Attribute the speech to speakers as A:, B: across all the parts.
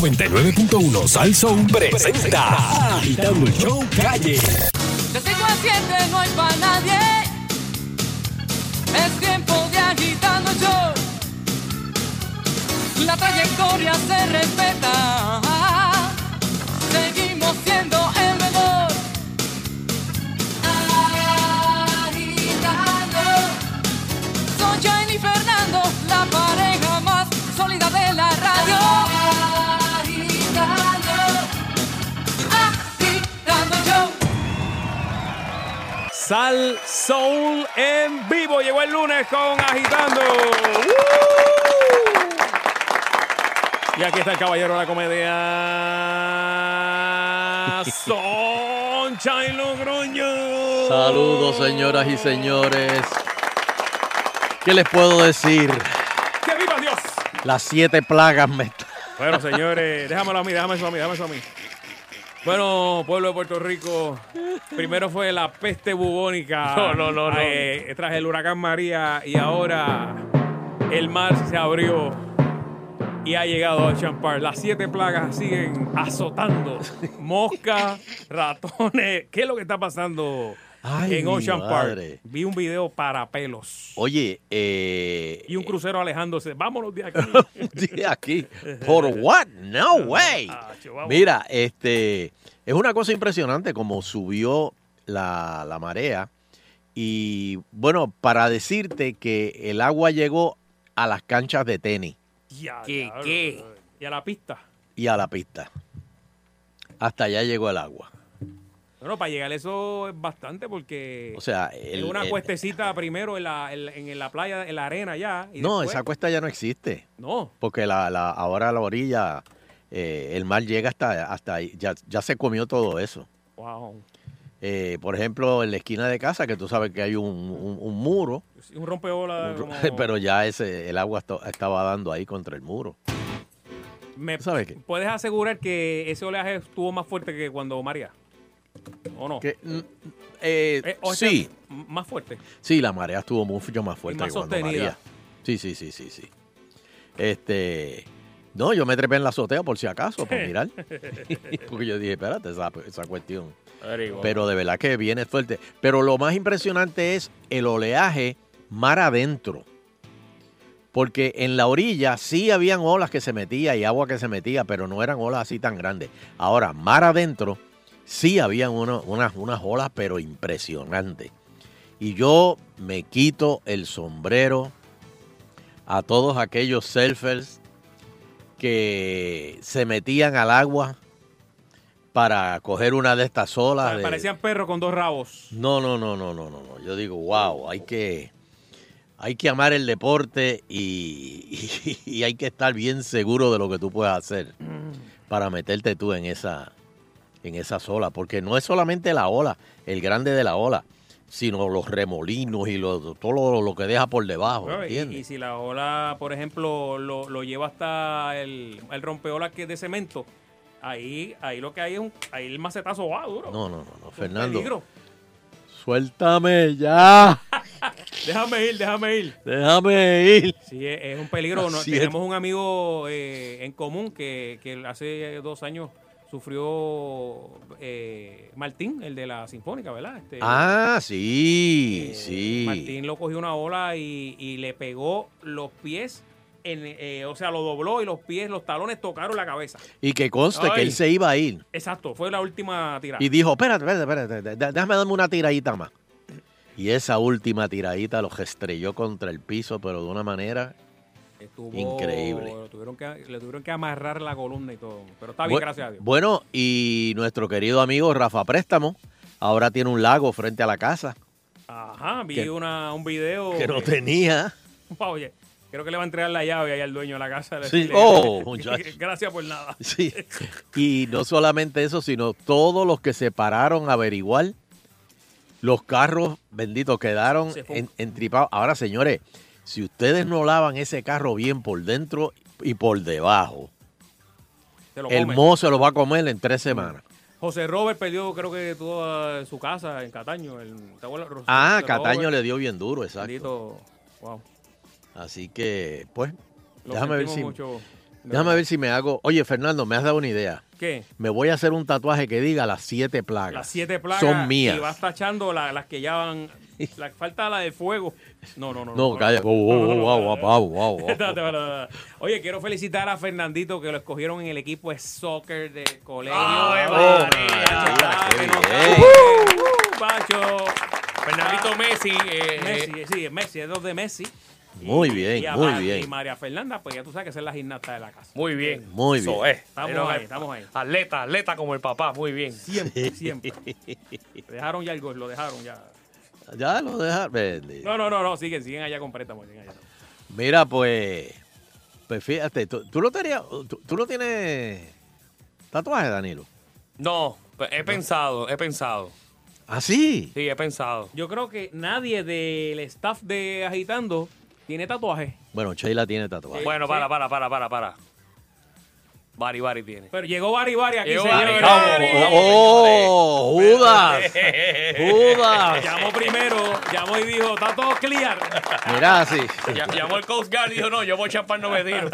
A: 99.1 Sal Soul presenta Agitando el Show Calle.
B: De 5 a 7 no hay para nadie. Es tiempo de agitando el show. La trayectoria se respeta. Seguimos siendo el mejor. Agitando. Son Jaime y Fernando, la pareja más sólida de la radio. Agitando. Agitando el show.
C: Sal Soul en vivo. Llegó el lunes con Agitando. Y aquí está el caballero de la comedia. Soncha y Logroño.
D: Saludos, señoras y señores. ¿Qué les puedo decir?
C: ¡Que viva Dios!
D: Las siete plagas me están.
C: Bueno, señores, déjamelo a mí, déjame eso a mí, déjame eso a mí. Bueno, pueblo de Puerto Rico, primero fue la peste bubónica.
E: No, no, no, no.
C: eh, tras el huracán María y ahora el mar se abrió y ha llegado a Champar. Las siete plagas siguen azotando. Moscas, ratones. ¿Qué es lo que está pasando
D: Ay,
C: en
D: mi
C: Ocean
D: madre.
C: Park? Vi un video para pelos.
D: Oye, eh.
C: Y un crucero alejándose. Vámonos de aquí.
D: Sí, aquí. ¿Por what? No way.
C: Ah, chihuahua.
D: Mira, este es una cosa impresionante como subió la, la marea. Y bueno, para decirte que el agua llegó a las canchas de tenis
C: Ya,
E: ¿Qué,
C: diablo.
E: qué?
C: Y a la pista.
D: y a la pista. Hasta allá llegó el agua.
C: Bueno, para llegar eso es bastante porque
D: O sea,
C: es
D: el-
C: una
D: el-
C: cuestecita primero en la, en, en la playa, en la arena ya. y
D: no,
C: después-
D: esa cuesta ya no existe.
C: No,
D: Porque la, la, ahora la orilla, eh, el mar llega hasta, hasta ahí. Ya, ya se comió todo eso.
C: wow.
D: Eh, por ejemplo, en la esquina de casa, que tú sabes que hay un, un- un muro,
C: Un rompeola.
D: un ro-
C: como-
D: pero ya ese el agua esto- estaba dando ahí contra el muro.
C: Me-
D: ¿Tú sabes qué?
C: ¿Puedes asegurar que ese oleaje estuvo más fuerte que cuando María? ¿O no?
D: Que, mm, eh,
C: Eh, o sea,
D: sí,
C: m- más fuerte.
D: sí, la marea estuvo mucho más fuerte
C: más
D: que cuando
C: sostenida.
D: María. Sí, sí, sí, sí, sí. Este, no, yo me trepé en la azotea por si acaso, para mirar. Porque yo dije, espérate, esa, esa cuestión. Pero de verdad que viene fuerte. Pero lo más impresionante es el oleaje mar adentro. Porque en la orilla sí habían olas que se metía y agua que se metía, pero no eran olas así tan grandes. Ahora, mar adentro, sí habían uno- unas, unas olas, pero impresionantes. Y yo me quito el sombrero a todos aquellos surfers que se metían al agua para coger una de estas
C: O
D: olas.
C: sea,
D: de-
C: Parecían perros con dos rabos.
D: no, no, no, no, no, no, no. Yo digo, wow, hay que, hay que amar el deporte y, y- y hay que estar bien seguro de lo que tú puedes hacer
E: Mm,
D: para meterte tú en esa, en esas olas, porque no es solamente la ola, el grande de la ola, sino los remolinos y los- todo lo, lo que deja por debajo,
C: Bueno, y, y
D: ¿entiendes?
C: si la ola, por ejemplo, lo, lo lleva hasta el, el rompeola que es de cemento, ahí, ahí lo que hay es un, ahí el macetazo va duro.
D: No, no, no, no,
C: Un
D: Fernando,
C: peligro.
D: suéltame ya,
C: Déjame ir, déjame ir.
D: déjame ir.
C: Sí, es, es un peligro. No,
D: Así es.
C: tenemos un amigo eh, en común que, que hace dos años sufrió eh, Martín, el de la Sinfónica, ¿verdad? Este,
D: Ah, sí,
C: eh,
D: sí.
C: Martín lo cogió una ola y, y le pegó los pies, en, eh, o sea, lo dobló y los pies, los talones tocaron la cabeza.
D: Y que conste que
E: Ay.
D: él se iba a ir.
C: Exacto, fue la última tirada.
D: Y dijo, espérate, espérate, espérate, da- déjame darme una tiradita más. Y esa última tiradita los estrelló contra el piso, pero de una manera...
C: Estuvo-
D: increíble.
C: lo tuvieron que- le tuvieron que amarrar la columna y todo. Pero está bien,
D: Bu-
C: gracias a Dios.
D: Bueno, y nuestro querido amigo Rafa Préstamo ahora tiene un lago frente a la casa
C: Ajá, vi
D: que-
C: una, un video.
D: que no
C: que-
D: tenía.
C: Oye, creo que le va a entregar la llave ahí al dueño de la casa.
D: Sí.
C: Decirle,
D: Oh, muchacho.
C: Gracias por nada.
D: Sí. Y no solamente eso, sino todos los que se pararon a averiguar, los carros, bendito, quedaron
C: Se fue.
D: en- entripados. Ahora, señores, si ustedes no lavan ese carro bien por dentro y por debajo,
C: Te lo Pues,
D: el
C: come.
D: mozo lo va a comer en tres semanas.
C: José Robert perdió, creo que toda su casa en Cataño. El, ¿te acuerdas? José-
D: Ah,
C: José
D: Cataño
C: Robert,
D: le dio bien duro, exacto.
C: bendito. Wow.
D: Así que, pues,
C: Lo
D: déjame ver
C: sentimos
D: si
C: mucho.
D: Déjame ver si me hago. Oye, Fernando, me has dado una idea.
C: ¿Qué?
D: Me voy a hacer un tatuaje que diga las siete plagas.
C: Las siete plagas.
D: Son mías.
C: Y vas tachando la- las que ya van. La, falta la de fuego. No, no, no.
D: No, calla. Oh, oh, oh, wow, wow, wow, wow, wow.
C: Espérate, espérate, espérate. Oye, quiero felicitar a Fernandito que lo escogieron en el equipo de soccer de colegio.
E: ¡Ave
C: Pacho,
D: Ah, oh, María,
C: pacho,
D: qué
C: no
D: bien!
C: sabe. Pacho.
E: Fernandito Messi. eh,
C: Uh-huh. Ah. Messi,
E: eh,
C: sí, es Messi, es dos de Messi.
D: Muy
C: Y-
D: bien,
C: y a
D: muy
C: Mar-
D: bien.
C: Y María Fernanda, pues ya tú sabes que esa es la gimnasta de la casa.
E: Muy bien.
D: Muy
E: Eso
D: bien.
E: es.
C: Estamos
E: Pero,
C: ahí,
E: eh,
C: estamos ahí.
E: Atleta, atleta como el papá. Muy bien.
C: Siempre, siempre. dejaron ya el gol, lo dejaron ya.
D: Ya lo dejas. bendito.
C: No, no, no, no, siguen, siguen allá con préstamo. siguen allá.
D: Mira, pues. Pues fíjate, tú, tú lo tenías. Tú, tú no tienes tatuaje, Danilo.
E: No, pe- he pensado, he pensado.
D: Ah, sí.
E: Sí, he pensado.
C: Yo creo que nadie del staff de Agitando tiene tatuaje.
D: Bueno, Sheila tiene tatuaje.
E: Bueno,
C: sí.
E: para, para, para, para, para. Bari, Bari tiene.
C: Pero llegó Bari Bari aquí,
E: Llegó Bari,
C: señores.
D: ¡Vamos!
E: Bari.
D: ¡Oh! ¡Judas! ¡Judas!
C: Llamó primero, llamó y dijo, está todo clear.
D: Mira, sí.
E: Ya- Llamó el Coast Guard y dijo, no, yo voy a chapar no me tiro.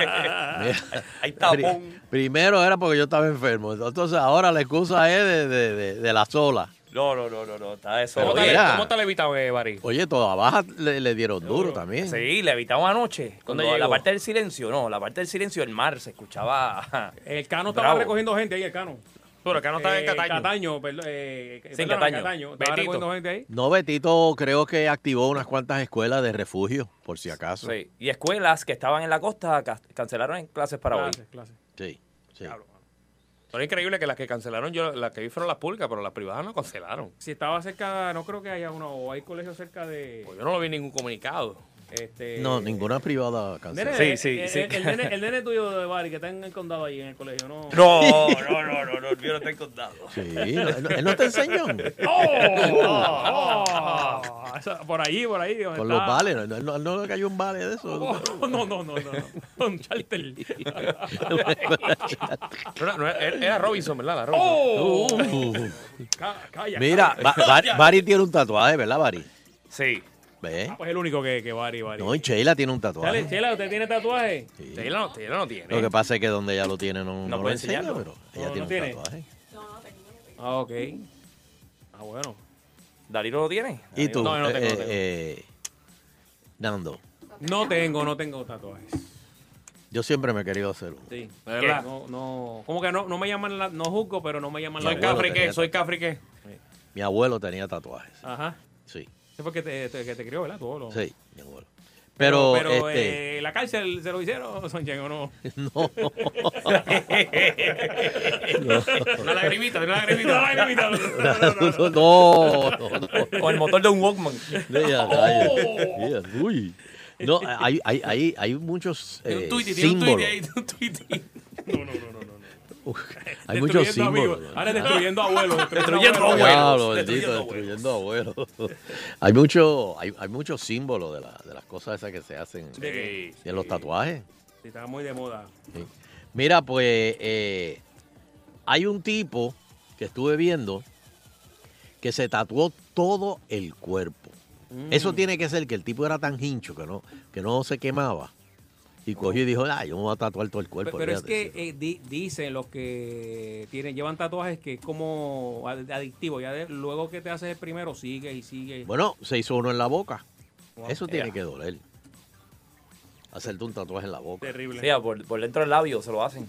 D: Mira.
E: Ahí está,
D: Pri- Primero era porque yo estaba enfermo. Entonces ahora la excusa es de, de- de- de la sola.
E: No, no, no, no, no, está eso.
D: Pero
E: ¿Cómo, está,
D: mira.
E: ¿Cómo está levitado, eh, Bari?
D: Oye, toda baja le, le dieron duro también.
F: Sí, le evitamos anoche. Cuando
E: llegó?
F: la parte del silencio, no, la parte del silencio del mar se escuchaba.
C: El Cano estaba
F: Bravo.
C: recogiendo gente ahí, el Cano.
E: Pero acá no está
C: Eh,
E: en Cataño.
C: perdón, eh,
F: Sí,
C: perdón,
F: Cataño.
C: Estaba
E: Betito.
C: recogiendo gente ahí.
D: No, Betito creo que activó unas cuantas escuelas de refugio, por si acaso.
F: Sí. Y escuelas que estaban en la costa ca- cancelaron en clases para hoy.
C: Clases, clases.
D: Sí, sí.
E: Pero es increíble que las que cancelaron, yo las que vi fueron las públicas, pero las privadas no cancelaron.
C: Si estaba cerca, no creo que haya uno, o hay colegios cerca de...
E: Pues yo no lo vi en ningún comunicado.
C: Este,
D: No, ninguna privada canceló.
C: Nene,
E: Sí, sí,
C: el,
E: sí.
C: eh, El, el nene, el nene tuyo de Bari que está en el condado ahí en el colegio, ¿no?
F: No, no, no, no, no, yo no tengo contado.
D: Sí, no, no- él no te enseñó.
C: ¡Oh! ¡Oh! Eso, por allí, por ahí. donde
D: Con
C: está.
D: los vales, no, no, no le cayó un vale de eso.
C: Oh, no, no, no, no. no. Un charter.
E: No, era- no, era- era Robinson, ¿verdad? La Robinson.
C: ¡Oh!
D: Uh.
C: Ca- calla,
D: Mira,
C: calla.
D: Ba- Ba- Bari tiene un tatuaje, ¿verdad, Bari?
E: Sí.
D: ¿Ve?
C: Ah, pues el único que, que Bari, Bari.
D: No, y Sheila tiene un
C: Dale,
D: tatuaje.
C: Chela, ¿usted tiene tatuaje?
D: Sí.
E: Taylor no, Taylor no tiene.
D: Lo que pasa es que donde ella lo tiene no, no, lo
F: puede
D: enseña,
F: enseñarlo.
D: pero eh, ella
C: No,
D: tiene
C: no
D: un
C: tiene.
D: tatuaje.
C: Ah, ok. Ah, bueno.
F: Darilo lo tiene.
D: ¿Y tú?
E: No, yo no tengo,
D: eh,
E: no tengo.
D: eh, Nando,
C: No tengo, no tengo tatuajes.
D: yo siempre me he querido hacer uno.
C: Sí.
E: ¿De verdad?
C: No, no. Como que no, no me llaman la, no juzgo, pero no me llaman
E: Soy
C: la
D: Mi abuelo
E: Cafri, ¿qué?
D: tenía
E: Soy Cafri, ¿qué?
D: Mi abuelo tenía tatuajes.
C: Ajá.
D: Sí,
C: Ese fue que te, te- que te crió, ¿verdad? Tu abuelo.
D: sí, mi abuelo. Pero,
C: pero
D: este,
C: eh, la cárcel se lo hicieron, Sonchen, o no.
D: no.
E: Una lagrimita, una lagrimita.
C: No, no, no, no,
D: no,
C: no.
D: no, no.
F: O el motor de un Walkman.
D: Mira, rayos. Mira, uy. No, hay, hay, hay, hay muchos
E: Tiene
D: eh,
E: un tuit, tiene un tuit
D: símbolos.
E: ahí, tiene un tuit.
D: Hay muchos
C: Destruyendo
D: símbolos.
C: amigos. Ahora destruyendo abuelos.
F: Destruyendo
C: abuelos.
D: Diablo,
F: abuelos,
D: bendito,
F: destruyendo
D: destruyendo abuelos. hay mucho, hay, hay muchos símbolos de, la- de las cosas esas que se hacen
C: ¿De qué?
E: Sí.
D: en los tatuajes.
C: Sí, Está muy de moda.
D: Sí. Mira, pues eh, hay un tipo que estuve viendo que se tatuó todo el cuerpo.
C: Mm.
D: Eso tiene que ser que el tipo era tan hincho que no, que no se quemaba. Y cogió y dijo, ah, yo me voy a tatuar todo el cuerpo.
C: Pero, pero es que
D: olvídate".
C: eh, di- dicen los que tienen llevan tatuajes que es como ad- adictivo. Ya de- luego que te haces el primero, sigue y sigue.
D: Bueno, se hizo uno en la boca.
C: Wow.
D: Eso tiene que doler. Hacerte un tatuaje en la boca.
C: Terrible.
F: Sí, por, por dentro del labio se lo hacen.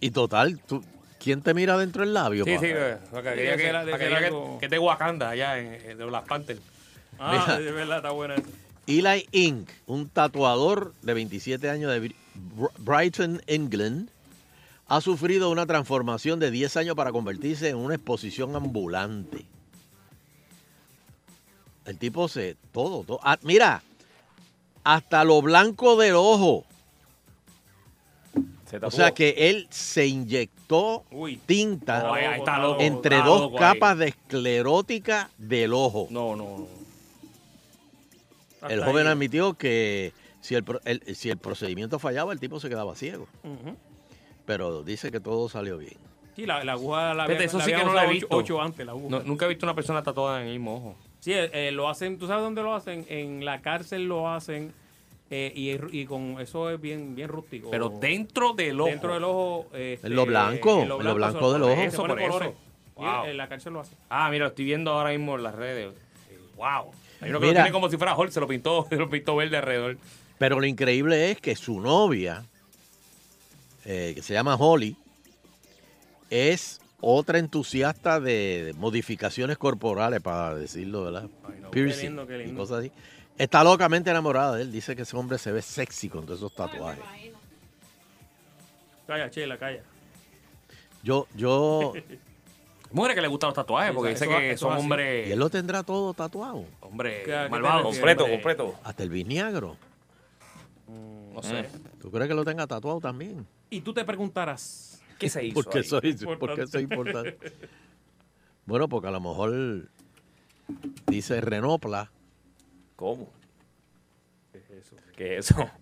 D: Y total, tú, ¿quién te mira dentro del labio?
E: Sí,
D: pa?
E: sí, eh, para que diga
C: Debe
E: que-
C: ser-
E: para
C: debe
E: que
C: ser
E: diga
C: algo-
E: que- que es de Wakanda allá en en de Black Panther.
C: Ah, de verdad, está buena.
D: Eli Inc., un tatuador de 27 años de Bri- Br- Brighton, England, ha sufrido una transformación de 10 años para convertirse en una exposición ambulante. El tipo se... Todo, todo. Ah, mira, hasta lo blanco del ojo.
F: Se
D: O
F: tatuó.
D: sea que él se inyectó
C: Uy.
D: tinta
E: Oye, ahí está loco,
D: entre
E: está
D: dos
E: loco ahí.
D: capas de esclerótica del ojo.
E: No, no, no.
C: Hasta
D: El joven
C: ahí.
D: admitió que si el, pro- el- si el procedimiento fallaba, el tipo se quedaba ciego.
C: Ujú.
D: Pero dice que todo salió bien.
C: Sí, la, la aguja la
E: Fíjate,
C: habían-
E: eso
C: la
E: sí que
C: habían
E: no lo he
C: usado
E: visto.
C: Ocho, ocho antes, la aguja.
E: No, Nunca he visto una persona tatuada en el mismo ojo.
C: eh, Sí, eh, lo hacen, ¿tú sabes dónde lo hacen? En la cárcel lo hacen. eh, y, y con eso es bien, bien rústico.
E: Pero dentro del ojo.
C: Oh. Dentro del ojo. este,
D: En lo blanco,
C: en
D: en lo blanco
C: son-
D: del ojo.
C: se
E: Eso,
C: pone
E: por eso.
C: colores. Y
E: Wow.
C: en la cárcel lo hace.
E: Ah, mira, lo estoy viendo ahora mismo en las redes. Wow. Hay uno que
D: Mira.
E: lo tiene como si fuera Hulk, se lo pintó, se lo pintó verde alrededor.
D: Pero lo increíble es que su novia, eh, que se llama Holly, es otra entusiasta de, de modificaciones corporales, para decirlo, ¿verdad? Piercing
C: Qué lindo, qué lindo.
D: y cosas así. Está locamente enamorada de él. Dice que ese hombre se ve sexy con todos esos tatuajes.
C: Calla, Chela, calla.
D: Yo, yo...
F: Oh.
E: Mujeres que le gustan los tatuajes, porque
C: Eso-
E: dice
C: eso-
E: que
C: eso
E: son
C: así.
D: Y
E: hombres
D: él lo tendrá todo tatuado.
E: hombre
C: ¿Qué- qué te
E: malvados.
C: refieres?
F: Completo,
E: hombre-
F: completo.
D: Hasta el bisniagro.
E: Mm, No sé.
D: ¿Tú crees que lo tenga tatuado también?
C: Y tú te preguntarás.
F: ¿Qué se hizo?
D: Porque
F: ahí?
D: soy,
C: Importante.
D: porque soy importante. Bueno, porque a lo mejor dice Renopla.
F: ¿Cómo?
E: ¿Qué es eso?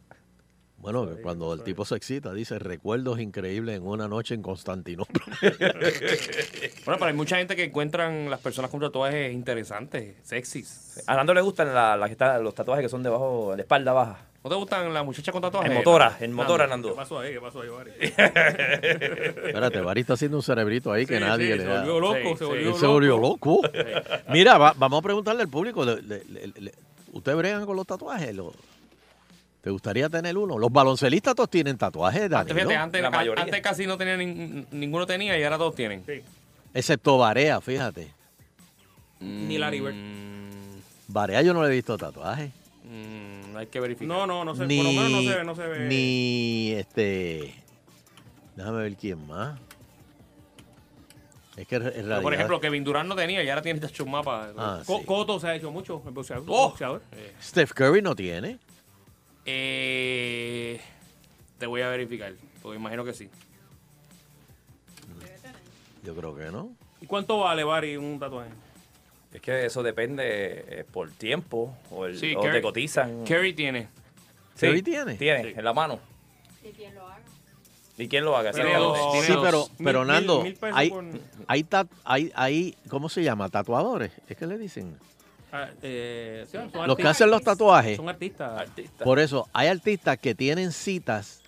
D: Bueno, que cuando el tipo se excita, dice recuerdos increíbles en una noche en Constantinopla.
E: Bueno, pero hay mucha gente que encuentran las personas con tatuajes interesantes, sexys.
F: A Nando le gustan la- las que están- los tatuajes que son debajo, la espalda baja.
E: ¿No te gustan las muchachas con tatuajes?
F: En motora, en motora, Nando.
C: ¿Qué pasó ahí? ¿Qué pasó ahí, Bari?
D: Espérate, Bari está haciendo un cerebrito ahí que
C: Sí,
D: nadie
C: sí,
D: le
C: se
D: da.
C: volvió loco,
E: Sí,
C: se
E: sí.
C: volvió
D: Él
C: loco.
D: se volvió loco. Mira, va- vamos a preguntarle al público. le- le- le- le- ¿Usted bregan con los tatuajes? ¿Lo- ¿Te gustaría tener uno? Los baloncelistas todos tienen tatuajes,
E: Antes, fíjate,
D: Danilo.
E: antes,
F: La mayoría.
E: antes casi no tenía nin- ninguno tenía y ahora todos tienen.
C: Sí.
D: Excepto Barea, fíjate.
C: Ni Larry Bird.
D: Barea yo no le he visto tatuajes.
E: Mm, hay que verificar.
C: No, no, no sé.
D: ni,
C: por lo menos no se ve, no se ve.
D: Ni este. Déjame ver quién más. Es que en realidad.
E: Pero, por ejemplo, Kevin Durant no tenía y ahora tiene hecho un mapa.
D: Ah,
C: Co-
D: sí.
C: Coto se ha hecho mucho, el boxeador.
E: Oh.
C: boxeador.
D: Steph Curry no tiene.
E: Eh, te voy a verificar, porque imagino que sí.
D: Yo creo que no.
C: ¿Y cuánto vale, Bari, un tatuaje?
F: Es que eso depende eh, por tiempo o, el,
E: Sí,
F: o
E: Kerry-
F: te cotizan.
E: Kerry tiene.
F: Sí,
D: Curry tiene.
F: Tiene, en la mano.
G: Que quien lo haga.
F: ¿Y quién lo haga?
E: Tiene
F: Sí,
E: dos, tiene
D: sí,
E: dos.
D: pero,
C: Mil-
D: pero
C: mil-
D: Nando,
C: mil pesos
D: hay,
C: por-
D: hay, tat- hay, hay- ¿cómo se llama? Tatuadores. Es que le dicen.
C: Ah, eh, sí, son
D: Los que
C: artistas.
D: hacen los tatuajes.
C: Son artistas.
F: artistas.
D: Por eso, hay artistas que tienen citas,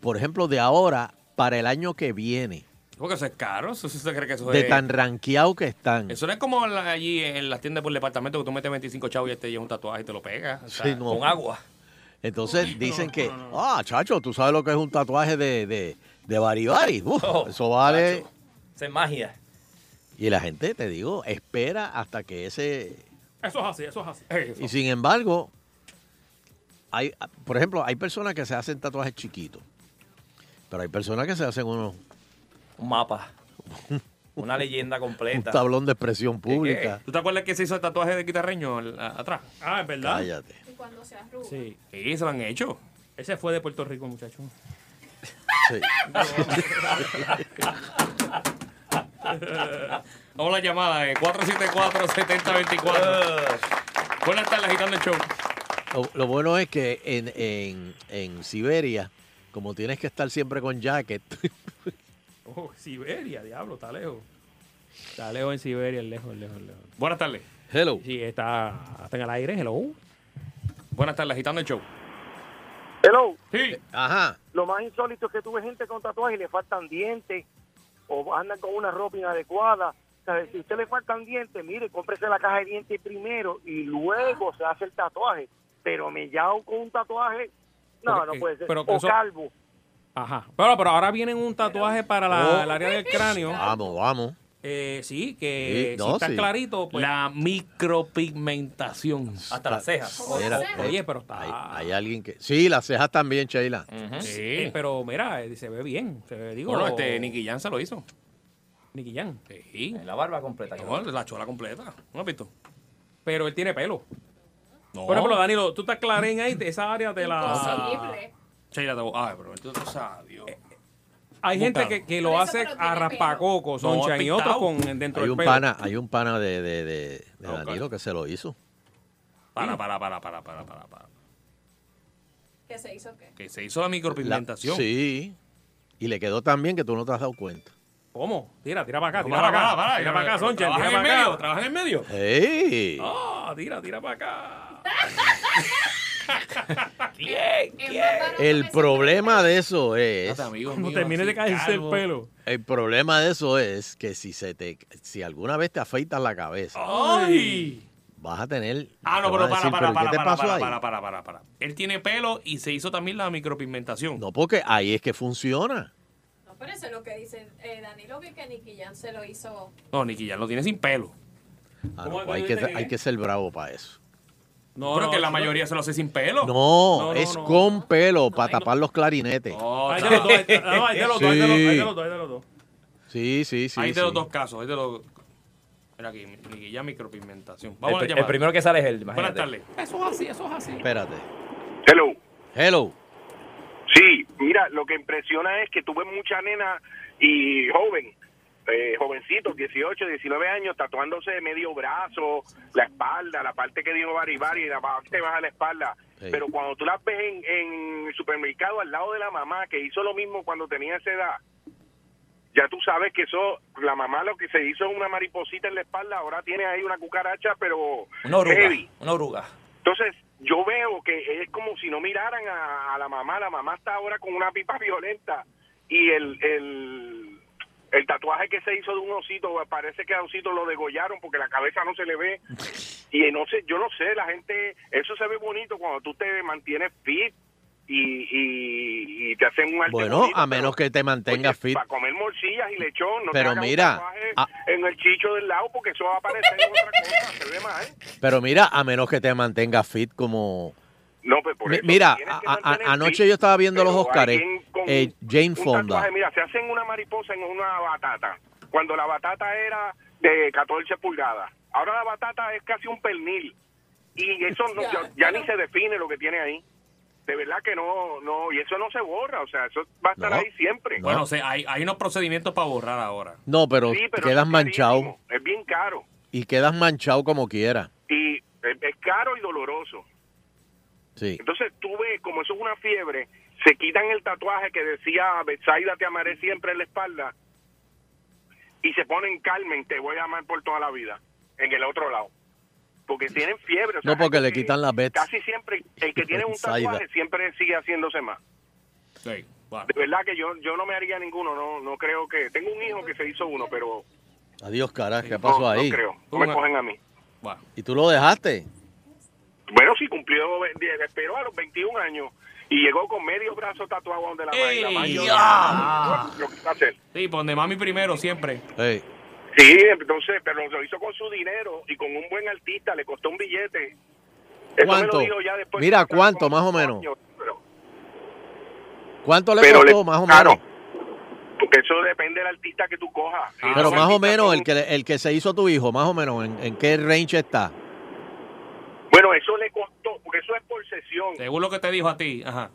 D: por ejemplo, de ahora para el año que viene.
E: Porque eso es caro. Eso, eso se cree que eso
D: De
E: es-
D: tan ranqueado que están.
E: Eso no Pues, es como la- allí en las tiendas por departamento que tú metes 25 chavos y te lleva un tatuaje y te lo pegas. o sea,
D: Sí, no.
F: Con agua.
D: Entonces dicen
C: no,
D: que,
C: no, no.
D: ah, chacho, tú sabes lo que es un tatuaje de, de, de baribari. Uf,
F: Oh,
D: eso vale.
F: chacho. Esa es magia.
D: Y la gente, te digo, espera hasta que ese...
C: Eso es así, eso es así.
D: Y sin embargo, hay, por ejemplo, hay personas que se hacen tatuajes chiquitos, pero hay personas que se hacen unos,
F: Un mapa. Una leyenda
D: un
F: completa.
D: tablón de expresión pública.
E: ¿Tú te acuerdas que se hizo el tatuaje de guitarreño al- a- atrás?
C: Ah, es verdad.
D: Cállate.
G: Y cuando se arruga.
C: Sí.
E: Sí, se lo han hecho.
C: Ese fue de Puerto Rico, muchacho.
D: Sí.
E: Vamos a la llamada eh, de 474-7024. Buenas tardes, agitando el show.
D: Lo, lo bueno es que en, en, en Siberia, como tienes que estar siempre con jacket,
C: Oh, Siberia, diablo, está lejos. Está lejos en Siberia, lejos, lejos, lejos.
E: Buenas tardes.
D: hello.
C: Sí, está, está en el aire, hello.
E: Buenas tardes, agitando el show.
H: Hello,
E: Sí.
D: Eh, Ajá.
H: lo más insólito es que tuve gente con tatuajes y le faltan dientes o andan con una ropa inadecuada. O sea, si a usted le faltan dientes, mire, cómprese la caja de dientes primero y luego se hace el tatuaje. Pero mellao con un tatuaje, no,
C: Pero,
H: no puede
C: eh,
H: ser.
C: pero que
H: o
C: eso-
H: calvo.
C: Ajá. Pero, pero ahora vienen un tatuaje para la, el área del cráneo.
D: Vamos, vamos.
C: Eh, sí,
D: Sí,
C: que
D: no,
C: si está
D: sí.
C: clarito, pues.
E: La micropigmentación.
F: Hasta las cejas.
D: Mira,
C: Oye,
D: eh,
C: pero está.
D: hay, hay alguien que. Sí, las cejas también, Sheila.
E: Sí.
C: Eh, pero mira, eh, se ve bien. Se ve, digo,
E: Bueno, este Nicky Jan se lo hizo.
C: Nicky Jam.
E: Sí.
F: La barba completa.
E: No, la chola completa. ¿No has visto?
C: Pero él tiene pelo.
E: No.
C: Por ejemplo, Danilo, tú estás clarín ahí, de esa área de la.
G: Imposible.
E: Sheila, te voy- Ay, pero tú no sabes.
C: Eh, Hay gente
E: Buscando.
C: que, que lo
G: Por eso,
C: hace
G: pero tiene
C: a raspacoco,
E: pelo. No,
C: soncha y otros
E: pintado.
C: con dentro
D: Hay
C: del
D: un
C: pelo.
D: pana, hay un pana de, de, de- de
E: Ah, ok.
D: Danilo que se lo hizo.
E: Para, para, para, para, para, para, para.
G: ¿Qué se hizo qué?
E: Que se hizo la
D: La-
E: micropigmentación.
D: sí. Y le quedó tan bien que tú no te has dado cuenta.
C: ¿Cómo? Tira, tira para acá, tira
E: Para,
C: para acá.
E: para, para,
C: tira
E: yo-
C: para acá, Soncha,
E: ¿trabajan
C: tira
E: en
C: para
E: medio?
C: acá.
E: ¿Trabajan en medio?
D: ¡Ey!
C: Ah, tira, tira para acá.
F: ¿Quién? ¿Quién?
D: El problema de eso es.
E: Fíjate, amigo
C: Cuando
E: mío,
C: termine
E: así,
C: de caerse el
E: calvo.
C: pelo.
D: El problema de eso es que si se te, si alguna vez te afeitas la cabeza,
E: ¡Ay!
D: vas a tener.
E: Ah, no,
D: te van a
E: pero para,
D: decir,
E: para,
D: "¿Pero
E: para,
D: ¿Qué te
E: para,
D: pasó
E: para,
D: ahí?".
E: para, para, para, para. Él tiene pelo y se hizo también la micropigmentación.
D: No, porque ahí es que funciona.
G: No, pero eso es lo que dice eh, Danilo, que, que Nicky Jam se lo hizo.
E: No, Nicky, ya lo tiene sin pelo.
D: Ah,
C: ¿Cómo
D: no,
C: tú
D: hay, que,
C: dijiste que
D: hay
C: qué?
D: que ser bravo para eso.
E: No, pero
C: no,
E: que la
C: no.
E: mayoría se lo hace sin pelo.
D: No,
C: no,
D: es
C: no.
D: con pelo para tapar los clarinetes.
E: No,
C: Ahí
E: no.
C: de los dos, ahí de- no, ahí de los dos, ahí de los- ahí de
D: Sí.
C: los dos, ahí de los dos.
D: Sí, sí, sí.
E: Hay de
D: sí.
E: los dos casos, hay de los. Mira aquí, Nicky, ya micropigmentación.
F: El,
E: Vamos a
F: pri-
E: llamar.
F: el primero que sale es él,
E: Buenas
F: imagínate.
E: tardes. Eso es así, eso es así.
D: Espérate.
H: Hello.
D: Hello.
H: Sí, mira, lo que impresiona es que tuve mucha nena y joven, eh, jovencitos, 18, 19 años, tatuándose de medio brazo, la espalda, la parte que digo baribari, la parte que baja la espalda.
D: Sí.
H: Pero cuando tú las ves en, en el supermercado al lado de la mamá, que hizo lo mismo cuando tenía esa edad, ya tú sabes que eso, la mamá lo que se hizo una mariposita en la espalda, ahora tiene ahí una cucaracha, pero
F: Una oruga.
H: heavy.
F: Una oruga.
H: Entonces, yo veo que es como si no miraran a, a la mamá. La mamá está ahora con una pipa violenta y el, el, el tatuaje que se hizo de un osito, parece que a osito lo degollaron porque la cabeza no se le ve. Y no sé, yo no sé, la gente, eso se ve bonito cuando tú te mantienes fit y, y, y te hacen un arte
D: Bueno,
H: bonito,
D: a
H: pero-
D: menos que te mantengas fit.
H: para comer morcillas y lechón, no te
D: Pero
H: hagas un
D: mira,
H: tatuaje
D: ah.
H: en el chicho del lado porque eso va a parecer otra cosa, se ve mal.
D: Pero mira, a menos que te mantengas fit como...
H: No, pues por
D: Mi-
H: eso
D: mira,
H: tienes que
D: a- a-
H: mantener
D: anoche
H: fit,
D: yo estaba viendo
H: pero
D: los Óscares,
H: alguien con
D: eh, Jane
H: un
D: Fonda.
H: tatuaje, mira, se hacen una mariposa en una batata. Cuando la batata era de 14 pulgadas. Ahora la batata es casi un pernil. Y eso no, ya, ya ni se define lo que tiene ahí. De verdad que no, no, y eso no se borra, o sea, eso va a estar
D: No.
H: ahí siempre.
D: No.
E: Bueno, o sea, hay, hay unos procedimientos para borrar ahora.
D: No, pero,
H: Sí, pero
D: quedas
H: es
D: manchado
H: carísimo, Es bien caro.
D: y quedas manchado como quiera.
H: Y es- es caro y doloroso.
D: Sí.
H: Entonces tú ves, como eso es una fiebre, se quitan el tatuaje que decía Betsaida te amaré siempre en la espalda y se ponen Carmen, te voy a amar por toda la vida, en el otro lado. Porque tienen fiebre. o sea,
D: No, porque
H: gente
D: le
H: que
D: quitan la Bets.
H: Casi siempre el que tiene un
D: Betsaida.
H: tatuaje siempre sigue haciéndose más.
E: Sí, bueno.
H: De verdad que yo yo no me haría ninguno, no no creo que... Tengo un hijo que se hizo uno, pero
D: Adiós, carajo, ¿qué
H: no,
D: pasó
H: no
D: ahí?
H: creo, no me
E: Una-
H: cogen a mí.
E: bueno.
D: ¿Y tú lo dejaste?
H: Bueno, sí, cumplió, ve- die- esperó a los 21 años y llegó con medio brazo tatuado donde la
E: ¡Ey,
H: vaina. Mayor,
E: ya!
H: Lo quiso hacer.
E: Sí, pues donde mami primero, siempre.
D: Ey,
H: Sí, entonces, pero lo hizo con su dinero y con un buen artista, le costó un billete. Eso me lo
D: ¿Cuánto?
H: dijo ya después
D: Mira,
H: que estaba
D: ¿cuánto,
H: como
D: más o
H: cinco
D: menos?
H: años, pero
D: ¿Cuánto le
H: Pero
D: costó
H: le-
D: más o
H: claro.
D: menos?
H: porque eso depende del artista que tú cojas. Y
D: Ah, Pero
H: los
D: más o
H: artistas
D: menos
H: son-
D: el que, le- el que se hizo a tu hijo, más o menos, ¿en, en qué range está?
H: Bueno, eso le costó, porque eso es por sesión.
E: Según lo que te dijo a ti. Ajá.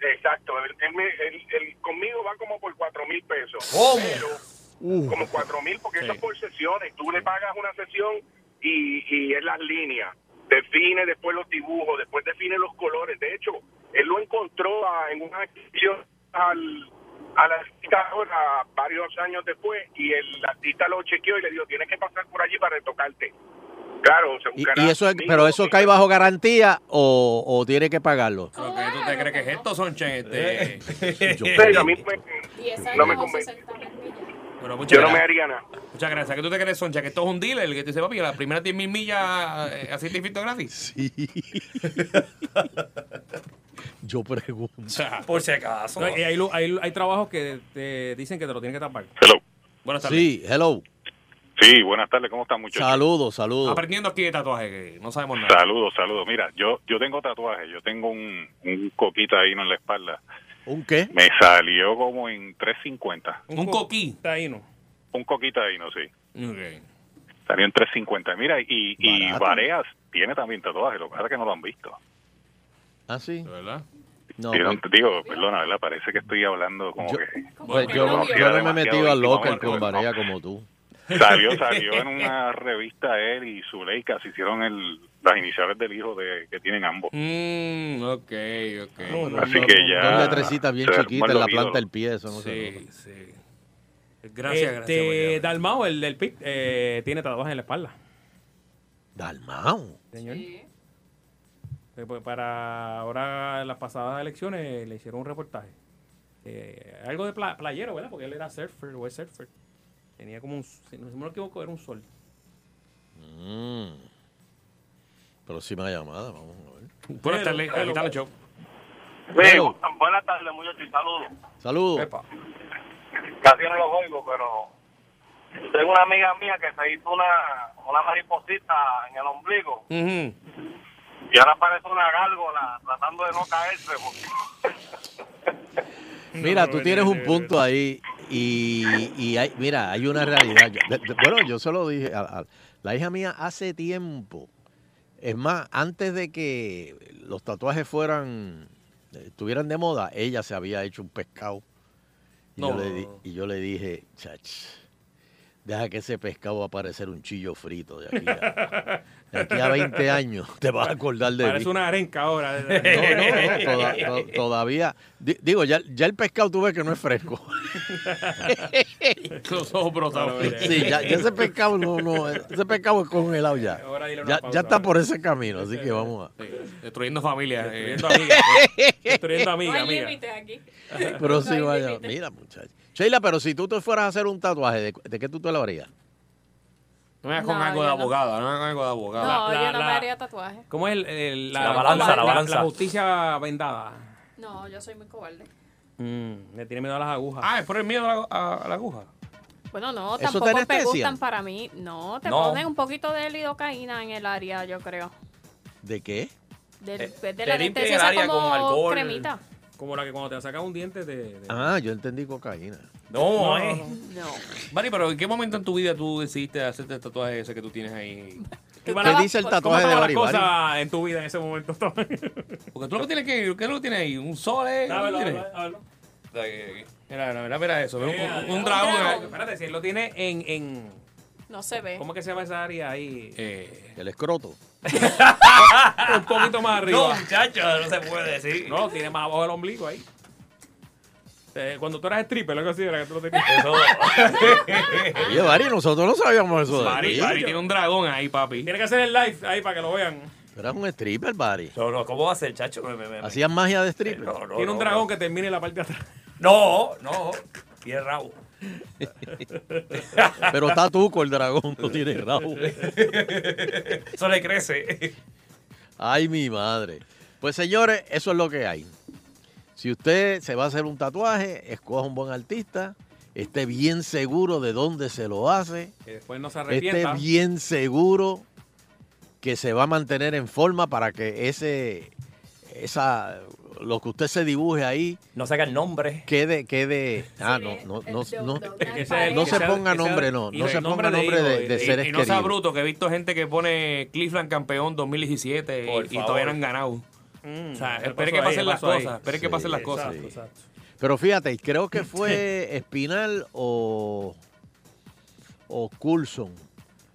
H: Exacto, él, él me- él- él conmigo va como por 4 mil pesos. Pero, como 4 mil, porque eso
E: Sí.
H: es por sesiones. Tú le pagas una sesión y, y es las líneas. Define después los dibujos, después define los colores. De hecho, él lo encontró a- en una adquisición al, al artista ahora, varios años después, y el artista lo chequeó y le dijo, tienes que pasar por allí para retocarte. Claro, se
D: Y,
H: buscará
D: y eso es-
H: mínimo
D: ¿Pero eso
H: mil
D: cae bajo garantía o, o tiene que pagarlo?
E: Lo que tú te crees que es esto, Sonchen, este.
D: Yo
H: pesos. A mí me-
G: 10 años
H: No me
G: o
H: convence.
G: 60 mil millas.
E: Pero muchas
H: yo no me
E: gracias.
H: haría nada.
E: Muchas gracias. ¿Qué tú te crees, Soncha? Que esto es un dealer. Que te dice, papi, las primeras 10 mil millas eh, así te invito gratis.
D: Yo pregunto.
E: O sea,
F: Por si acaso.
C: No, y hay, lu- hay, lu- hay trabajos que te dicen que te lo tienen que tapar.
I: Hello.
E: buenas tardes.
D: Sí, hello.
I: Sí, buenas tardes, ¿cómo están muchachos?
D: Saludos, saludos.
E: Aprendiendo aquí de tatuaje, que no sabemos nada.
I: Saludos, saludos. Mira, yo yo tengo tatuaje, yo tengo un, un coquita ahí en la espalda.
D: ¿Un qué?
I: Me salió como en 350.
E: Un
C: co-
E: coquí.
C: Taíno.
I: Un coquita ahí, no sé.
E: Ok.
I: Salió en 350. Mira, y, y
D: Barato.
I: Vareas tiene también tatuaje, lo que pasa es que no lo han visto.
D: ¿Ah, sí?
E: ¿De verdad?
D: No,
I: Tiene un-
D: pues,
I: digo, perdona, ¿verdad? Parece que estoy hablando como
D: Yo-
I: que...
D: pues
G: que
D: yo,
G: no
D: no,
G: vio.
D: yo no me he metido
I: Demasiado
D: al local
I: íntimo,
D: con
I: no.
D: Varea como tú.
I: Salió, salió en una revista él y Zuleika, se hicieron el, las iniciales del hijo de que tienen ambos.
E: Mmm, ok, ok.
I: Así que ya...
D: Dos letrecitas bien
I: se arman
D: chiquitas en
I: los
D: la planta
I: ídolos.
D: del pie, eso no se nota.
E: Sí, sí. Gracias, gracias.
C: Este,
E: William.
C: Dalmao, el del PIC, eh, tiene tatuajes en la espalda.
D: Dalmao.
C: Señor.
G: Sí.
C: Eh, pues, Para ahora, en las pasadas elecciones, le hicieron un reportaje. Eh, algo de pla- playero, ¿verdad? Porque él era surfer o es surfer. Tenía como un. Si no si no me equivoco, era un sol.
D: Mm. Próxima llamada, vamos a ver.
E: Buenas tardes, aquí está el show.
D: Hello.
J: Buenas tardes, muchachos, y saludos.
D: Saludos.
J: Casi no los oigo, pero tengo una amiga mía que se hizo una, una mariposita en el ombligo y ahora parece una gárgola tratando de no caerse. porque-
D: Mira, tú tienes un punto ahí y, y hay, mira, hay una realidad. Yo- de- de- bueno, yo se lo dije a, a la hija mía hace tiempo. Es más, antes de que los tatuajes fueran, eh, estuvieran de moda, ella se había hecho un pescado. Y, yo,
E: No.
D: le, di- y yo le dije, chach, deja que ese pescado va a parecer un chillo frito de aquí a, de aquí a 20 años. Te vas a acordar de
C: Parece
D: mí".
C: una arenca ahora.
D: No, no, no, toda- to- todavía. di- digo, ya, ya el pescado tú ves que no es fresco.
E: Los ojos brotados.
D: Sí, ya, ya ese pescado no, no, ese pescado es congelado ya.
E: Ahora dile una
D: Ya,
E: pausa,
D: ya está
E: ahora.
D: por ese camino, así que vamos a.
E: Destruyendo familia.
C: Destruyendo amigas, eh. Destruyendo
G: No
C: amigas,
G: hay
C: amigas.
G: límite aquí.
D: Próximo
G: No hay
D: año.
G: límite.
D: Mira, muchacho. Sheila, pero si tú te fueras a hacer un tatuaje, ¿de, cu- de qué tú te lo harías?
E: No me hagas con
G: No,
E: algo
G: yo
E: de
G: no.
E: abogada, no me hagas con algo de abogada.
G: No,
C: la-
G: yo no me
C: la-
G: haría tatuaje.
C: ¿Cómo es el- el-
E: La balanza, la balanza.
C: La justicia vendada.
G: No, yo soy muy cobarde.
C: Mm, le tiene miedo a las agujas.
E: Ah, es por el miedo a la, a- a la aguja.
G: Bueno, no,
C: ¿Eso te
G: tampoco me
C: anestesia?
G: gustan para mí. No, te
D: No.
G: ponen un poquito de lidocaína en el área, yo creo.
D: ¿De qué?
G: Del- pues,
C: Te-
G: Eh, De,
C: te
G: la
C: limpian
G: anestesia
C: el
G: esa
C: Eh, área
G: como
C: con alcohol.
G: cremita.
C: Como la que cuando te sacan un diente de.
D: Ah, yo entendí cocaína.
E: No,
C: No,
E: eh.
G: No.
E: Mari, pero ¿en qué momento en tu vida tú decidiste hacerte el tatuaje ese que tú tienes ahí?
C: ¿Qué
D: dice el tatuaje de Bari Bari?
C: cosas en tu vida en ese momento?
E: Porque tú lo que tienes que, ¿qué es lo que tienes ahí? ¿Un sol, eh?
C: Dámelo,
E: ¿Qué tienes?
C: dámelo, dámelo.
E: Mira, mira, mira, mira eso. mira, un, un
C: Un
E: dragón. eh.
C: dragón. Espérate, si él lo tiene en. en
G: No se ve.
C: ¿Cómo que se llama esa área ahí?
F: Eh.
D: El escroto.
C: un poquito más arriba.
E: No, muchachos, no se puede decir.
C: No, tiene más abajo el ombligo ahí. Eh, cuando tú eras stripper, lo que así era que tú lo tenías.
F: Eh,
D: Oye, Bari, nosotros no sabíamos eso de
E: Bari,
D: ti.
E: Bari tiene un dragón ahí, papi.
C: Tiene que hacer el live ahí para que lo vean.
D: Tú eras un stripper, Bari.
F: No, no, ¿cómo va a ser, chacho? Me- me- me-
D: Hacías magia de stripper.
C: tiene un dragón que termine en la parte de atrás.
F: No, no. Tiene rabo.
D: Pero está tuco el dragón, no tiene rabo.
F: Eso le crece.
D: Ay, mi madre. Pues señores, eso es lo que hay. Si usted se va a hacer un tatuaje, escoja un buen artista, esté bien seguro de dónde se lo hace,
C: Que después no se
D: esté
C: arrepienta.
D: bien seguro que se va a mantener en forma para que ese esa lo que usted se dibuje ahí
F: no saca el nombre
D: quede quede ah no no no no,
C: que sea-
D: no
C: que
D: se
C: sea-
D: ponga
C: que sea-
D: nombre no
C: y
D: no
C: el
D: se
C: nombre
D: ponga
C: de
D: nombre
C: hijo,
D: de, de
C: y-
D: seres
E: y no sea
D: queridos
E: bruto, que he visto gente que pone Cleveland campeón 2017 y-
F: Por
E: y,
F: favor.
E: todavía no han ganado.
C: Mm,
E: o sea,
C: ¿qué
E: espere
C: pasó
E: que
C: ahí?
E: pasen
C: ¿Qué
E: las
C: pasó ahí?
E: cosas. Espere que
D: Sí,
E: pasen las cosas.
D: sí. Pero fíjate, creo que fue Espinal o, o Coulson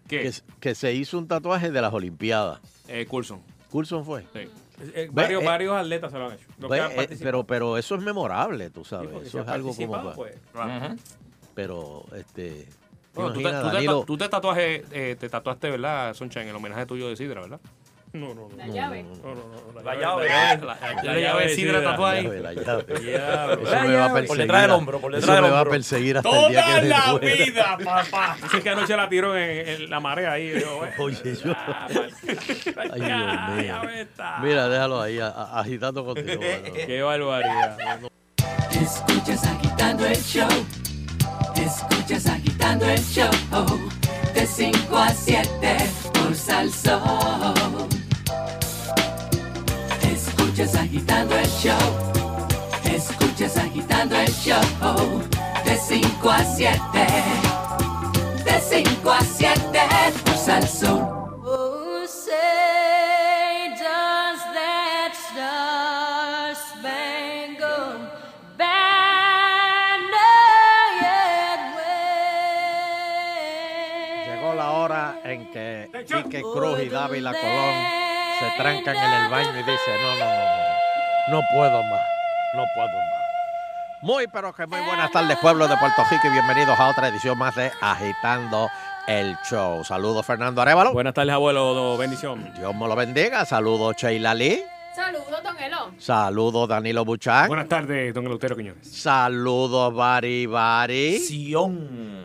E: ¿Qué?
D: Que, s- que se hizo un tatuaje de las Olimpiadas.
E: Eh, Coulson.
D: Coulson fue.
C: Eh,
D: Ve,
C: varios,
D: eh,
C: varios atletas se lo han hecho. Los
D: Ve,
C: que
D: eh,
C: han participado.
D: pero, pero eso es memorable, tú
C: Sí,
D: sabes.
C: porque si
D: eso es
C: han
D: algo como...
C: participado,
D: pa-
C: pues.
D: Pero, este...
E: Bueno, tú, te,
D: imagina,
E: tú te
D: Danilo,
E: ta- tú te tatuaje, eh, te tatuaste, ¿verdad, Soncha, en el homenaje tuyo de Sidra, ¿verdad?
C: No, no, no.
G: La llave.
C: No, no, no, no,
F: La llave.
E: La,
F: La
E: la llave de Sidra tatuada ahí.
D: la llave.
C: Diablo.
D: Eso me va a
F: Por
D: perseguir.
F: detrás del hombro, por detrás
D: eso
F: del
D: me va a
F: hombro.
D: perseguir hasta el día que me muera.
F: papá.
C: Dicen que anoche la tiró en, en la marea ahí. Yo, eh.
D: Oye, yo...
C: Ah, mal.
D: Ay, Dios mío.
C: Ya ves, está.
D: Mira, déjalo ahí, a- a- agitando contigo. mano.
C: Qué barbaridad.
B: Escuchas agitando el show. Escuchas agitando el show. De 5 a 7 por Salsón. Escuchas agitando el show. Escuchas agitando el show. De 5 a 7. De 5 a 7 por Salsón.
G: Oh, say does that star spangled banner yet wave?
D: Llegó la hora en que Quique Cruz y Dávila Colón se trancan en el baño y dicen, no, no, no, no, no puedo más, no puedo más. Muy, pero que muy buenas tardes, pueblo de Puerto Rico, y bienvenidos a otra edición más de Agitando el Show. Saludos, Fernando Arevalo.
C: Buenas tardes, abuelo. Bendición.
D: Dios me lo bendiga. Saludos, Sheila Lee.
G: hello.
D: Saludos, Danilo Buchac.
E: Buenas tardes, don Eleuterio Quiñones.
D: Saludos, Bari Bari.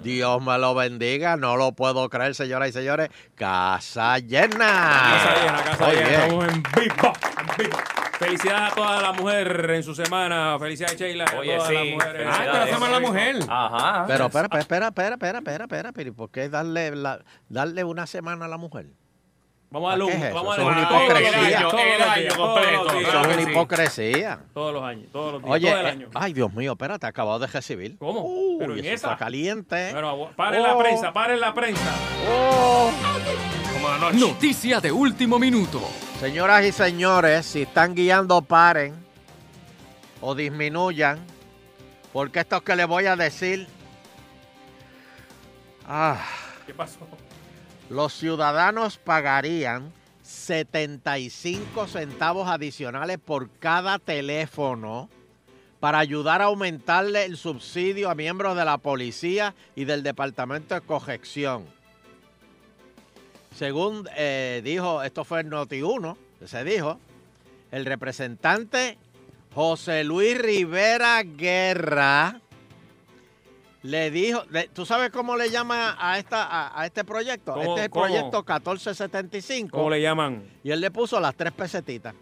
D: Dios me lo bendiga. No lo puedo creer, señoras y señores. Casa llena.
C: Casa llena, casa
D: Muy
C: llena.
D: bien.
C: Estamos en vivo, en vivo. Felicidades a toda la mujer en su semana. Felicidades, Sheila. a
F: Oye,
C: todas
F: sí.
C: las mujeres.
F: Ah, esta es la semana de la mujer. Ajá.
D: Pero espera, espera, espera, espera, espera, espera, espera, pero ¿y ¿por qué darle, la- darle una semana a la mujer?
C: Vamos a
D: ¿Qué
C: luz.
D: es eso?
C: Vamos a
D: Eso es
C: luz.
D: una
C: Todos los
D: hipocresía.
C: días, todos los
E: Era
C: días,
E: año
C: todos los
E: completo,
C: días.
D: Eso es una hipocresía.
C: Todos los años, todos los días,
D: Oye,
C: todo el
D: eh,
C: año.
D: ay, Dios mío, espérate, acabado de recibir.
C: ¿Cómo?
D: Uy,
C: Pero en
D: eso
C: esa.
D: está caliente.
C: Pero paren la
D: Oh.
C: prensa, paren la prensa.
K: Noticia de último minuto.
D: Señoras y señores, si están guiando, paren o disminuyan, porque estos que les voy a decir, ah,
C: ¿Qué pasó?
D: los ciudadanos pagarían 75 centavos adicionales por cada teléfono para ayudar a aumentarle el subsidio a miembros de la policía y del Departamento de Corrección. Según eh, dijo, esto fue en Noti1, se dijo, el representante José Luis Rivera Guerra le dijo, le- ¿tú sabes cómo le llama a, esta, a, a este proyecto?
C: ¿Cómo-
D: Este es el
C: cómo?
D: proyecto 1475.
C: ¿Cómo le llaman?
D: Y él le puso las tres pesetitas.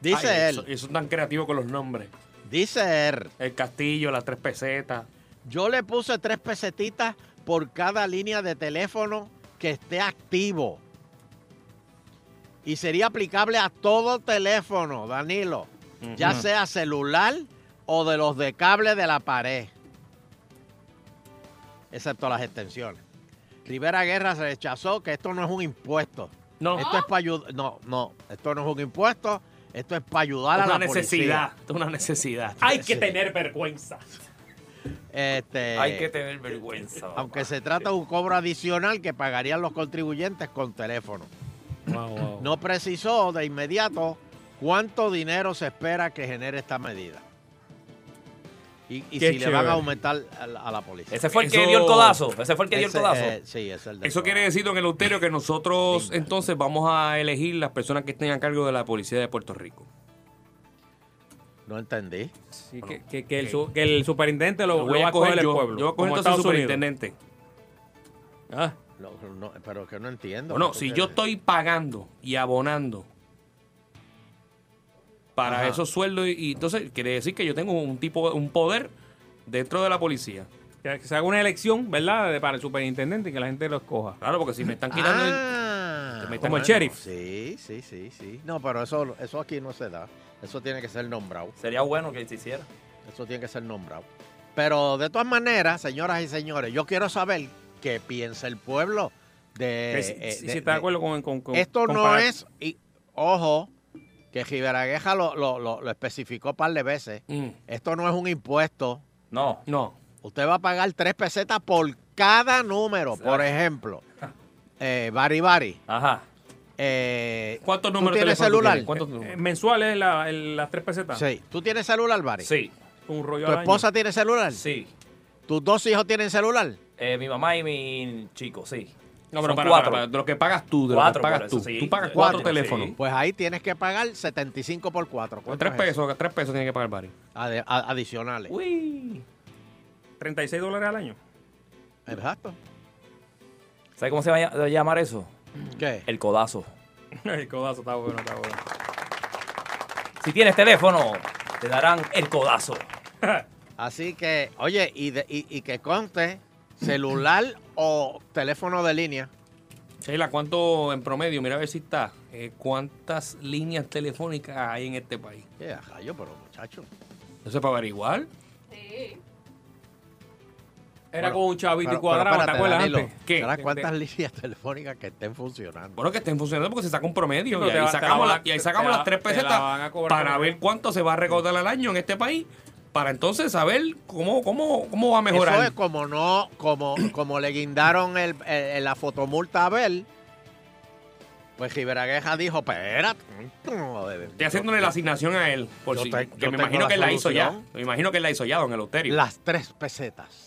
D: Dice
E: Ay,
D: él.
E: eso- Eso es tan creativo con los nombres.
D: Dice él.
E: El castillo, las tres pesetas.
D: Yo le puse tres pesetitas por cada línea de teléfono que esté activo. Y sería aplicable a todo teléfono, Danilo. Ya
L: Ujú.
D: sea celular o de los de cable de la pared. Excepto las extensiones. Rivera Guerra se rechazó que esto no es un impuesto.
E: No.
D: Esto es para ayudar. No, no. Esto no es un impuesto. Esto es para ayudar
E: Es
D: a la
E: una necesidad.
D: policía.
E: Es una necesidad.
C: Hay que tener vergüenza.
D: Este,
F: Hay que tener vergüenza. papá.
E: Ah,
D: Aunque se trata de un cobro adicional que pagarían los contribuyentes con teléfono. No precisó de inmediato cuánto dinero se espera que genere esta medida. Y, y si
F: Qué
D: le van
F: chévere.
D: a aumentar a la, a la policía.
F: Ese fue el que Eso- dio el codazo, ese fue el que dio el codazo.
D: eh, sí, es el del
E: Eso quiere decir, don Eleuterio, que nosotros entonces vamos a elegir las personas que estén a cargo de la policía de Puerto Rico.
D: No entendí.
C: Sí, que, que- que el, su- que el superintendente lo,
E: voy
C: lo va a coger el
E: yo,
C: pueblo.
E: Yo voy a coger
C: como
E: entonces el
C: Estados Unidos. Ah.
E: superintendente.
D: No, no, pero que no entiendo.
E: Bueno,
D: ¿Tú
E: si
D: qué-
E: yo estoy pagando y abonando para
D: Ajá.
E: esos sueldos, y, y entonces quiere decir que yo tengo un tipo, un poder dentro de la policía.
C: Que que se haga una elección, ¿verdad? de- para el superintendente y que la gente lo escoja.
E: Claro, porque si me están
C: quitando
D: Ah,
C: el, como el sheriff.
D: Sí, sí, sí, sí. No, pero eso, eso aquí no se da. Eso tiene que ser nombrado.
F: Sería bueno que se hiciera.
D: Eso tiene que ser nombrado. Pero de todas maneras, señoras y señores, yo quiero saber qué piensa el pueblo de...
C: Que si-
D: eh,
C: si-
D: de-
C: si está de
D: de-
C: acuerdo con- con- con-
D: esto
C: con
D: no
C: pagar.
D: es... Y, ojo, que Giberagueja lo, lo, lo, lo especificó un par de veces.
C: Mm.
D: Esto no es un impuesto.
F: No.
E: No.
D: Usted va a pagar tres pesetas por cada número. Por ejemplo, eh, Bari Bari.
F: Ajá.
E: ¿Cuántos
D: ¿Tú tienes
C: de teléfono
D: celular?
C: tú tienes? Eh, mensuales la- el- las tres
E: Eh,
C: pesetas.
D: Sí. ¿Tú tienes celular, Bari?
F: Sí.
C: Un rollo
D: ¿Tu
C: al año.
D: esposa tiene celular?
F: Sí.
D: ¿Tus dos hijos tienen celular?
F: Eh, mi mamá y mi chico, sí.
E: No,
F: Son
E: pero para,
F: cuatro.
E: para, para, de lo que pagas tú, de
F: Cuatro,
E: lo que
F: por
E: pagas
F: eso,
E: tú.
F: sí.
E: Tú pagas
F: Sí.
E: cuatro,
F: Sí.
E: teléfonos.
D: Pues ahí tienes que pagar 75 por 4.
E: Pues Tres pesos, tres pesos tiene que pagar Barry.
D: adicionales.
F: Uy.
C: 36 dólares al año.
D: Exacto.
F: ¿Sabes cómo se va a ll- llamar eso?
D: ¿Qué?
F: El codazo.
C: El codazo está bueno, está bueno.
F: Si tienes teléfono, te darán el codazo.
D: Así que, oye, y, de- y- y que conte, celular o teléfono de línea.
E: Sheila, ¿cuánto en promedio? Mira a ver si está. eh, ¿Cuántas líneas telefónicas hay en este país?
D: ¿Qué rayo, pero muchacho?
E: Eso es para averiguar.
C: Era
D: Bueno,
C: con un chavito
D: pero-
C: y
D: pero
C: cuadrado, ¿te
D: espérate,
C: acuerdas
D: Danilo,
C: antes? ¿Qué?
D: ¿sabrás
C: De-
D: cuántas líneas telefónicas que estén funcionando?
E: Bueno, que estén funcionando porque se saca un promedio.
C: Pero
E: Y
C: te
E: ahí
C: va- te la
E: sacamos,
C: van-
E: la- y ahí
C: te-
E: sacamos
C: te la-
E: las tres
C: te la van a
E: pesetas
C: cobrar
E: para
C: por-
E: ver cuánto se va a recaudar al año en este país. Para entonces saber cómo, cómo, cómo va a mejorar.
D: Eso es como no, como, como le guindaron el, el- el- la fotomulta a Abel. Pues Giberagueja dijo, espérate.
E: Estoy haciéndole la asignación a él. Por
D: Yo
E: si-
D: te-
E: que
D: yo
E: me
D: tengo
E: imagino
D: la
E: que él la hizo ya.
D: solución.
E: Me imagino que él la hizo ya, don Eleuterio.
D: Las tres pesetas.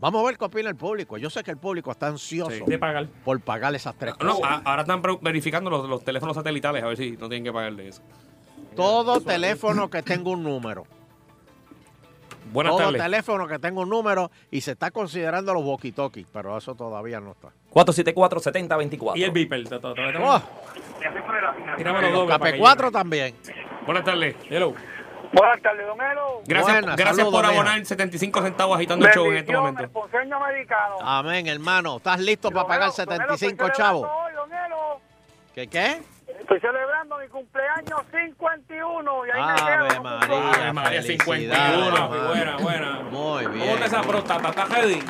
D: Vamos a ver qué opina el público. Yo sé que el público está ansioso
E: Sí. De pagar.
D: por pagar esas tres
E: No,
D: cosas.
E: a- ahora están pre- verificando los, los teléfonos satelitales a ver si no tienen que pagar de eso. ah,
D: Todo teléfono que tenga un número.
E: Buenas
D: Todo
E: tardes.
D: teléfono que tenga un número y se está considerando los walkie-talkies, pero eso todavía no está.
F: 474-7024.
C: Y el beeper. ta- ta- ta- ta-
D: Oh.
C: Tírame los dobles para que
D: KP4 también.
E: Buenas tardes. Hello.
J: Buenas tardes, don Elo.
E: Gracias,
D: Buenas,
E: gracias
D: saludos,
E: por
D: mija.
E: abonar 75 centavos agitando el show en este
J: Bendiciones,
E: momento.
J: por sueño americano.
D: Amén, hermano. ¿Estás listo para pagar 75 chavos?
J: Hoy, don Elo,
D: ¿Qué qué?
J: estoy celebrando mi cumpleaños 51 y ahí me quedo.
D: Ave María.
C: Ave María, 51,
D: felicidades,
C: muy buena, buena.
D: Muy
C: ¿Cómo
D: bien.
C: está esa próstata? ¿Está ready?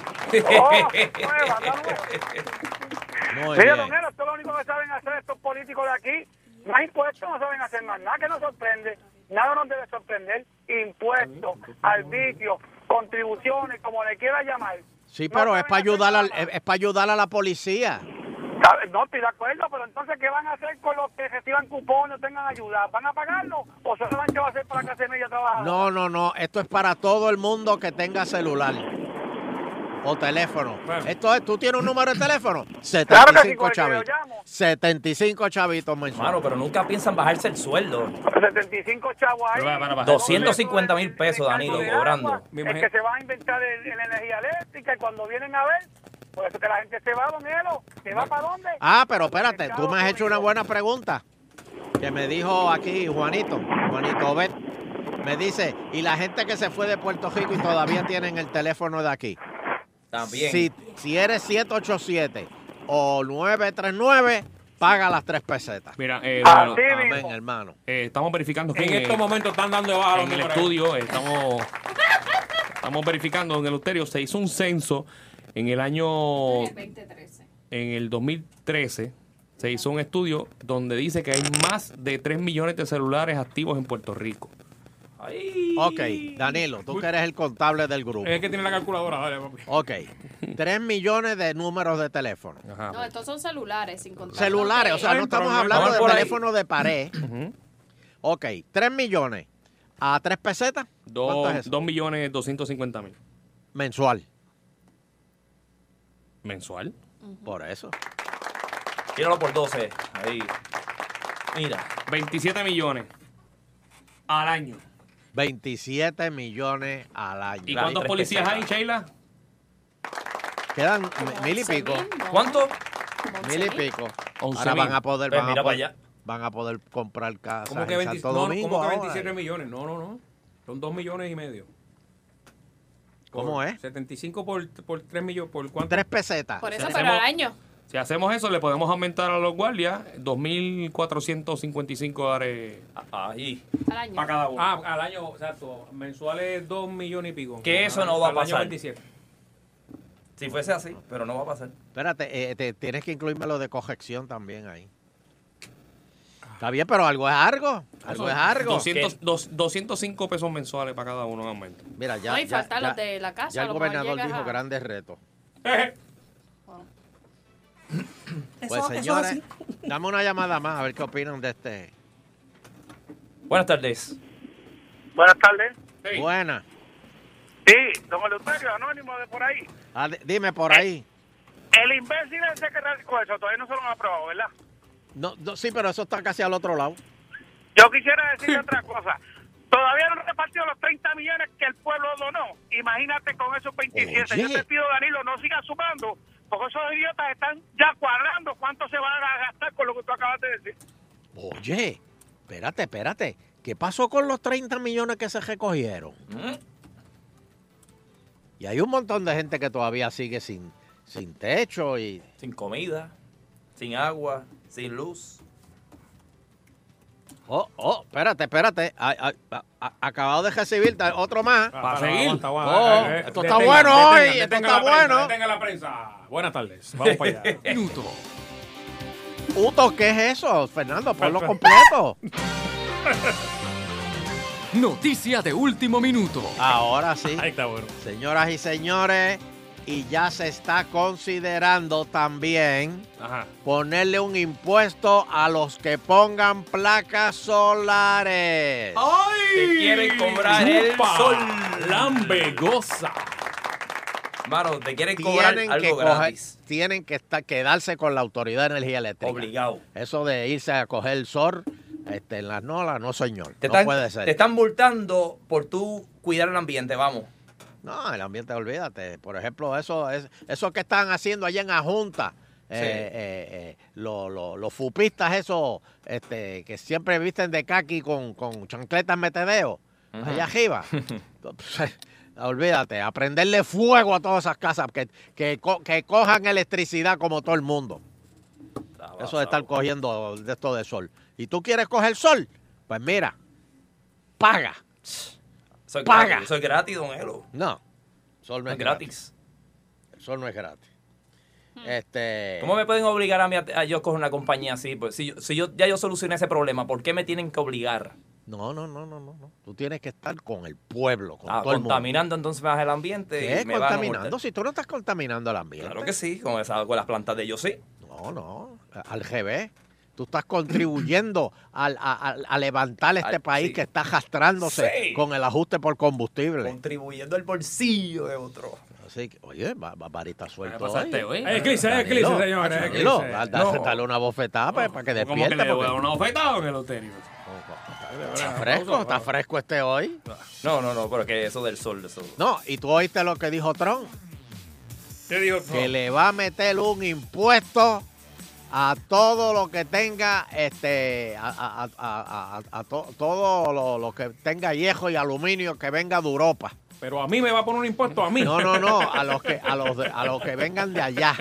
D: Muy
J: Mira,
D: bien.
J: don Elo, esto es lo único que saben hacer estos políticos de aquí. Más impuestos no saben hacer más. Nada que nos sorprende. Nada nos debe sorprender. Impuestos, arbitrio, contribuciones, como le quiera llamar.
D: Sí,
J: No
D: pero es
J: saben
D: para
J: hacer
D: ayudar, al-
J: nada.
D: es, es para ayudar a la policía.
J: ¿Sabe? No estoy de acuerdo, pero entonces, ¿qué van a hacer con los que reciban cupones o tengan ayuda? ¿Van a pagarlo o solamente va a ser para la clase media trabajadora?
D: No, no, no. Esto es para todo el mundo que tenga celular o teléfono. Esto es, ¿tú tienes un número de teléfono? 75 chavitos. 75 chavitos mensuales.
F: Mano, pero nunca piensan bajarse el sueldo.
J: 75 chavos ahí.
F: 250 mil pesos, Danilo, cobrando.
J: El que se va a inventar el, el energía eléctrica y cuando vienen a ver, por eso que la gente se va, don Elo. ¿Se va para dónde?
D: Ah, pero espérate, tú me has hecho una buena pregunta que me dijo aquí Juanito, Juanito Bet. Me dice, y la gente que se fue de Puerto Rico y todavía tienen el teléfono de aquí.
F: También.
D: Si, si eres 787 o 939, paga las tres pesetas.
E: Mira, eh,
D: Así
E: bueno,
D: mismo. Amén, hermano.
E: eh, estamos verificando
C: En
E: quién, eh,
C: estos momentos están dando de baja los
E: en el
C: números.
E: estudio eh, estamos estamos verificando en el Euterio se hizo un censo en el año en
G: 2013.
E: el 2013 se hizo un estudio donde dice que hay más de 3 millones de celulares activos en Puerto Rico.
D: Ok, Danilo, tú que eres el contable del grupo.
C: Es el que tiene la calculadora, dale, papi.
D: Ok, 3 millones de números de teléfono.
G: No, estos son celulares, sin contar.
D: Celulares, o sea, no estamos hablando de
F: por ahí.
D: teléfono de pared. Ok, 3 millones a 3 pesetas. ¿Cuánto es
E: Dos-
D: eso?
E: dos millones 250 mil
D: Mensual.
E: mensual.
D: Por eso.
F: Tíralo por 12. Ahí. Mira.
E: 27 millones al año.
D: 27 millones al año.
E: ¿Y cuántos policías hay, Sheila?
D: Quedan mil y pico.
F: ¿Cuánto?
D: Mil y pico.
E: Once
D: Ahora
E: mil.
D: van a poder,
F: Pues
D: van
F: mira
D: a
F: pa'
D: poder,
F: allá.
D: van a poder comprar casas
C: ¿Cómo que,
D: en
C: 20
D: Santo
C: no, no,
D: Domingo.
C: ¿cómo que
D: ahora? eh.
C: 27 millones? No, no, no. Son 2 millones y medio.
D: ¿Cómo es?
C: 75 por, por 3 millones, ¿por cuánto?
D: 3 pesetas.
G: Por eso,
E: hacemos-
G: pero al año.
E: Si hacemos eso, le podemos aumentar a los guardias 2.455 dólares
D: Ah,
F: Ahí.
G: Al año.
E: para cada uno.
C: Ah, al año, exacto. Mensuales 2 millones y pico.
F: Que eso no va a
C: Al año
F: pasar.
C: 27.
F: Si fuese así, pero no va a pasar.
D: Espérate, eh, te- tienes que incluirme lo de corrección también ahí. Está bien, pero algo es algo. Algo es algo.
E: 200, dos- 205 pesos mensuales para cada uno en aumento.
D: Mira, ya.
G: No, y
D: ya-
G: faltan
D: ya-
G: los de la casa,
D: Ya el
G: a lo mejor
D: gobernador
G: llegas
D: dijo
G: a-
D: grandes retos. Pues
F: Eso- eso es
D: señores,
F: así.
D: dame una llamada más a ver qué opinan de este.
F: Buenas tardes.
J: Buenas tardes.
D: Buena.
J: Sí, don Eleuterio, anónimo de por ahí.
D: Ah, di- dime por ahí.
J: El imbécil ese que radicó eso todavía no se lo han aprobado, ¿verdad?
D: No, no, sí, pero eso está casi al otro lado.
J: Yo quisiera decirle otra cosa. Todavía no han repartido los 30 millones que el pueblo donó. Imagínate con esos 27.
D: Oye.
J: Yo te pido, Danilo, no sigas sumando, porque esos idiotas están ya cuadrando cuánto se van a gastar con lo que tú acabas de decir.
D: Oye, espérate, espérate. ¿Qué pasó con los 30 millones que se recogieron? Y hay un montón de gente que todavía sigue sin, sin techo y...
F: Sin comida, sin agua, sin luz.
D: Oh, oh, espérate, espérate. Ay, ay, a- a- acabado de recibir ta- otro más.
C: Para Eh,
E: seguir.
D: Oh, esto está bueno hoy, esto está bueno.
C: Detenga la prensa. Buenas tardes. Vamos para allá.
M: Minuto.
D: Uto, ¿qué es eso, Fernando? Ponlo completo.
M: Noticia de último minuto.
D: Ahora sí.
C: Ahí está bueno.
D: Señoras y señores, y ya se está considerando también
E: Ajá.
D: ponerle un impuesto a los que pongan placas solares.
C: ¡Ay!
F: Te quieren cobrar el sol.
C: Lambe goza.
F: Mano, te quieren cobrar
D: tienen que,
F: algo
D: coger-
F: gratis.
D: tienen que estar, quedarse con la autoridad de energía eléctrica.
F: Obligado.
D: Eso de irse a coger el sol este, en las nolas, no señor.
F: Te
D: no
F: están,
D: puede ser.
F: te están multando por tú cuidar el ambiente, vamos.
D: No, el ambiente, olvídate. Por ejemplo, eso, es, eso que están haciendo allá en Ajunta. eh,
F: Sí.
D: eh, eh, lo- lo- los fupistas esos este, que siempre visten de caqui con, con chancletas metedeo
L: Ujú.
D: allá arriba Pues, olvídate a prenderle fuego a todas esas casas que, que, co- que cojan electricidad como todo el mundo eso de estar cogiendo de esto de sol y tú quieres coger sol pues mira paga
F: Soy
D: Paga.
F: gratis, soy gratis, don Elo.
D: no sol no
F: No
D: es
F: es gratis.
D: El sol no es gratis este
F: ¿Cómo me pueden obligar a mí a, a yo coger una compañía así? Pues si yo, si yo ya yo solucioné ese problema, ¿por qué me tienen que obligar?
D: No, no, no, no, no. no. Tú tienes que estar con el pueblo, con
F: Ah,
D: todo el mundo.
F: contaminando entonces me baja el ambiente.
D: ¿Qué
F: y me van a
D: contaminando?
F: multar.
D: Si tú no estás contaminando el ambiente.
F: Claro que sí, con, esa- con las plantas de ellos sí.
D: No, no. Al revés. Tú estás contribuyendo al- a, a- a levantar este
F: Al-
D: país
F: sí.
D: que está arrastrándose
F: Sí.
D: con el ajuste por combustible.
F: Contribuyendo al bolsillo de otro.
D: Así que, oye, va- va- varita suelta.
F: pasaste este hoy.
C: Hay eclipse, hay
D: Danilo,
C: eclipse, señores, hay
D: Danilo,
C: eclipse.
D: da-
C: No.
D: da- dale una bofetada pues, para, para que
C: Como que
D: despierte.
C: le voy a dar
D: porque-
C: una oferta en el hotel.
D: Está fresco, está fresco este hoy.
F: No, no, no, pero que eso del sol, eso.
D: No, y tú oíste lo que dijo Trump.
C: ¿Qué dijo
D: Que le va a meter un impuesto a todo lo que tenga, este, a, a- a- a- a- a to- todo lo, lo que tenga hierro y aluminio que venga de Europa.
C: Pero a mí me va a poner un impuesto a mí.
D: No, no, no, a los que, a los, de- a los que vengan de allá.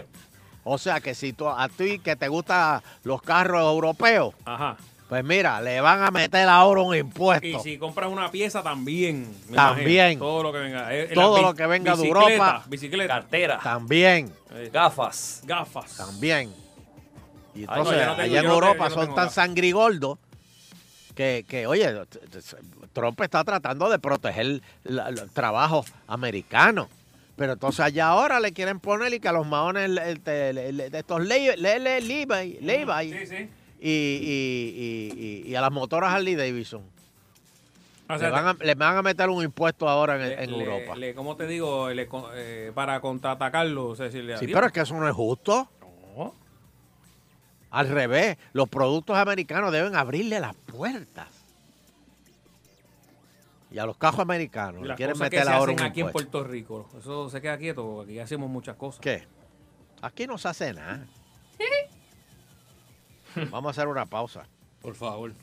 D: O sea que si tú, a ti que te gustan los carros europeos,
C: Ajá.
D: pues mira, le van a meter ahora un
C: Y
D: impuesto.
C: si compras una pieza también. me
D: También.
C: imagino. todo lo que venga. Eh, eh,
D: Todo
C: la
D: lo
C: bi-
D: que venga de
C: bicicleta,
D: Europa.
C: Bicicleta. Eh, Cartera.
D: También.
F: Gafas.
C: Gafas.
D: También. Y
C: Ay, Ah, no,
D: entonces,
C: yo no tengo-
D: allá en
C: yo no
D: Europa
C: tengo- yo no
D: son
C: tengo
D: tan
C: gafas.
D: sangrigordos que, que, oye, t- t- Trump está tratando de proteger la- los trabajos americanos. Pero entonces allá ahora le quieren poner y que a los maones le- te- le- le- de estos Levi, le- le- Levi, Levi
C: Sí, sí.
D: Y, y- y- y- y a las motoras Harley Davidson.
C: O sea,
D: le, van a, le van a meter un impuesto ahora en, en
C: Le-
D: Europa.
C: le- ¿Cómo te digo? Le con- eh, para contraatacarlo, o sea, decirle
D: Sí,
C: adiós.
D: pero es que eso no es justo.
C: No.
D: Al revés, los productos americanos deben abrirle las puertas. Y a los cajos americanos le
C: Las
D: quieren
C: cosas que
D: meter
C: se
D: ahora
C: hacen
D: un
C: aquí en
D: impuesto.
C: Puerto Rico. Eso se queda quieto, aquí hacemos muchas cosas.
D: ¿Qué? Aquí no se hace nada. Vamos a hacer una pausa.
E: Por favor.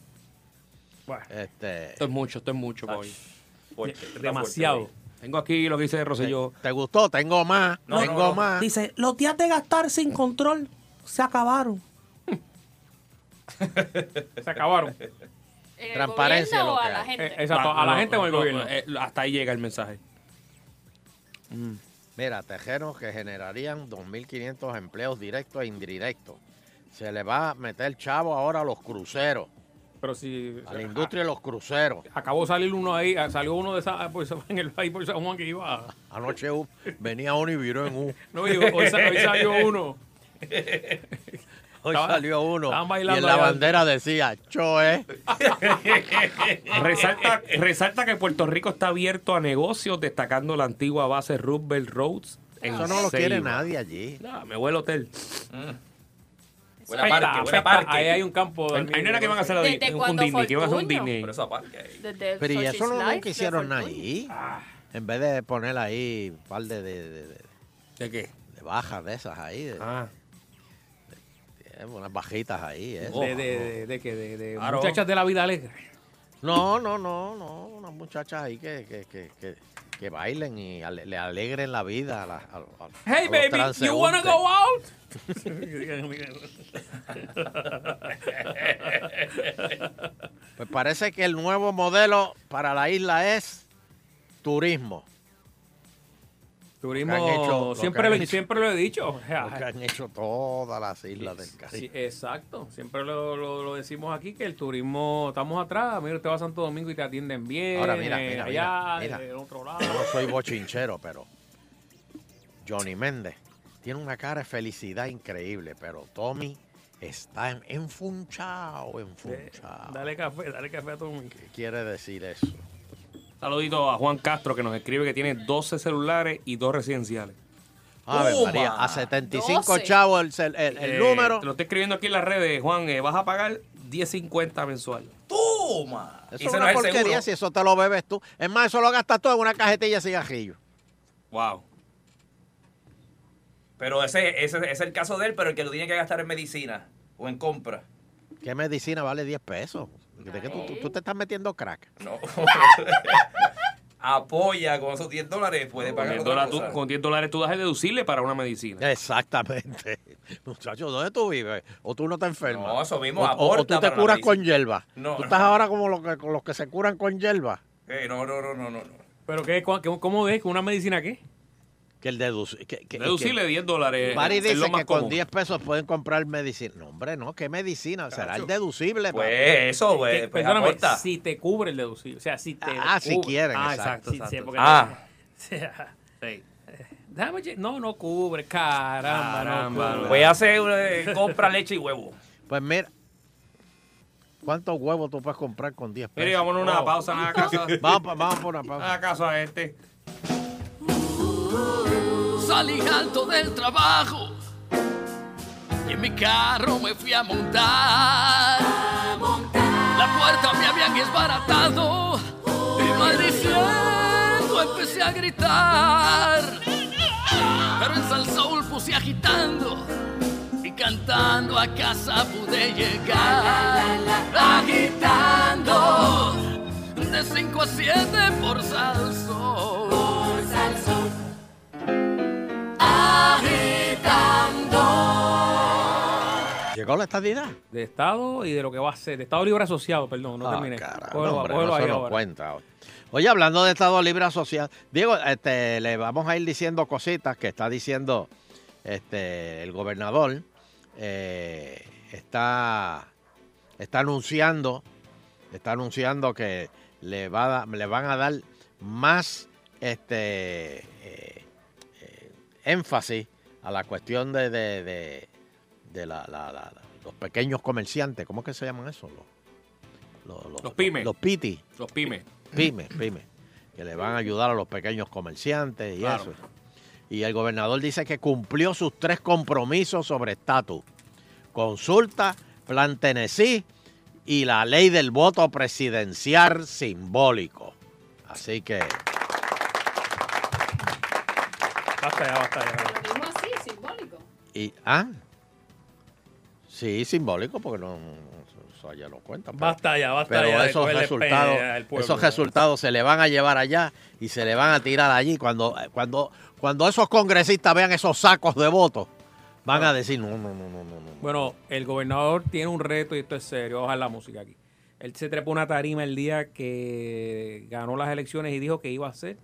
D: Este,
E: Esto es mucho, esto es mucho, Paul.
C: Demasiado.
E: Tengo aquí lo que dice Roselló.
D: ¿Te gustó? Tengo más.
E: No,
D: tengo
E: no, no.
D: más.
N: Dice, los días de gastar sin control se acabaron.
C: Se acabaron.
G: ¿En el
E: Transparencia
G: gobierno o
E: lo que
G: a la
E: hay.
G: gente?
E: Eh, exacto, a la gente o al gobierno. eh, hasta ahí llega el mensaje.
D: Mira, tejeros que generarían 2.500 empleos directos e indirectos. Se le va a meter chavo ahora a los cruceros.
C: Pero si...
D: A la industria de los cruceros.
C: Acabó de salir uno ahí, ah, salió uno de esa, por San- en el país por San Juan que iba.
D: Anoche u- venía uno y viró en U.
C: No, y hoy, sa- hoy salió uno.
D: Hoy
C: Estaba-
D: salió uno.
C: estaban
D: Y
C: bailando
D: en la
C: allá.
D: bandera decía, Choe.
E: Resalta, resalta que Puerto Rico está abierto a negocios, destacando la antigua base Roosevelt Roads. en
D: Eso no lo
E: Ceiba.
D: quiere nadie allí.
E: Ah, me voy al hotel.
F: Buena parque, buena parque.
E: Mm. Ahí hay
C: un campo.
E: Hay, hay una que van a hacer la
F: Desde
E: Disney, un
F: cuando
E: Disney, que van a hacer un
F: Fortunio.
E: Disney.
F: Pero esa parque ahí.
D: Pero y eso no lo que hicieron allí.
G: Ah,
C: Ah.
D: En vez de poner ahí un par de... ¿De, de,
E: qué?
D: De bajas de esas ahí. de- de- de- unas bajitas ahí. eso.
C: De, de, de, de, que- de- de
D: Claro.
C: muchachas de la vida alegre.
D: No, no, no, no. Unas muchachas ahí que, que, que, que, que bailen y ale- le alegren la vida a, la- a- a- a
C: Hey
D: los
C: baby, you wanna
D: transeúntes.
C: go out?
D: Pues parece que el nuevo modelo para la isla es turismo.
C: Turismo,
D: Lo que han hecho, lo que
C: siempre,
D: han
C: lo,
D: hecho.
C: siempre lo he dicho. O sea,
D: Lo que han hecho todas las islas del
C: sí,
D: Caribe.
C: exacto, siempre lo, lo- lo decimos aquí que el turismo, estamos atrás. Mira, usted va a Santo Domingo y te atienden bien.
D: Ahora mira,
C: eh,
D: mira,
C: allá,
D: mira,
C: eh,
D: mira.
C: en otro lado.
D: Yo no soy bochinchero, pero Johnny Méndez tiene una cara de felicidad increíble, pero Tommy está en- enfunchado, enfunchado.
C: Dale café, dale café a todo el mundo.
D: ¿Qué quiere decir eso?
E: Saludito a Juan Castro que nos escribe que tiene 12 celulares y dos residenciales.
D: A ver, María, a 75 chavos el, cel- el- el
E: Eh,
D: número.
E: te Lo estoy escribiendo aquí en las redes, Juan. eh, vas a pagar 10.50 mensual.
F: ¡Toma!
D: Eso es una porquería si eso te lo bebes tú. Es más, eso lo gastas tú en una cajetilla de cigarrillos.
E: Wow.
F: Pero ese, ese, ese es el caso de él, pero el que lo tiene que gastar en medicina o en compra.
D: ¿Qué medicina vale 10 pesos? ¿De qué tú, tú- tú te estás metiendo crack?
F: No. Apoya con esos 10 dólares, puede
E: Con
F: pagar
E: 10,
F: otra
E: dólares tú,
F: cosa.
E: con 10 dólares tú das el deducible para una medicina.
D: Exactamente. Muchachos, ¿dónde tú vives? ¿O tú no te enfermas?
E: No, eso mismo,
D: O- o- O,
E: aporta
D: tú te
E: para la
D: curas
E: medicina.
D: con hierba.
E: No,
D: tú
E: no.
D: estás ahora como los que, con los que se curan con hierba.
F: Eh, no, no, no, no, no.
C: ¿Pero qué, cua- qué- cómo es? ¿Con una medicina qué?
D: Que el deducible.
E: Deducible 10 dólares.
D: Mari
E: es lo
D: dice
E: más
D: que con
E: común.
D: 10 pesos pueden comprar medicina. No, hombre, no, ¿qué medicina? Será el deducible.
F: Pues
D: papi.
F: eso, pues,
C: Que- perdóname, si te cubre el deducible. O sea, si te.
D: Ah, si
C: cubre.
D: quieren,
C: Ah,
D: exacto,
C: exacto. sí,
D: exacto.
C: sí, porque-
D: Ah.
C: Sí. Déjame che- No, no cubre. Caramba,
F: Caramba,
C: no.
F: no.
C: cubre.
F: Voy a hacer, eh, compra leche y huevo.
D: Pues mira, ¿cuántos huevos tú puedes comprar con 10 pesos?
E: Mire, vámonos a
C: Oh.
E: una pausa, nada casa.
D: vamos, pa- vamos por una pausa.
E: Nada caso a este.
K: Salí alto del trabajo y en mi carro me fui a montar. La puerta me habían desbaratado y maldiciendo empecé a gritar. Pero en San Saúl puse agitando y cantando a casa pude llegar. Agitando de 5 a 7 por San Saúl. Por San Saúl.
D: ¿Llegó la estadidad?
C: De Estado y de lo que va a ser. De Estado Libre Asociado, perdón, no
D: Ah,
C: terminé.
D: caramba,
C: Cógelo-
D: hombre,
C: cógelo
D: no se
C: ahí
D: nos
C: ahora.
D: cuenta. Oye, hablando de Estado Libre Asociado, Diego, este, le vamos a ir diciendo cositas que está diciendo este, el gobernador. Eh, está, está anunciando, está anunciando que le, va a da- le van a dar más este, eh, eh, énfasis a la cuestión de, de- de- de la- la- la- la- los pequeños comerciantes. ¿Cómo es que se llaman eso? Los- los, los, pymes. Los piti.
E: Los pymes.
D: Pymes, pymes. Que le van a ayudar a los pequeños comerciantes y
E: Claro.
D: eso. Y el gobernador dice que cumplió sus tres compromisos sobre estatus. Consulta, plan Tennessee y la ley del voto presidencial simbólico. Así que...
C: Basta ya, basta ya.
G: Lo mismo así, simbólico.
D: Y, ¿Ah? Sí, simbólico, porque no, no- no- eso allá lo cuentan. pero-
C: Basta ya, basta
D: pero
C: ya de
D: esos
C: cogerle
D: resultados,
C: pena al pueblo.
D: esos resultados se le van a llevar allá y se le van a tirar allí. Cuando, cuando, cuando esos congresistas vean esos sacos de votos, van a decir, no, no, no, no, no. no.
C: Bueno, el gobernador tiene un reto y esto es serio. Vamos a dejar la música aquí. Él se trepó una tarima el día que ganó las elecciones y dijo que iba a ser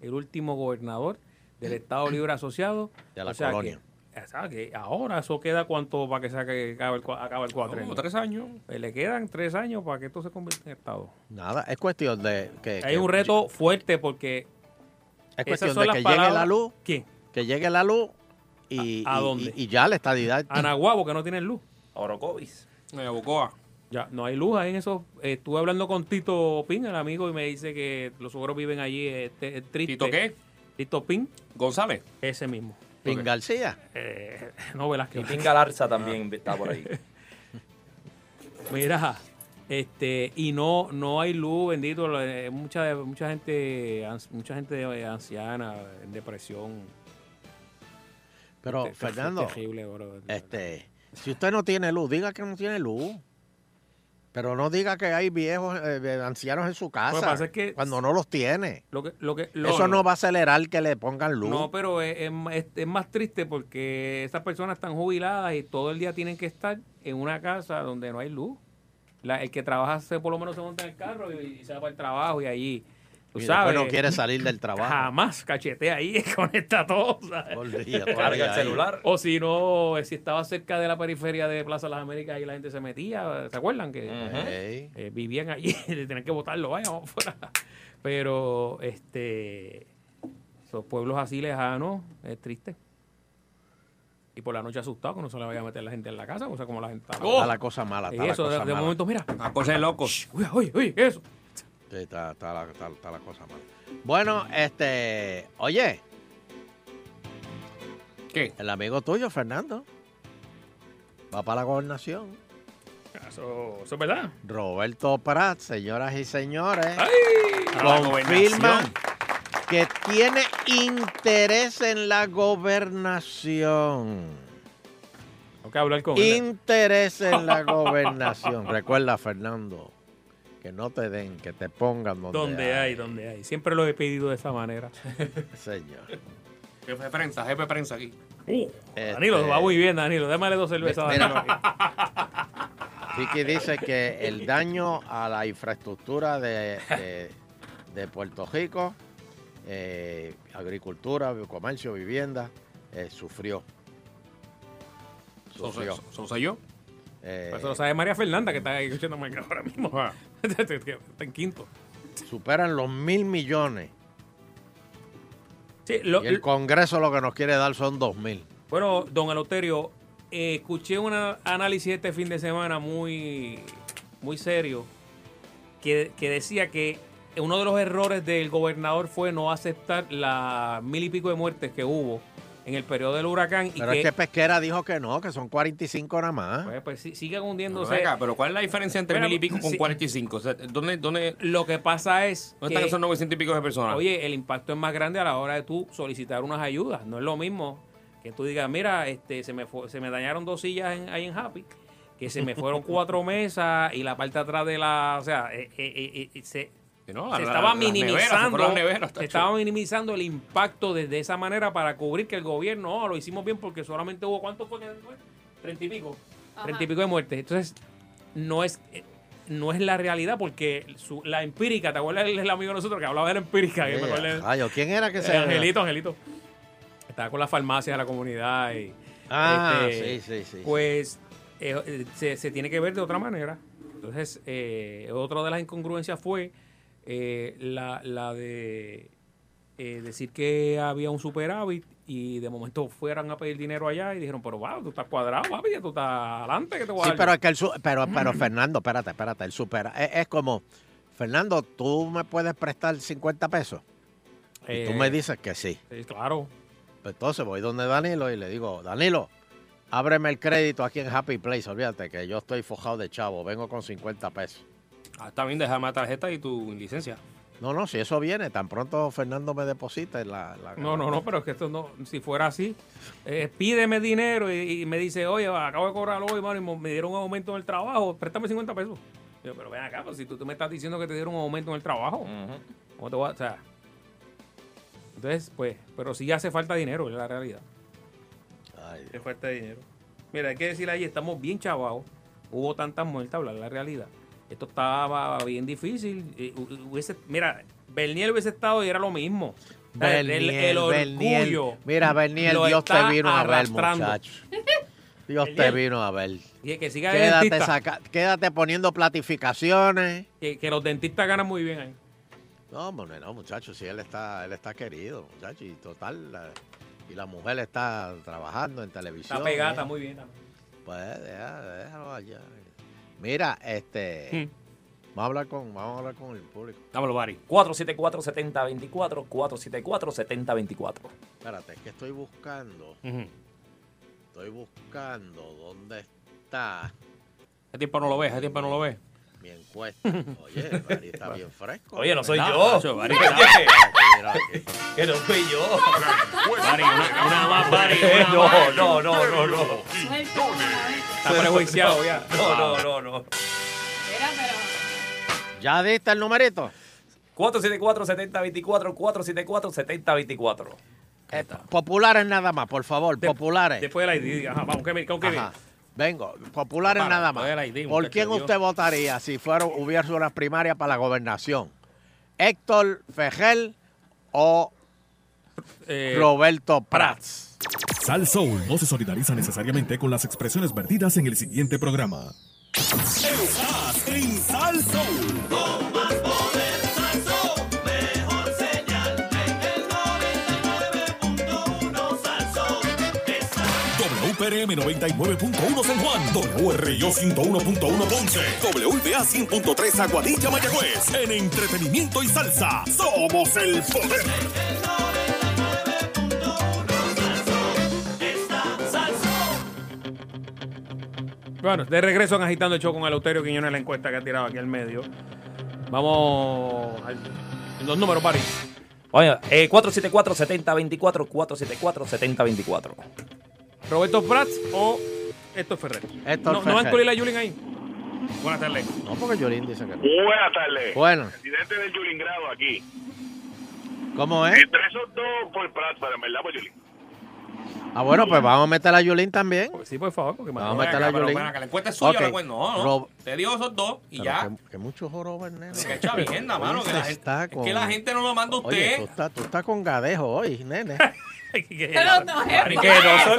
C: el último gobernador del Estado Libre Asociado.
D: De la
C: O sea que-
D: colonia.
C: o sea que ahora eso queda cuánto para que se acabe el, cua- acabe el cuatro. Eh,
E: Como tres años.
C: le quedan tres años para que esto se convierta en Estado.
D: Nada, es cuestión de que...
C: Hay
D: que-
C: un reto fuerte porque
D: Es
C: esas
D: cuestión
C: son
D: de
C: las
D: que llegue
C: palabras-
D: la luz.
C: ¿Quién?
D: Que llegue la luz y,
C: ¿A- a
D: y-
C: dónde?
D: y- y ya la estadidad...
C: Anaguabo que no tienen luz.
F: Orocovis.
E: No, Bocoa.
C: Ya, no hay luz ahí en esos. eh, estuve hablando con Tito Pin, el amigo, y me dice que los suegros viven allí. Este, es triste.
E: ¿Tito qué?
C: Tito Pin.
E: González.
C: Ese mismo.
D: Pin García.
C: Eh, no, Velázquez. Ah.
F: Y Pinga Larza también está por ahí.
C: Mira, este, y no, no hay luz, bendito. lo- eh, Mucha, mucha gente, ans- mucha gente eh, anciana, en depresión.
D: Pero,
C: Este,
D: Fernando,
C: Es terrible, bro.
D: este, si usted no tiene luz, diga que no tiene luz. Pero no diga que hay viejos, eh, ancianos en su casa
C: pasa es que-
D: cuando no los tiene.
C: Lo que, lo que, lo-
D: Eso no va a acelerar que le pongan luz.
C: No, pero es, es ma- es- es más triste porque esas personas están jubiladas y todo el día tienen que estar en una casa donde no hay luz. La- el que trabaja se, por lo menos se monta en el carro y, y se va para el trabajo y allí, tú
D: Y después
C: sabes.
D: no quiere salir del trabajo.
C: Jamás cachetea ahí, conecta todo. ¿sabes?
D: Todo el día, todo el
F: Carga el
D: día ahí.
F: celular.
C: O si no, eh, si estaba cerca de la periferia de Plaza Las Américas y la gente se metía, ¿se acuerdan? Que
D: Ey.
C: eh, vivían allí, de tener que votarlo, vaya, vamos fuera. Pero este esos pueblos así lejanos es triste. Y por la noche asustado que no se le vaya a meter la gente en la casa, o sea, como la gente está.
D: Oh. Está la cosa mala,
C: Y
D: está la
C: eso, de,
D: cosa
C: de
D: mala.
C: momento, mira.
E: A cosa de locos.
C: Uy, uy, uy, eso.
D: Sí, está, está la, está- eh, está la cosa mala. Bueno, este, oye,
E: ¿Qué?
D: El amigo tuyo, Fernando. Va para la gobernación.
E: Eso, eso es verdad.
D: Roberto Prat, señoras y señores,
E: A la
D: confirma
E: gobernación.
D: que tiene interés en la gobernación.
C: Tengo que hablar con él.
D: Interés en la gobernación. Recuerda, Fernando, que no te den, que te pongan donde,
C: Donde
D: hay.
C: hay, donde hay. Siempre lo he pedido de esa manera.
D: Señor.
E: Jefe de prensa, jefe de prensa aquí.
D: Eh,
C: Danilo,
D: Este
C: va muy bien, Danilo. Démale dos cervezas a Danilo. aquí.
D: Ricky dice que el daño a la infraestructura de, de- de Puerto Rico, eh, agricultura, comercio, vivienda, eh, sufrió.
C: So-
D: Sufrió. Eh,
C: so-
E: yo?
C: Eso lo sabe María Fernanda, que está ahí escuchando Minecraft ahora mismo. está en quinto.
D: Superan los mil millones.
C: Sí, lo-
D: y el Congreso lo que nos quiere dar son dos mil.
C: Bueno, don Eleuterio, eh, escuché un a- análisis este fin de semana muy, muy serio que, que decía que uno de los errores del gobernador fue no aceptar las mil y pico de muertes que hubo en el periodo del huracán. Y
D: Pero
C: que,
D: es que Pesquera dijo que no, que son 45 nada más.
C: pues, pues, sí, sigan
E: Pero,
C: hundiéndose.
E: ven acá, pero ¿cuál es la diferencia entre
C: Bueno,
E: mil y pico con
C: sí.
E: 45? O sea, ¿dónde, dónde,
C: Lo que pasa es.
E: ¿Dónde están
C: que-
E: esos 900 y pico de personas?
C: Oye, el impacto es más grande a la hora de tú solicitar unas ayudas. No es lo mismo que tú digas, mira, este, se me fue- se me dañaron dos sillas en- ahí en Happy, que se me fueron cuatro mesas y la parte atrás de la, o sea, eh, eh, eh, eh, se,
E: No,
C: se
E: la-
C: estaba
E: las neveras, se
C: minimizando,
E: fueron las neveras,
C: se
E: tacho.
C: estaba minimizando el impacto desde esa manera para cubrir que el gobierno, oh, lo hicimos bien porque solamente hubo cuánto fue que fue? treinta y pico,
E: Ajá.
C: treinta y pico de muertes. Entonces no es eh, no es la realidad porque su- la empírica, ¿te acuerdas el, el amigo de nosotros que hablaba de la empírica? Que me acuerdo de-
D: Rayo, ¿quién era que se
C: eh, Angelito, Angelito. Estaba con las farmacias de la comunidad y.
D: Ah,
C: este,
D: sí, sí, sí.
C: Pues eh, eh, se, se tiene que ver de otra manera. Entonces, eh, otra de las incongruencias fue eh, la, la de eh, decir que había un superávit y de momento fueran a pedir dinero allá y dijeron, pero wow, tú estás cuadrado, papi, ya tú estás adelante, que te voy a
D: Sí,
C: dar yo?"
D: pero es que el su- pero, pero Fernando, espérate, espérate, el supera. Es, es como, Fernando, tú me puedes prestar 50 pesos. Y tú
C: Eh,
D: me dices que sí.
C: Sí, claro.
D: Pues entonces voy donde Danilo y le digo, Danilo, ábreme el crédito aquí en Happy Place, olvídate que yo estoy fojado de chavo, vengo con 50 pesos.
E: Ah, está bien, déjame la tarjeta y tu licencia.
D: No, no, si eso viene, tan pronto Fernando me deposita en la, la-
C: No, no, no, pero es que esto no, si fuera así, eh, pídeme dinero y, y me dice, oye, acabo de cobrar hoy, mano, y mo- me dieron un aumento en el trabajo, préstame 50 pesos. Yo, pero ven acá, pues si tú, tú me estás diciendo que te dieron un aumento en el trabajo, ¿cómo te voy a- o sea, entonces, pues, pero sí hace falta dinero, es la realidad. Hace falta dinero. Mira, hay que decir ahí, estamos bien chavados, hubo tantas muertes, hablar la realidad. Esto estaba bien difícil. eh, hu- hu- hubiese- mira, Bernier hubiese estado y era lo mismo. O sea, el- el, el
D: Berniel,
C: orgullo.
D: Mira, Berniel,
C: lo
D: Dios te
C: está
D: vino a ver,
C: arrastrando.
D: muchacho. Dios te
C: Berniel.
D: vino a ver.
C: Y que siga de
D: Quédate,
C: dentista.
D: saca- quédate poniendo platificaciones.
C: Que, que los dentistas ganan muy bien ahí.
D: No, hombre, no, muchacho, si él está, él está querido, muchacho, y total, la- y la mujer está trabajando en televisión.
C: Está pegada,
D: ¿eh?
C: está muy bien. también.
D: Pues deja- déjalo allá. Mira,
C: Hmm.
D: este, vamos a hablar con, vamos a hablar con el público.
E: Dámelo, Bari.
F: 474-7024, 474-7024.
D: Espérate, es que estoy buscando, estoy buscando dónde está
E: ¿Hace tiempo no lo ves? ¿Hace tiempo no lo ves?
D: mi encuesta. Oye, el Bari está bien fresco.
F: Oye, no soy
E: ¿Verdad,
F: yo.
E: macho? Bari,
F: Oye,
E: ¿verdad?
F: Que no soy yo.
E: Bari, una, una más, Bari.
F: Eh,
E: una
F: no,
E: más.
F: no, no, no, no.
C: Está prejuiciado ya.
F: No, no, no, no.
D: ¿Ya diste el numerito?
F: 474-7024, 474-7024.
D: Populares nada más, por favor, populares.
C: Después del ID, ajá, vamos, que con qué
D: Ajá. Vengo, populares
C: Para,
D: nada más.
C: poder ID,
D: ¿Por
C: muchacho,
D: quién
C: Dios.
D: usted votaría si fuera, hubiese una primaria para la gobernación? ¿Héctor Fejel o
E: Eh,
D: Roberto Prats?
L: Sal Soul no se solidariza necesariamente con las expresiones vertidas en el siguiente programa.
A: Estás en Sal Soul. Con más poder, Sal Soul. Mejor señal en el 99.1 Sal Soul.
L: WPRM 99.1 San Juan, WRIO 101.1 Ponce,
A: WPA 100.3 Aguadilla Mayagüez.
L: en entretenimiento y salsa.
A: Somos el poder.
L: Sal.
C: Bueno, de regreso en Agitando el Show con Eleuterio Quiñones, la encuesta que ha tirado aquí al medio. Vamos al- los números, Paris.
F: Oye, eh, 474-7024, 474-7024.
C: Roberto Prats o Héctor Ferrer.
D: Héctor
C: no, ¿No va a
D: Ferrer.
C: incluir a Yulín ahí? Buenas tardes.
D: No, porque Yolín dice que no.
I: Buenas tardes.
D: Bueno,
I: Presidente del Yulingrado aquí.
D: ¿cómo es?
I: Entre esos dos por Prats, para en verdad, por Yulín.
D: Ah, bueno, pues vamos a meter a Yolín también.
E: Pues
C: Sí, por favor, porque
D: vamos a
E: Ven
D: meter a
E: acá, pero
D: Yolín.
E: ven acá, la encuesta es suya,
D: Ok,
E: la encuesta- no, no.
D: Rob-
E: Te digo esos dos y
D: Pero
E: ya.
D: Que, que mucho joro, Nero.
E: Que echa agenda, mano, que la gente-
D: Está
E: es que la gente no lo manda a
D: Oye,
E: usted.
D: tú estás, tú estás con gadejo hoy, nene.
A: Pero no es
F: Ari, que no soy-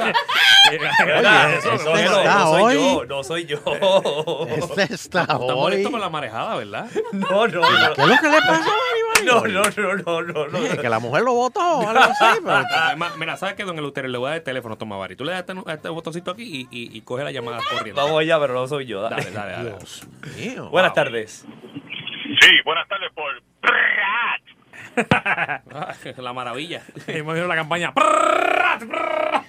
D: Oye,
F: Eso
D: este
F: no, no,
D: está
F: no soy
D: hoy.
F: yo, no soy yo.
D: Este está
E: Estás
D: hoy.
E: molesto con la marejada, ¿verdad?
F: No, no, no.
D: ¿Qué es lo que le pasó a
F: No, no, no, no, no. no.
D: Oye, que la mujer lo votó o algo así. pero-
E: Además, mira, ¿sabes qué, don Eleuterio? Le voy a dar el teléfono, toma, Bari. Tú le das este, este botoncito aquí y, y, y coge la llamada corriendo.
F: Vamos allá, pero no soy yo. Dale,
E: Dale, dale, dale.
F: Buenas tardes.
I: Sí, buenas tardes por
E: Ah, la maravilla.
C: Hemos visto la campaña. Prrrat, prrrat.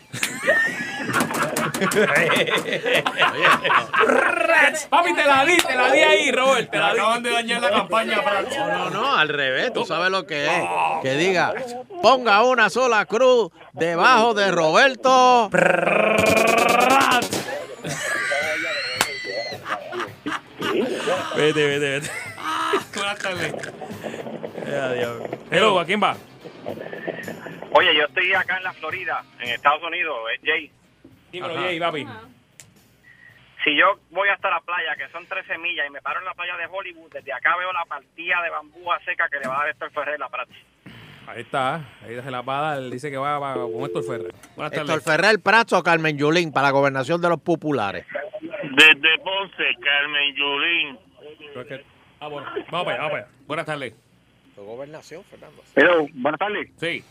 C: Prrrat. Papi, te la di, te la di ahí, Robert. Te la di.
E: Acaban de dañar la campaña, Prats.
D: No, no, al revés, tú sabes lo que es. Que diga, ponga una sola cruz debajo de Roberto.
C: Vete, vete, vete.
E: Buenas tardes.
C: Hello, ¿a quién va?
J: Oye, yo estoy acá en la Florida, en Estados Unidos, es Jay.
C: Dímelo, Jay, papi.
J: Si yo voy hasta la playa, que son 13 millas, y me paro en la playa de Hollywood, desde acá veo la partida de bambúa seca que le va a dar Héctor Ferrer la práctica.
C: Ahí está. Ahí se la va a dar. Dice que va, va con Héctor Ferrer. Buenas
D: Héctor Ferrer Prato o Carmen Yulín para la gobernación de los populares.
I: Desde Ponce, Carmen Yulín.
C: Ah, bueno. Vamos para allá, vamos para allá.
E: Buenas tardes.
D: Gobernación, Fernando.
J: Pero, buenas tardes.
E: Sí.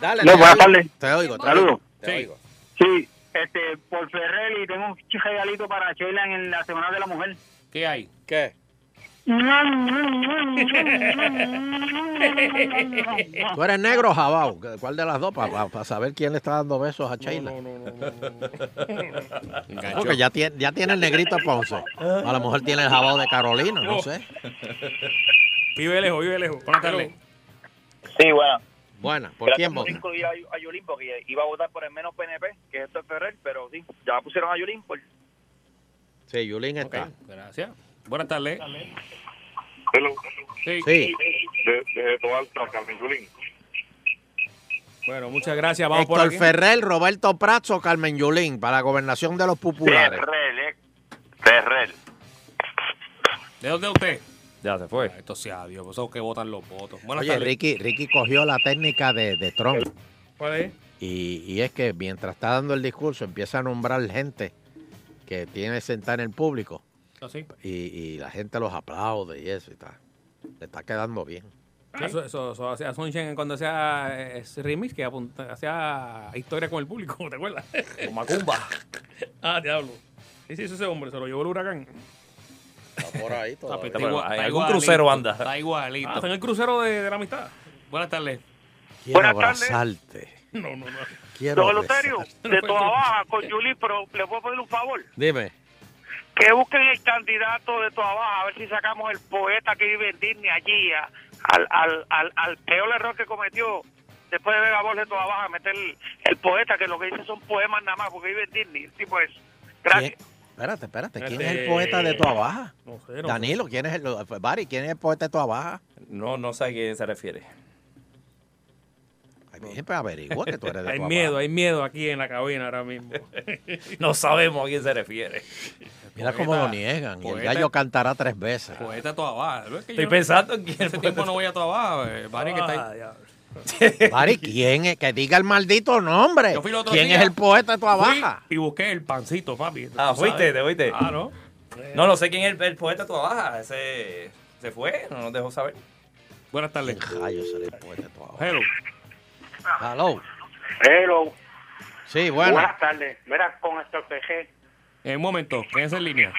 D: Dale,
J: No,
D: te
J: buenas
D: oigo.
J: tardes.
D: Te oigo, te
J: Saludos.
D: oigo. Te oigo.
J: Sí, este, por Ferrer y tengo un regalito para Sheila en la Semana de la Mujer.
E: ¿Qué hay?
D: ¿Qué? Tú eres negro o jabao. ¿Cuál de las dos? Para saber quién le está dando besos a Sheila. Porque ya tiene, ya tiene el negrito Ponce. A lo mejor tiene el jabao de Carolina, no sé.
C: Vive lejos, vive lejos. Buenas tardes.
J: Sí, bueno.
D: Buena, ¿por quién vota?
J: incluir a, a Yulín porque iba a votar por el menos PNP, que es Héctor Ferrer, pero sí, ya pusieron a Yulín por...
D: Sí, Yulín está.
E: Gracias. Buenas tardes. Sí.
D: Sí.
I: Desde Toalta, Carmen Yulín.
C: Bueno, muchas gracias. Vamos por
D: Héctor
C: aquí.
D: Ferrer, Roberto Prazo, Carmen Yulín para la gobernación de los populares.
I: Ferrer.
E: ¿De dónde es usted? Ah,
F: Ya se fue.
E: Esto sea Dios, por eso que votan los votos. Buenas
D: Oye,
E: tardes.
D: Ricky, Ricky cogió la técnica de, de Trump.
C: ¿Cuál es?
D: Y, y es que mientras está dando el discurso, empieza a nombrar gente que tiene sentada en el público.
F: Ah,
C: Así.
D: Y, y la gente los aplaude y eso y está. Le está quedando bien.
C: Ah, Eso, eso, eso hacía Sunshine cuando hacía eh, ese remix que apunta- hacía historia con el público, ¿te acuerdas?
F: Macumba.
C: ah, diablo. Sí, sí, eso ese hombre, se lo llevó el huracán.
D: Está por ahí
E: Está
D: todavía.
E: igual-
F: bueno, algún
E: está igualito,
F: crucero anda.
E: Está igualito.
C: Ah, está en el crucero de, de la amistad.
E: Buenas tardes.
D: Quiero abrazarte.
C: No, no, no.
D: Quiero
J: Don
D: abrazarte.
J: Eleuterio, de tu abajo con Yulín, pero le puedo pedir un favor.
D: Dime.
J: Que busquen el candidato de tu abajo, a ver si sacamos el poeta que vive en Disney allí, a- al, al, al, al peor error que cometió después de ver a voz de tu abajo, meter el, el poeta que lo que dice son poemas nada más, porque vive en Disney, el tipo es. Gracias.
D: ¿Quién- Espérate, espérate. ¿Quién es
F: Espérate.
D: el poeta de tu abaja?
C: Este, No sé, no sé.
D: Danilo, ¿quién es el Bari, quién es el poeta de tu abaja?
F: No, no sé a quién se refiere.
D: Ay, bien, pues averigua que tú eres de
C: Hay
D: tu
C: miedo, hay miedo aquí en la cabina ahora mismo.
F: No sabemos a quién se refiere.
D: abaja. Mira cómo
E: Poeta,
D: lo niegan. Y el
E: poeta.
D: gallo cantará tres veces.
E: Poeta toda baja. Es que
F: Estoy
E: yo-
F: pensando en quién Ah,
E: Hace tiempo no voy a toda baja. eh, Barry que está ahí.
D: Bari, ¿quién es? Que diga el maldito nombre.
E: Yo fui el otro
D: ¿Quién
E: día.
D: es el poeta de tu
E: Fui
D: abaja?
E: Y busqué el pancito, papi.
F: Ah,
E: Tú
F: fuiste,
E: sabes.
F: te fuiste.
E: Ah, no.
F: No, no sé quién es el, el poeta de tu abaja. Ese se fue, no nos dejó saber.
E: Buenas tardes.
D: Rayos, será el poeta de tu abaja.
E: Hello.
D: Hello.
J: Hello,
D: Sí, bueno.
J: tardes. Verás con Héctor Ferrer.
E: En Eh, un momento, quédense en línea.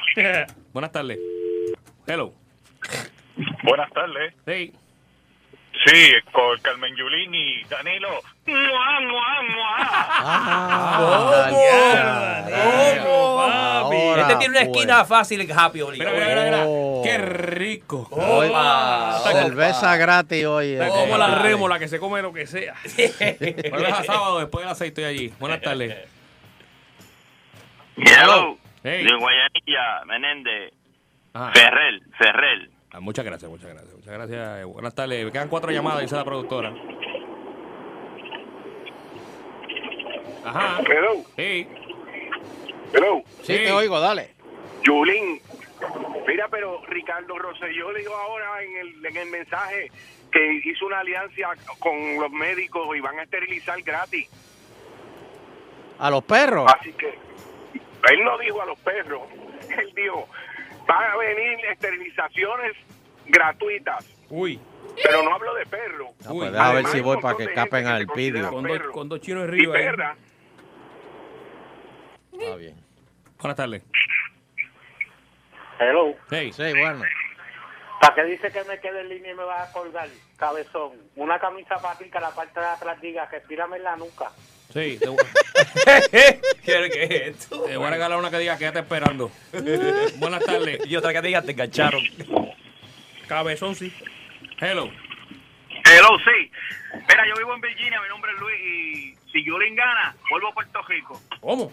E: Buenas tardes. Hello.
I: Buenas tardes.
E: Hey.
I: Sí, con Carmen Yulín y Danilo. ¡Mua, mua, mua!
F: Ah, ¿Cómo?
I: papi.
F: Este tiene una esquina fácil en Happy Mira,
D: Oh.
F: Oh.
C: ¡Qué rico!
D: Hoy, cerveza gratis hoy. eh.
C: Como la rémola que se come lo que sea.
E: Vuelves a sábado después de las seis, estoy allí. Buenas tardes.
O: Hello.
E: Hey.
O: De Guayanilla, Menéndez.
D: Ah.
E: Ajá.
O: Ferrel, Ferrel.
E: Ah, muchas gracias, muchas gracias. Muchas gracias. eh, Buenas tardes. Me quedan cuatro llamadas, dice la productora. Ajá.
J: Hello.
E: Sí.
J: Hello.
D: Sí, te oigo, dale.
J: Yulín. Mira, pero Ricardo Rosselló dijo ahora en el, en el mensaje que hizo una alianza con los médicos y van a esterilizar gratis.
D: A los perros.
E: Ah,
J: Así que él no dijo a los perros, él dijo, van a venir esterilizaciones gratuitas.
C: Uy.
J: Pero no hablo de perros.
D: Ah, pues deja a ver si voy para que
E: este
D: escapen al pidio.
C: Con dos, con dos chinos
J: Y
C: arriba. ahí.
J: perras.
D: ¿eh? Está bien.
E: Buenas tardes.
P: Hello.
E: Hey.
D: Sí, bueno.
P: ¿Para qué dice que me quede en línea y me vas a colgar, cabezón? Una camisa fácil que la parte de atrás diga que tírame en la nuca.
E: Sí. Te,
F: ¿Qué es esto?
E: te Eh, voy a regalar una que diga, quédate esperando. Buenas tardes.
F: Y otra que diga, te engancharon.
C: Cabezón, sí.
E: Hello.
J: Hello, sí. Mira, yo vivo en Virginia, mi nombre es Luis y si yo le gana, vuelvo a Puerto Rico.
E: ¿Cómo?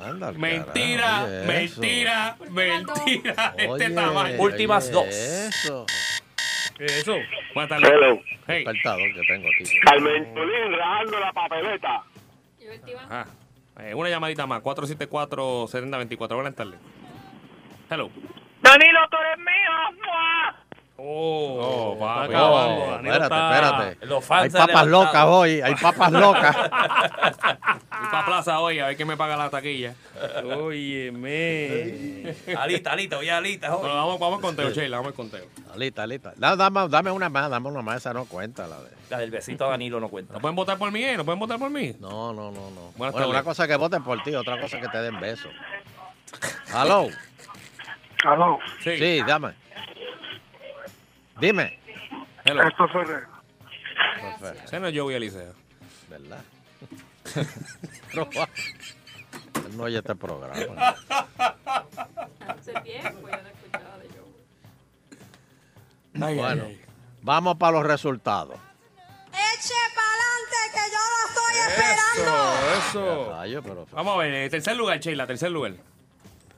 D: Anda, al
E: Mentira,
D: carajo, oye
E: mentira, mentira. Este
D: Oye,
E: tamaño.
D: Últimas oye, dos. eso.
E: ¿Qué es eso? Buenas tardes.
D: Hello.
E: Hey.
D: Despertador que tengo aquí.
E: Carmen
J: Yulín rajando la papeleta.
E: Ajá. Eh, una llamadita más, 474-7024. Buenas tardes. Hello.
J: Danilo, tú eres mío.
E: Oh, va
D: Cuidado, espérate, espérate. Hay papas locas hoy, hay papas locas.
E: Voy para plaza hoy a ver quién me paga la taquilla. Óyeme.
F: Alita, alita, oye, alita.
E: Bueno, vamos, vamos al conteo, Sheila, vamos al conteo.
D: Lista, lista. No, dame, dame una más, dame una más, esa no cuenta. La, de...
F: la del besito a Danilo no cuenta.
E: ¿No pueden votar por mí? eh? ¿No pueden votar por mí?
D: No, no, no. no.
E: Buenas
D: Bueno, una
E: tardes.
D: cosa que voten por ti, otra cosa que te den besos. Hello.
J: Aló.
D: Sí. dame. Dime.
J: Esto fue re-
E: Ese no es Joey Eliseo.
D: ¿Verdad? No, va. Él no oye este programa.
G: Hace tiempo yo no escuchaba de yo.
E: ay,
D: bueno,
E: ay.
D: vamos para los resultados.
A: Eche pa'lante que yo lo estoy
E: eso. Vamos a ver, eh, tercer lugar, Sheila, tercer lugar.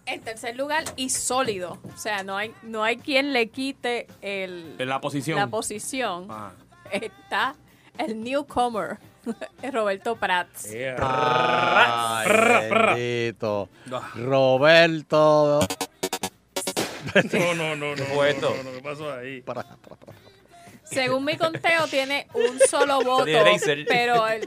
G: En tercer lugar y sólido. O sea, no hay, no hay quien le quite el,
E: En la posición.
G: la posición.
E: Ah.
G: Está el newcomer, Roberto Prats.
D: Ay, bendito.
E: Ah.
D: Roberto.
C: No, no, no, no.
D: fue esto?
C: no, no, ¿Qué pasó ahí?
G: Según mi conteo, tiene un solo voto.
D: Tenía laser.
G: Pero el,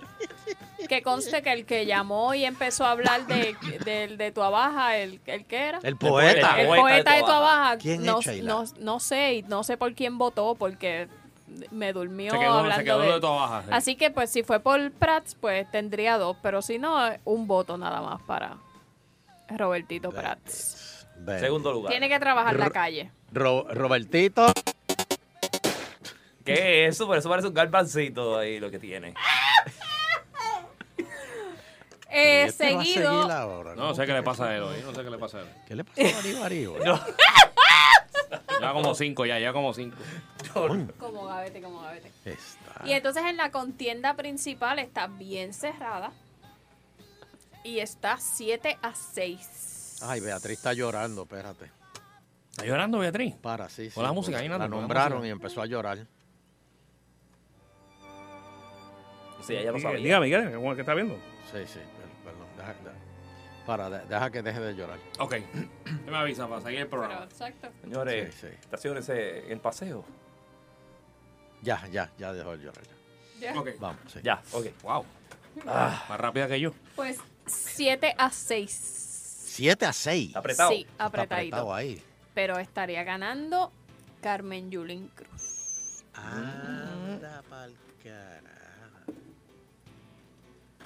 G: que conste que el que llamó y empezó a hablar de, del- de tu abaja, el, el que era.
D: El poeta.
G: El poeta de tu abaja.
D: ¿Quién
G: no,
D: es Sheila?
G: no, no sé, y no sé por quién votó, porque me durmió
E: Se quedó- se
G: hablando
E: quedó
G: de,
E: de tu abaja, sí.
G: Así que, pues, si fue por Prats, pues tendría dos. Pero si no, un voto nada más para Robertito Prats.
D: Ven.
F: Segundo lugar.
G: Tiene que trabajar la
D: Ro-
G: calle.
D: Ro- Robertito.
F: ¿Qué es eso? Por eso parece un garbancito ahí lo que tiene.
G: Eh,
E: Este va a
G: seguido.
E: seguir ahora, No, no sé qué le pasa a él hoy. No sé qué le pasa a él.
D: ¿Qué le pasa a Baribari hoy?
E: No. Ya como cinco, ya, ya como cinco.
G: Como gavete, como gavete.
D: Está.
G: Y entonces en la contienda principal está bien cerrada. Y está 7 a 6.
D: Ay, Beatriz está llorando, espérate.
E: ¿Está llorando Beatriz?
D: Para, sí. sí,
E: Pon la música
D: porque
E: ahí,
D: La
E: Nando, pon la
D: nombraron
E: música.
D: y empezó a llorar.
F: Sí, ella lo
C: Dígame,
F: sabía.
C: Dígame, dígame, ¿cómo es que está viendo?
D: Sí, sí, per- perdón. Deja, deja- para, de- deja que deje de llorar.
E: Ok. Me avisa para seguir el programa.
G: exacto.
F: Señores,
D: Sí, sí.
F: estacionense en el paseo.
D: Ya, ya, ya dejó de llorar. Ya.
E: Ok. Ah.
D: Vamos, sí.
F: Ya, ok.
E: Wow. Más rápida que yo.
G: Pues 7 a 6.
D: 7 a 6.
G: Apretado. Sí,
D: Está
G: apretadito.
D: apretado ahí.
G: Pero estaría ganando Carmen Yulín Cruz.
D: Anda pa'l carajo.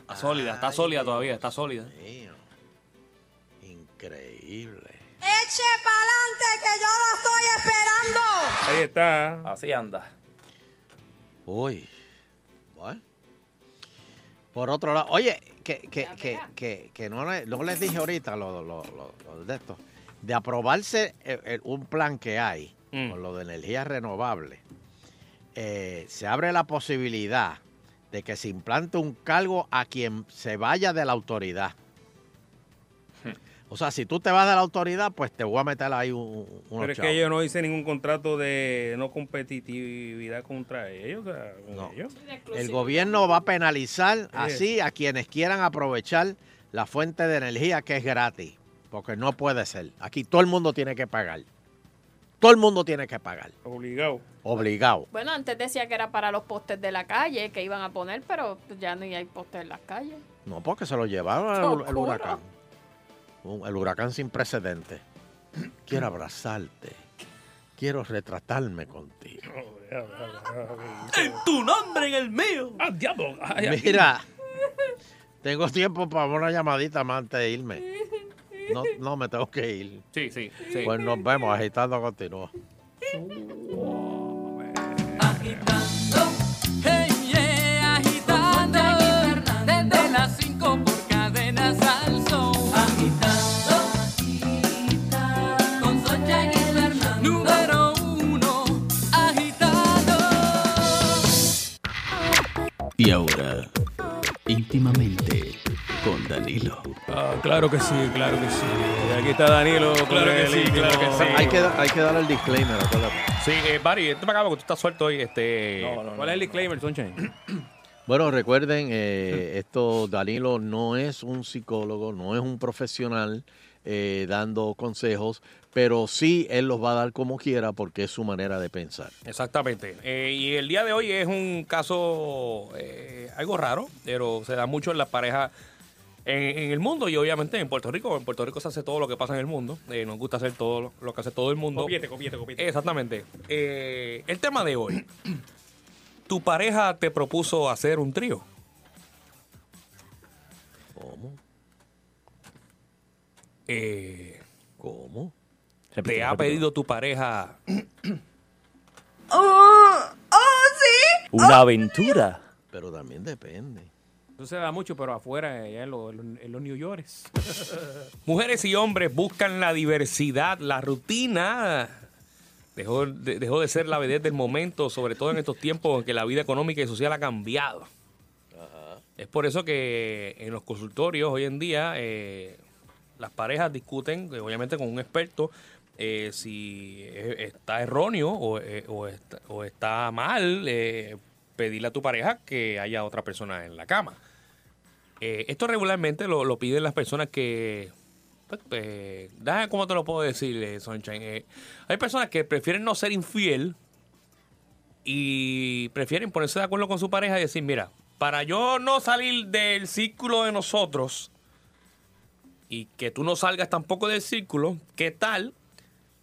E: Está sólida, está sólida todavía, está sólida.
D: Increíble.
A: Eche pa'lante que yo lo estoy esperando.
C: Ahí está.
F: Así anda.
D: Uy. Bueno. Por otro lado, oye, que, que, que, que, que no, le- no les dije ahorita lo, lo- lo- lo de esto. De aprobarse eh, eh, un plan que hay
Q: Mm.
D: con lo de energías renovables, eh, se abre la posibilidad de que se implante un cargo a quien se vaya de la autoridad.
Q: Hmm.
D: O sea, si tú te vas de la autoridad, pues te voy a meter ahí un, un- unos
Q: Pero es
D: chavos.
Q: que ellos no hice ningún contrato de no competitividad contra ellos. o sea, con ellos.
D: El gobierno va a penalizar así
Q: así
D: a quienes quieran aprovechar la fuente de energía que es gratis, porque no puede ser. Aquí todo el mundo tiene que pagar. Todo el mundo tiene que pagar.
Q: Obligado.
D: Obligado.
G: Bueno, antes decía que era para los postes de la calle que iban a poner, pero ya no hay postes en las calles.
D: No, porque se lo llevaron el, el huracán. Un- el huracán sin precedentes. Quiero abrazarte. Quiero retratarme contigo.
A: Tu nombre en el mío.
Q: ¡Ah, diablo!
D: Mira, tengo tiempo para una llamadita más antes de irme. No, no me tengo que ir.
E: Sí, sí, sí.
D: Pues nos vemos, agitando continúa.
A: Hey, yeah, agitando. Desde las 5 por cadenas al sol. Agitando. Con Socha y Fernando. Número uno. Agitando.
R: Y ahora, íntimamente con Danilo.
C: Ah, claro que sí, claro que sí. Y aquí está Danilo.
E: Claro que sí, claro que sí.
D: Hay que, hay que darle el disclaimer, acuérdate.
E: Sí, eh, Barry, este para acá porque tú estás suelto hoy. Este...
C: ¿Cuál es el disclaimer, Sunshine?
D: Bueno, recuerden, eh, esto Danilo no es un psicólogo, no es un profesional eh, dando consejos, pero sí él los va a dar como quiera porque es su manera de pensar.
E: Exactamente. Eh, y el día de hoy es un caso eh, algo raro, pero se da mucho en las parejas en, en el mundo y obviamente en Puerto Rico. En Puerto Rico se hace todo lo que pasa en el mundo. Eh, nos gusta hacer todo lo, lo que hace todo el mundo.
C: Copiete, copiete, copiete.
E: Exactamente. Eh, el tema de hoy. ¿Tu pareja te propuso hacer un trío?
D: ¿Cómo?
E: Eh,
D: ¿Cómo?
E: ¿Te ha pedido tu pareja
A: Oh, oh, sí.
S: Una
G: Oh.
S: aventura.
D: Pero también depende.
C: No se da mucho, pero afuera, allá en los, en los New Yorks.
E: Mujeres y hombres buscan la diversidad, la rutina. Dejó de, dejó de ser la vedette del momento, sobre todo en estos tiempos en que la vida económica y social ha cambiado. Es por eso que en los consultorios hoy en día eh, las parejas discuten, eh, obviamente con un experto, eh, si eh, está erróneo o, eh, o está, o está mal eh, pedirle a tu pareja que haya otra persona en la cama. Eh, esto regularmente lo, lo piden las personas que... pues, eh, da- ¿Cómo te lo puedo decir, eh, Sunshine? Eh, hay personas que prefieren no ser infiel y prefieren ponerse de acuerdo con su pareja y decir, mira, para yo no salir del círculo de nosotros y que tú no salgas tampoco del círculo, ¿qué tal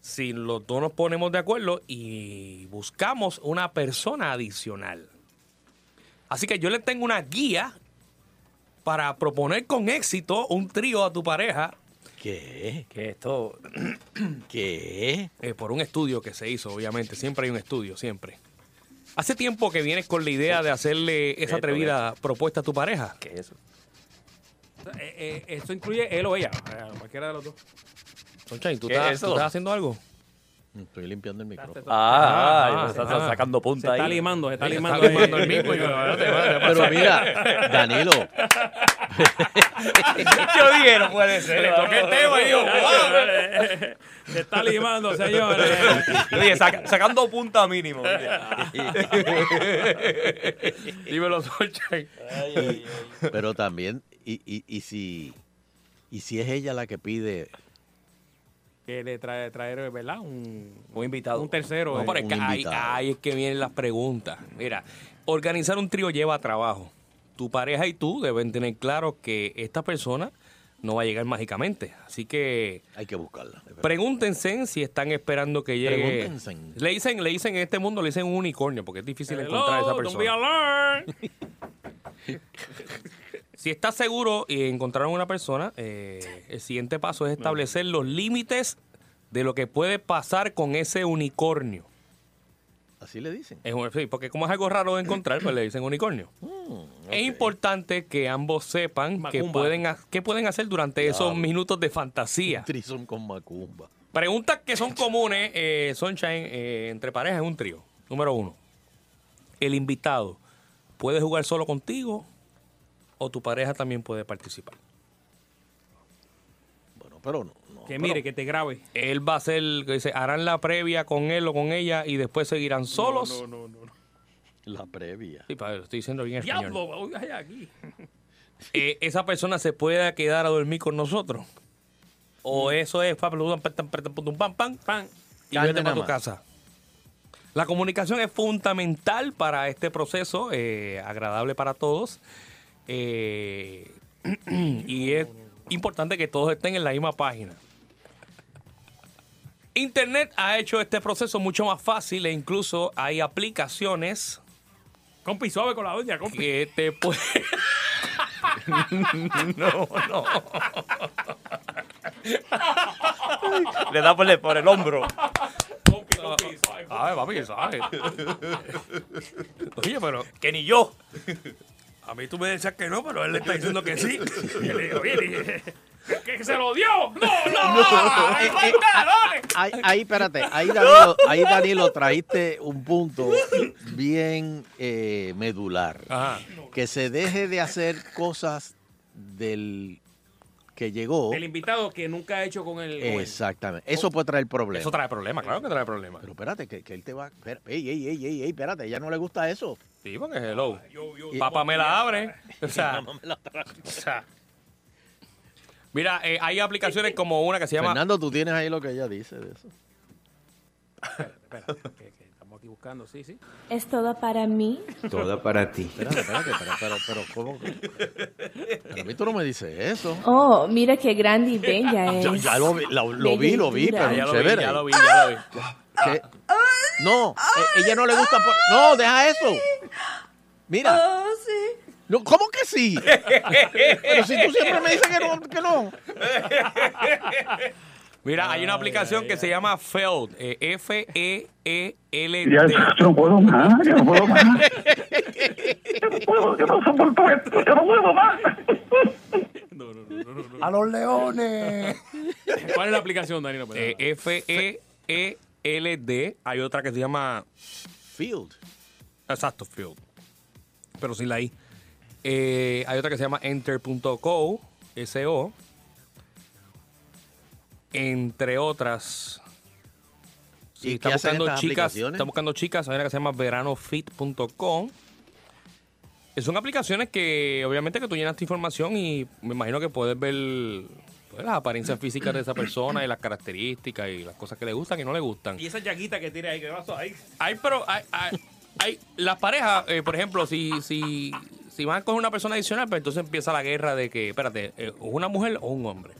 E: si los dos nos ponemos de acuerdo y buscamos una persona adicional? Así que yo le tengo una guía para proponer con éxito un trío a tu pareja.
D: ¿Qué?
E: ¿Qué esto?
D: ¿Qué?
C: Eh,
E: por un estudio que se hizo, obviamente. Siempre hay un estudio, siempre. Hace tiempo que vienes con la idea de hacerle esa atrevida propuesta a tu pareja. ¿Qué es eso?
C: Eh, eh, eso incluye él o ella, eh, cualquiera de los dos.
E: Sunshine, ¿tú,
C: ¿Qué
E: estás,
C: es eso?
E: tú estás haciendo algo?
D: Estoy limpiando el micrófono.
S: Ah, ah, está- está sacando punta
C: Se está
S: ahí.
C: limando, se está
S: Se está
C: limando.
S: limando el mismo, y yo, espérate, espérate,
D: Pero
S: pasa.
D: mira, Danilo.
S: Yo dije, no puede ser. Le toqué el tema y digo,
C: Se está limando, señores.
S: Oye, saca- sacando punta mínimo.
E: Dímelo, Sunshine.
D: Pero también, y, y, y si, y si es ella la que pide
C: Que le trae, traer, ¿verdad? Un,
E: invitado.
C: Un tercero.
E: No,
C: eh.
E: pero es que ahí, ahí es que vienen las preguntas. Mira, organizar un trío lleva trabajo. Tu pareja y tú deben tener claro que esta persona no va a llegar mágicamente. Así que...
D: Hay que buscarla.
E: Pregúntense si están esperando que llegue...
D: Pregúntense.
E: Le dicen, le dicen en este mundo, le dicen un unicornio, porque es difícil
C: Hello,
E: encontrar a esa
C: don't be
E: persona.
C: alert.
E: Si estás seguro y encontraron una persona, eh, el siguiente paso es establecer los límites de lo que puede pasar con ese unicornio.
D: Así le dicen.
E: Es un- sí, porque como es algo raro de encontrar, pues le dicen unicornio.
D: Mm,
E: Es importante que ambos sepan qué
D: Macumba.
E: pueden, ha- qué pueden hacer durante esos minutos de fantasía.
D: Trison con Macumba.
E: Preguntas que son comunes, eh, Sunshine, eh, entre parejas es un trío. Número uno, el invitado puede jugar solo contigo o tu pareja también puede participar.
D: Bueno, pero no.
C: Que mire, que te grabe.
E: Él va a hacer, que dice, harán la previa con él o con ella y después seguirán solos.
C: No, no, no. no.
D: La previa.
E: Sí, padre, lo estoy diciendo bien en español.
C: Diablo, oiga, hay aquí.
E: eh, esa persona se pueda quedar a dormir con nosotros.
C: Mm.
E: O eso es pam, pam, pam, pam, pam, pam, pam, y
D: Carne
E: vete
D: nada
E: para tu
D: más.
E: casa. La comunicación es fundamental para este proceso, eh, agradable para todos. Eh, y es importante que todos estén en la misma página. Internet ha hecho este proceso mucho más fácil e incluso hay aplicaciones.
C: Compi, suave con la doña, compi.
E: Que te pueden. no, no.
S: Le da por el, por el hombro.
E: A ver, papi, ¿sabes? Oye, pero.
S: Que ni yo.
E: A mí tú me decías que no, pero él le está diciendo que sí.
S: Y le digo, oye, ni-
C: ¡Que se lo dio! ¡No, no!
D: No.
C: no.
D: Eh, eh, ahí, ahí, espérate, ahí Danilo, ahí Danilo traíste un punto bien eh, medular. Que se deje de hacer cosas del que llegó.
C: El invitado que nunca ha hecho con
D: Eh,
C: el. con el-
D: Exactamente. Eso puede traer problemas.
E: Eso trae problemas, claro que trae problemas.
D: Pero espérate, que, que él te va. espera, Ey, ey, ey, ey, ey, espérate, ya no le gusta eso.
E: Sí, porque hello. Papá me la abre. O sea, o sea. Mira, eh, hay aplicaciones como una que se llama.
D: Fernando, tú tienes ahí lo que ella dice de eso.
C: Estamos aquí buscando, sí, sí.
T: ¿Es todo para mí?
D: Toda para ti. Espérate, espérate, pero, pero, pero ¿cómo? que- Pero a mí tú no me dices eso.
T: Oh, mira qué grande y bella es.
D: Ya, ya lo vi, la- lo vi, lo vi,
T: Bella y
D: pero
T: dura.
D: chévere. Ah,
E: ya lo vi, ya lo vi.
D: ¿Qué? No, eh, ella no le gusta. por- No, deja eso. Mira,
T: Oh, sí.
D: no, ¿cómo que sí? Pero si tú siempre me dices que no, que no.
E: Mira, hay una aplicación que se llama Feld. eh, E F-E-E-L-D.
U: Ya, yo no puedo más, yo no puedo más. Yo no puedo, yo no soporto esto, yo no puedo más.
E: A los leones.
C: ¿Cuál es la aplicación, Danilo? Pues,
E: Eh, F-E-E-L-D. Hay otra que se llama
D: Field.
E: Exacto, Field. Pero sin la I. Eh, hay otra que se llama Enter.co. S-O. Entre otras.
D: ¿Y
E: está
D: qué hacen
E: buscando
D: estas
E: chicas.
D: aplicaciones?
E: Está buscando chicas. Hay una que se llama veranofit.com. Eh, Son aplicaciones que, obviamente, que tú llenas tu información y me imagino que puedes ver pues, las apariencias físicas de esa persona y las características y las cosas que le gustan y no le gustan.
C: Y esa yaguita que tira ahí, que vas ahí.
E: Hay, pero hay, hay, hay- las parejas, eh, por ejemplo, si, si, si van con una persona adicional, pues entonces empieza la guerra de que, espérate, eh, ¿o una mujer o un hombre?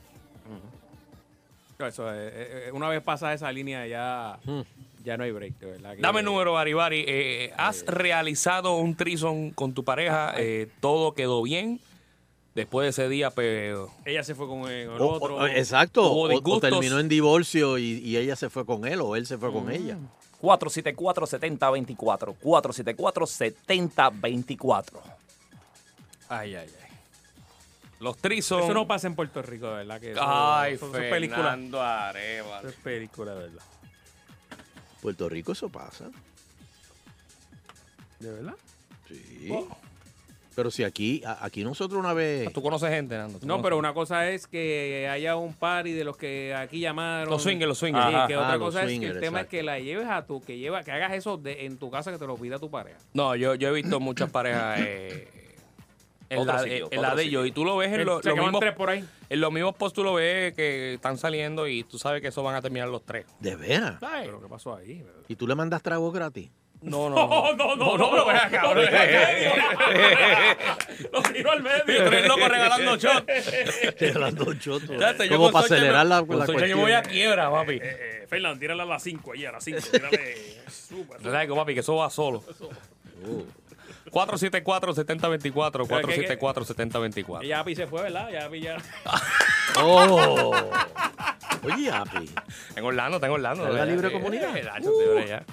C: Eso, eh, eh, eh, una vez pasada esa línea, ya,
D: Hmm.
C: ya no hay break, de verdad. que-
E: Dame el número, Baribari. Eh, ¿Has realizado un trison con tu pareja? Eh, ¿Todo quedó bien? Después de ese día, pues...
C: Ella se fue con el, con el
D: O- o-
C: otro.
D: o- exacto.
E: hubo
D: O, o
E: disgustos.
D: terminó en divorcio y, y ella se fue con él o él se fue
F: Mm.
D: con ella.
F: 474-7024. 474-7024.
E: Ay, ay, ay. Los trison...
C: Eso no pasa en Puerto Rico, de verdad. Que eso-
E: Ay,
C: eso- eso es película.
E: Fernando Arevalo.
C: Eso es película, de verdad.
D: Puerto Rico eso pasa.
C: ¿De verdad?
D: Sí. Pero si aquí, a- aquí nosotros una vez.
E: Tú conoces gente, Nando. tú
C: No,
E: conoces.
C: pero una cosa es que haya un party de los que aquí llamaron.
E: Los swingers, los swingers.
C: Sí,
E: Ajá.
C: que
E: Ah,
C: otra
E: los
C: cosa es que el
E: swingers,
C: tema es
E: exacto.
C: que la lleves a tu, que lleva, que hagas eso de- en tu casa que te lo pida tu pareja.
E: No, yo, yo he visto muchas parejas eh, en,
C: Otro
E: la,
C: sitio,
E: en
C: otro
E: la de
C: sitio.
E: ellos. Y tú lo ves en,
C: Se-
E: lo-
C: se
E: los
C: acaban
E: mismos,
C: tres por ahí.
E: en los mismos posts, tú lo ves que están saliendo y tú sabes que eso van a terminar los tres.
D: ¿De veras?
E: Ay.
C: ¿Pero qué pasó ahí?
D: ¿Y tú le mandas tragos gratis?
E: No, no, no.
C: no,
E: no, no, pero ven acá, bro.
C: Lo tiró al medio.
E: Yo estoy loco regalando shots.
D: Regalando shots.
E: Chacho, yo
D: Como
E: con
D: para
E: Socha
D: acelerar
E: me-
D: la,
E: con
D: la
E: Socha yo
D: cuestión.
E: me voy a quiebra, papi.
C: Eh, Fernan, tírala a las 5 allá, a las 5. Tírale. Súper.
E: Dale algo, papi, que eso va solo.
D: Uh.
E: 474-7024,
C: Pero que-
E: 474-7024.
C: Y ya Api se fue, ¿verdad? Ya Api ya.
E: ¡Oh!
D: Oye, Api.
E: Tengo Orlando, tengo Orlando.
D: ¿Está en la libre comunidad?
E: Eh, Nacho, estoy ahora ya.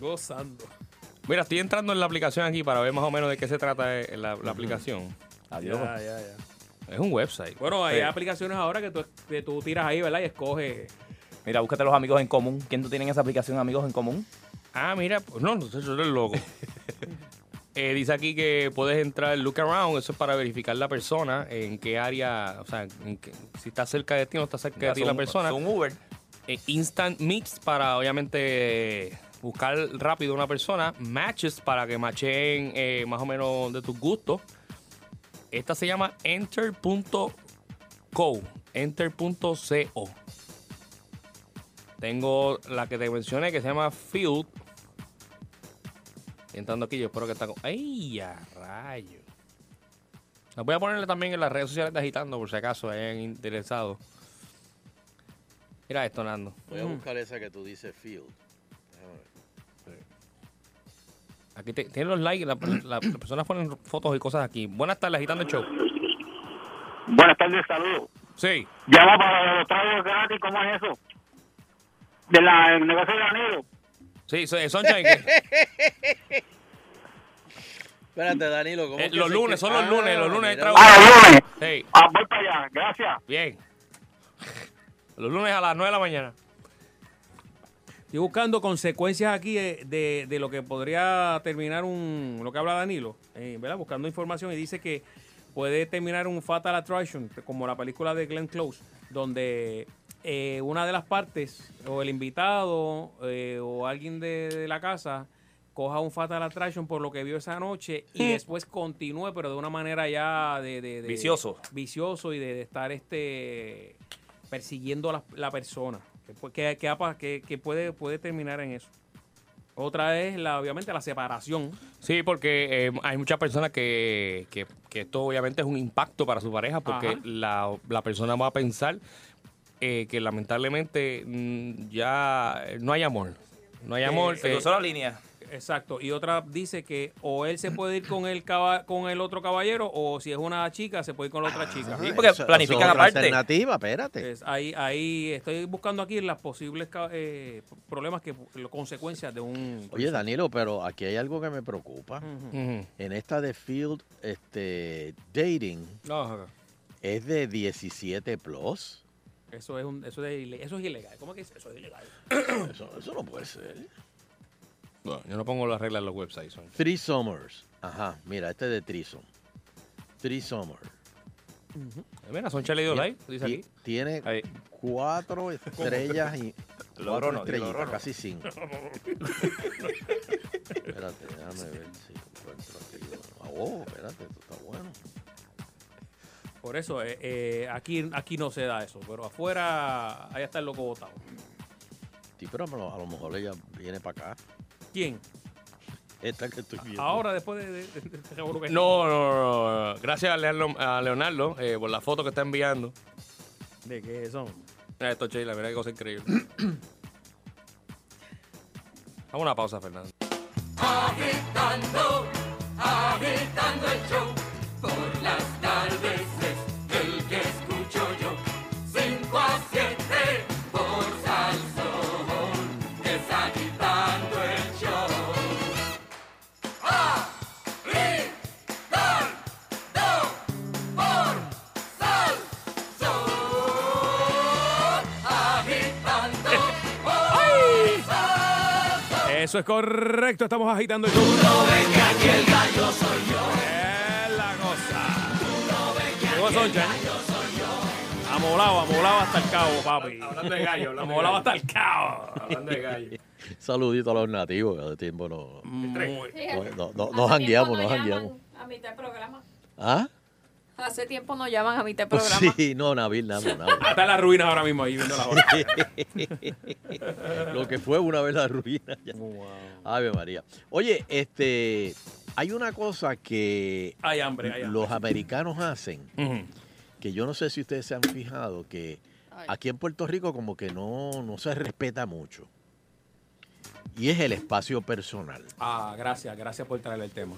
C: Gozando.
E: Mira, estoy entrando en la aplicación aquí para ver más o menos de qué se trata eh, la, la aplicación.
C: Adiós. Ya, ya, ya.
E: Es un website.
C: Bueno, hay
E: Sí.
C: aplicaciones ahora que tú, que tú tiras ahí, ¿verdad? Y escoges.
F: Mira, búscate los amigos en común. ¿Quién tú tienen esa aplicación, amigos en común?
E: Ah, mira, pues no, no sé, yo eres loco. Eh, dice aquí que puedes entrar en Look Around, eso es para verificar la persona, en qué área, o sea, en qué- si está cerca de ti o no está cerca
F: Mira,
E: de ti la
F: son-
E: persona.
F: son
E: Uber. Instant Mix para, obviamente, eh, buscar rápido una persona. Matches para que macheen eh, más o menos de tus gustos. Esta se llama enter.co. Enter.co. Tengo la que te mencioné que se llama Field. Estoy Entrando aquí, yo espero que está con. ¡Ay, ya rayo! La voy a ponerle también en las redes sociales de Agitando, por si acaso hayan interesado. Mira esto, Nando.
D: Voy a buscar esa que tú dices, Field.
E: Aquí te- tienen los likes, la- la- las personas ponen fotos y cosas aquí. Buenas tardes, Agitando el Show.
J: Buenas tardes, saludos.
E: Sí.
J: Llama para los tragos gratis, ¿cómo es eso? De la, el negocio de Danilo.
E: Sí,
C: eh,
E: son- Sunshine.
D: Espérate, Danilo, ¿cómo
E: Eh,
D: es que
E: los
D: se
E: lunes, son los
D: escribe?
E: lunes, los lunes hay
D: mira.
E: trago. Sí.
J: Ah, voy para allá, gracias.
E: Bien. Los lunes a las 9 de la mañana.
C: Estoy buscando consecuencias aquí eh, de, de lo que podría terminar un. Lo que habla Danilo, eh, ¿verdad? Buscando información y dice que puede terminar un Fatal Attraction, como la película de Glenn Close, donde eh, una de las partes, o el invitado, eh, o alguien de, de la casa, coja un Fatal Attraction por lo que vio esa noche y después continúe, pero de una manera ya de. de- de-
F: Vicioso.
C: Vicioso y de, de estar este persiguiendo a la, la persona. Que, pu- que, que apa- que- que puede, puede terminar en eso. Otra es, la, obviamente, la separación.
E: Sí, porque eh, hay muchas personas que, que- que esto obviamente es un impacto para su pareja porque
C: Ajá.
E: la, la persona va a pensar eh, que lamentablemente mm, ya no hay amor. No hay amor.
F: se
E: eh,
F: cruzó la línea.
C: Exacto. Y otra dice que o él se puede ir con el caba- con el otro caballero o si es una chica se puede ir con la otra chica.
D: Ah, sí, porque esa- planifican esa es otra aparte. alternativa, espérate.
C: Es- ahí, ahí estoy buscando aquí las posibles ca- eh, problemas que lo- consecuencias de un
D: Oye, Danilo, pero aquí hay algo que me preocupa.
C: Ujú.
E: Ujú.
D: En esta de Field este, Dating,
E: No,
D: es de 17 plus.
C: eso es un, eso es ile- eso es ilegal. ¿Cómo que es? eso es ilegal?
D: eso, eso no puede ser.
E: no, yo no pongo las reglas en los websites. son-
D: Three Summers. Ajá, mira, este es de Trisom. Three Summer.
E: eh, Mira, son Charlie
D: Mira,
E: Live, dice
D: ti-
E: aquí.
D: Tiene cuatro estrellas y.
E: Lo
D: cuatro
E: orono,
D: estrellitas,
E: lo orono.
D: casi cinco. espérate, déjame ver si encuentro aquí. uno. Oh, espérate, esto está bueno.
C: Por eso, eh, eh, aquí, aquí no se da eso, pero afuera allá está el loco botado.
D: Sí, pero a lo, a lo mejor ella viene para acá.
C: ¿Quién?
D: Esta que estoy viendo.
C: Ahora, después de... de- de- de- seguro que-
E: No, no, no, no. Gracias a Leonardo, a Leonardo, eh, por la foto que está enviando.
C: ¿De qué son?
E: Mira esto, Sheila, mira qué cosa increíble. Vamos a una pausa, Fernando.
A: Agitando, agitando el show. Por las tardes es el que escucho yo. 5 a 7 por Salsón. Es agitando el show. Agitando por Salsón. Agitando por Salsón.
C: Eso es correcto, estamos agitando el show. No ves que aquí el gallo soy yo. Es la cosa. Llegó Soncha, ¿eh? Amolado, amolado hasta el cabo, papi. Hablando
E: de gallo, hablando de
C: Amolado
E: gallo.
C: hasta el cabo.
E: Hablando de gallo.
D: Saludito a los nativos, que hace tiempo no.
C: Muy-
D: No, no, no,
G: Hace
D: no jangueamos,
G: tiempo
D: no
G: no
D: jangueamos.
G: A mitad de programa.
D: ¿Ah?
G: Hace tiempo no llaman a mitad de
D: Pues
G: programa.
D: sí, no, Nabil, nada, nada.
C: Está en las ruinas ahora mismo ahí viendo las horas.
D: Lo que fue una vez la ruina. ya. Ave María. Oye, este, hay una cosa que
C: Hay hambre, hay hambre.
D: los americanos hacen, que yo no sé si ustedes se han fijado, que aquí en Puerto Rico como que no, no se respeta mucho. Y es el espacio personal.
C: Ah, gracias, gracias por traer el tema.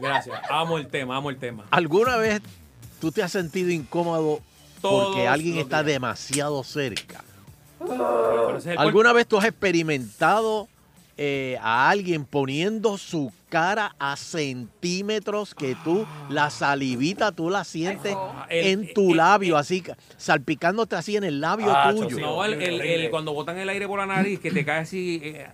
C: Gracias, amo el tema, amo el tema.
D: ¿Alguna vez tú te has sentido incómodo
C: Todos
D: porque alguien
C: los
D: está
C: días.
D: demasiado cerca?
C: Pero ese es el
D: ¿Alguna vez tú has experimentado eh, a alguien poniendo su cara a centímetros que tú, la salivita tú la sientes en tu labio, así ca- salpicándote así en el labio
C: Ah,
D: tuyo.
C: No, el, el- el- cuando botan el aire por la nariz, que te cae así. eh,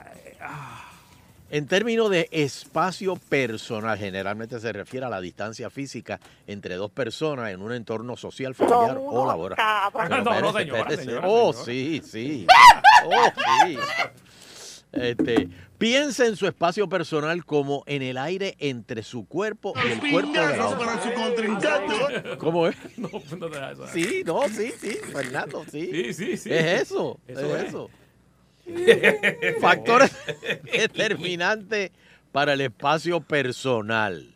D: En términos de espacio personal, generalmente se refiere a la distancia física entre dos personas en un entorno social, familiar
U: Son
D: o
U: unos
D: laboral.
U: cabrones.
D: Pero
U: No, no,
D: espérese,
U: señora,
D: espérese.
U: señora,
D: Oh, sí, sí.
B: ¡Ah!
D: Oh, sí. Este, piensa en su espacio personal como en el aire entre su cuerpo y el cuerpo de la otra.
U: para su contrincante.
D: ¿Cómo es?
C: No, no te hagas eso. eh.
D: Sí, no, sí, sí, Fernando, sí.
C: Sí, sí, sí.
D: Es eso,
C: Eso
D: es
C: es.
D: eso. Factores determinantes para el espacio personal.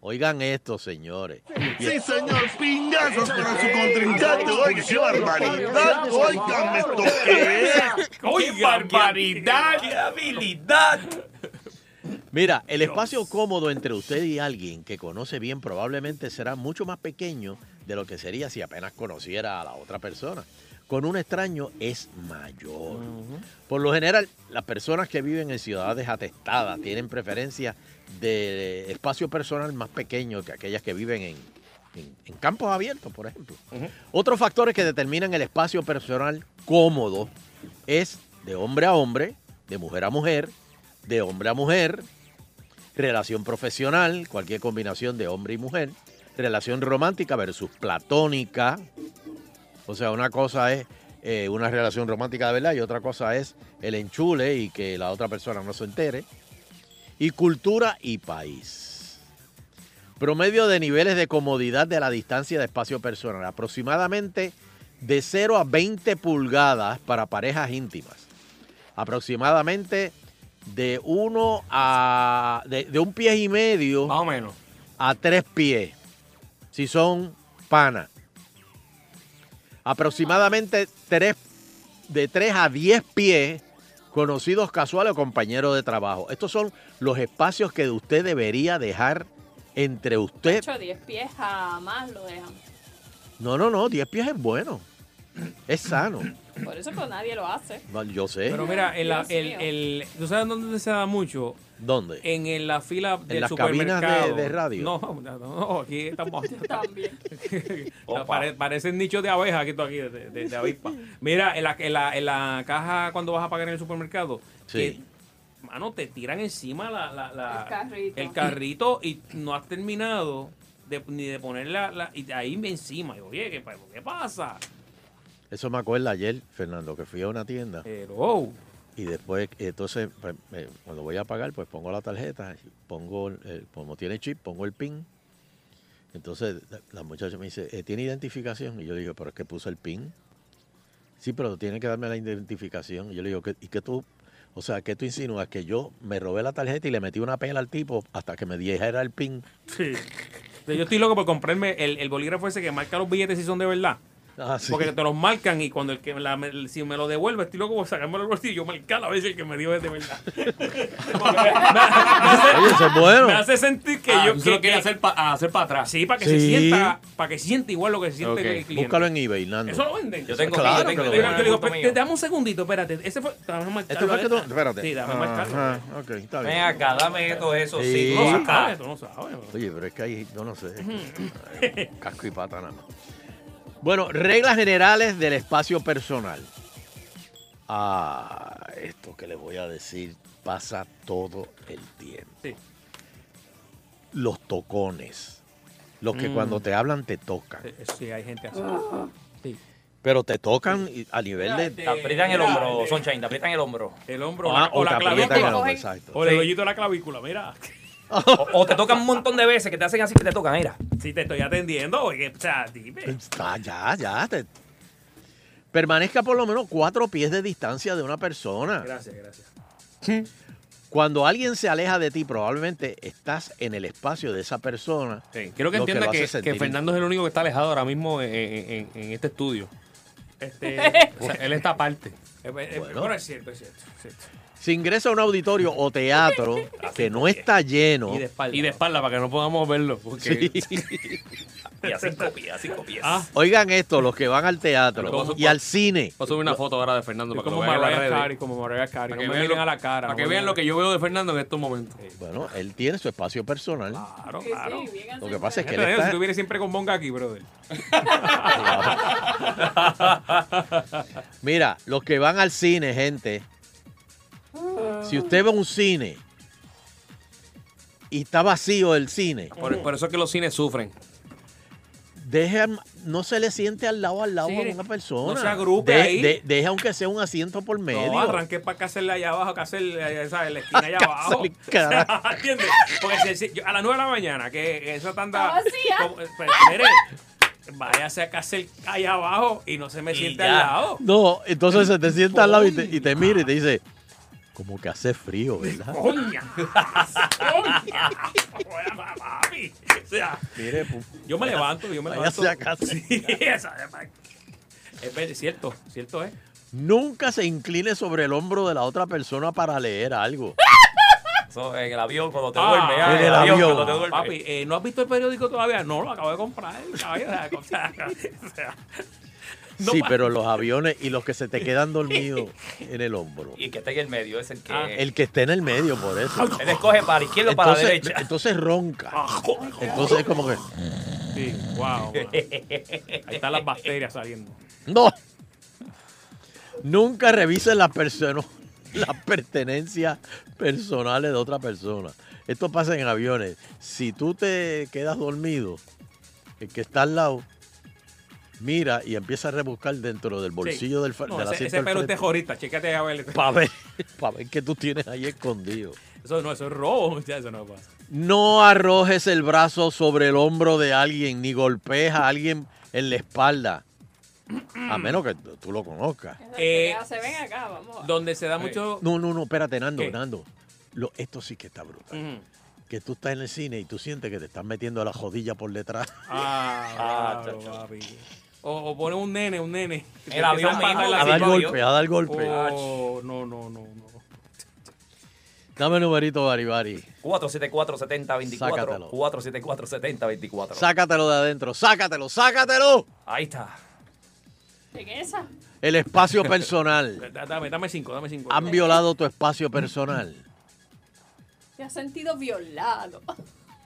D: Oigan esto, señores.
U: Sí, señor, pingazos para su contrincante. Oiga, qué barbaridad. Oigan esto que es.
E: ¡Qué barbaridad! ¡Qué habilidad!
D: Mira, el espacio cómodo entre usted y alguien que conoce bien probablemente será mucho más pequeño de lo que sería si apenas conociera a la otra persona. Con un extraño es mayor. Por lo general, las personas que viven en ciudades atestadas tienen preferencia de espacio personal más pequeño que aquellas que viven en, en- en campos abiertos, por ejemplo. Otros factores que determinan el espacio personal cómodo es de hombre a hombre, de mujer a mujer, de hombre a mujer, relación profesional, cualquier combinación de hombre y mujer, relación romántica versus platónica. O sea, una cosa es eh, una relación romántica de verdad y otra cosa es el enchule y que la otra persona no se entere. Y cultura y país. Promedio de niveles de comodidad de la distancia de espacio personal, aproximadamente de 0 a 20 pulgadas para parejas íntimas. Aproximadamente de 1 a. De, de un pie y medio. Más o menos. A tres pies. Si son panas. Aproximadamente tres, de 3 a 10 pies, conocidos casuales o compañeros de trabajo. Estos son los espacios que usted debería dejar entre usted.
G: 8 10 pies jamás lo dejan.
D: No, no, no, 10 pies es bueno. Es sano.
G: Por eso pues nadie lo hace.
D: Bueno, Yo sé.
C: Pero mira, en la,
G: Dios
C: el,
G: mío.
C: el- ¿tú sabes dónde se da mucho?
D: ¿Dónde?
C: En, el- la fila del
D: las cabinas de-
C: supermercado.
D: de radio?
C: No, no, no, aquí estamos. No, pare- parecen nichos de abeja aquí, tú aquí, de, de- de avispa. Mira, en la, en, la, en la caja cuando vas a pagar en el supermercado,
D: Sí.
C: que, mano, te tiran encima la, la- la-
G: El carrito.
C: el carrito y no has terminado de- ni de poner la, la- y ahí encima. Yo, oye, ¿qué, pa- qué pasa?
D: Eso me acuerda ayer, Fernando, que fui a una tienda.
C: oh.
D: Y después, entonces, pues, me- cuando voy a pagar, pues pongo la tarjeta, pongo, el- el- como tiene chip, pongo el PIN. Entonces, la, la muchacha me dice, "Eh, ¿tiene identificación? Y yo le digo, pero es que puse el PIN. Sí, pero tiene que darme la identificación. Y yo le digo, "¿Qué- ¿y qué tú? O sea, ¿qué tú insinúas? Que yo me robé la tarjeta y le metí una pela al tipo hasta que me dijera el PIN.
C: Sí. Yo estoy loco por comprarme el, el bolígrafo ese que marca los billetes si son de verdad.
D: Ah, sí.
C: Porque te los marcan y cuando el que la- el- si me lo devuelve, estoy loco por sacarme el bolsillo y yo marcar a veces el que me dio es de verdad.
D: Oye, eso es bueno.
C: Me hace sentir que yo.
E: tú lo quieres
C: hacer para hacer para atrás. Sí, para que se
D: Sí.
C: sienta, para que sienta igual lo que se siente
D: Ok.
C: el cliente.
D: Búscalo en eBay, Nando.
C: Eso lo venden.
D: Yo tengo, Claro yo tengo, que lo
C: Yo le
D: venden.
C: digo, "Pero, te- dame un segundito, espérate. Ese fue. Dame marcarlo.
D: Esto fue que tú...
C: ahorita".
D: Espérate.
C: Sí, dame marcarlo.
D: Ajá, ok, está bien.
F: Ven acá, dame todo eso, sí.
D: Sí.
F: tú lo sacas.
C: Ah, tú no sabes.
D: Oye, pero es que ahí, yo no sé. Casco y pata nada más. Bueno, reglas generales del espacio personal. Ah, esto que les voy a decir pasa todo el tiempo.
C: Sí.
D: Los tocones. Los que
C: Mm.
D: cuando te hablan te tocan.
C: Sí, Eh, Sí, hay gente así. Sí.
D: Pero te tocan y- a nivel de.
F: Te
E: este-
F: aprietan el hombro, Sunshine, te aprietan el hombro.
C: El hombro
D: Ah, o te aprietan el hombro, exacto.
C: O el hoyito de la clavícula, mira.
F: O, o te tocan un montón de veces que te hacen así que te tocan, mira.
C: Si te estoy atendiendo, oye, o sea, dime.
D: Está, ya, ya. te- Permanezca por lo menos cuatro pies de distancia de una persona.
C: Gracias, gracias.
D: Cuando alguien se aleja de ti, probablemente estás en el espacio de esa persona.
E: Quiero
D: lo
E: que entienda
D: lo
E: que,
D: hace
E: que
D: sentir
E: Fernando es el único que está alejado ahora mismo en, en- en este estudio.
C: Este,
E: O sea, él está aparte.
C: Eh, eh, Bueno, es cierto, es cierto. es cierto.
D: si ingresa a un auditorio o teatro que no está lleno,
E: Y de espalda. Y de espalda para que no podamos verlo. Porque...
F: Y a cinco pies, a cinco pies.
C: Ah,
D: oigan esto, los que van al
E: Ah. Pero
D: teatro
E: vos-
D: y al cine.
E: Voy a subir una foto ahora de Fernando para que lo
C: Como
E: vean en las
C: Mariah
E: redes.
C: Carey, como Mariah
E: Para
C: Carey. No
E: que
C: me
E: vean
C: miren
E: lo-
C: a la cara.
E: Para
C: no
E: que
C: me
E: vean
C: miren.
E: lo que yo veo de Fernando en estos momentos.
D: Bueno, él tiene su espacio personal.
C: Claro, claro.
D: Lo que pasa es que él
C: Fíjate,
D: está-
C: Si tú vienes siempre con bonga aquí, brother.
D: Mira, los que van al cine, gente,
C: Ah.
D: si usted va a un cine y está vacío el cine,
E: Por, por eso es que los cines sufren.
D: deja, no se le siente al lado al lado
C: Sí,
D: a una persona.
C: no se agrupe
D: De-
C: ahí.
D: de- deja aunque sea un asiento por medio.
C: No, arranqué para acá hacerle allá abajo, acá hacerle allá, ¿sabes? en la esquina allá abajo.
D: Hacerle cara.
C: ¿Entiendes? Porque si- si- yo- a las 9 de la mañana, que que esa tanda.
G: Está vacía.
C: como- eh, pues, mire, váyase acá a hacer allá abajo y no se me siente
D: ya.
C: al lado.
D: No, entonces se te sienta al lado y te, y te mira y te dice, como que hace frío, ¿verdad?
C: ¡Coña! ¡Coña! Fuera, papi. O sea,
D: Mire,
C: yo me levanto, yo me
D: váyase
C: levanto.
D: a casa.
C: Sí, esa- es ver- cierto, cierto es.
D: Nunca se incline sobre el hombro de la otra persona para leer algo.
F: Eso en el avión cuando te
C: Ah,
F: duermes. ah,
D: en el avión.
F: cuando te duermes.
C: Papi, eh, ¿no has visto el periódico todavía? No, lo acabo de comprar. caballo, o sea, o sea, no
D: sí,
C: pa-
D: pero los aviones y los que se te quedan dormidos en el hombro. Ah,
F: Y el que está en el medio es el que.
D: El que esté en el medio, por eso.
F: Él escoge para izquierda o para la
D: Entonces,
F: derecha. Ah,
D: entonces ronca. Entonces es como que.
C: Sí, wow. mano. Ahí están las bacterias saliendo.
D: ¡No! Nunca revisen las personas las pertenencias personales de otra persona. Esto pasa en aviones. Si tú te quedas dormido, el que está al lado mira y empieza a rebuscar dentro del bolsillo
C: Sí.
D: del, fa-
C: No,
D: del
C: ese,
D: asiento
C: ese
D: del
C: pelo es
D: frente.
C: de jorita, chécate a ver.
D: para ver, pa' ver qué tú tienes ahí escondido.
C: Eso no, eso es robo. Ya, eso no pasa.
D: No arrojes el brazo sobre el hombro de alguien ni golpees a alguien en la espalda. A menos que t- tú lo conozcas.
C: Mm. Eh,
G: se ven acá, vamos.
C: donde se da mucho.
D: No, no, no, espérate, Nando,
C: ¿Qué?
D: Nando. Lo- esto sí que está brutal.
C: Ujú.
D: Que tú estás en el cine y tú sientes que te están metiendo la jodilla por detrás.
C: Ah, claro, papi. O, o pone un nene, un nene.
F: El avión
C: Empiezan bajar
F: mismo,
C: la
D: a dar
C: silla.
D: golpe, a dar golpe.
C: Oh, no, no, no, no.
D: Dame el numerito, Baribari.
F: 474-70-24.
D: Sácatelo.
F: 474-70-24.
D: Sácatelo de adentro, sácatelo, sácatelo.
F: Ahí está.
G: ¿En esa?
D: El espacio personal.
C: Da- Dame, dame cinco, dame cinco.
D: Han violado tu espacio personal.
G: Me has sentido violado.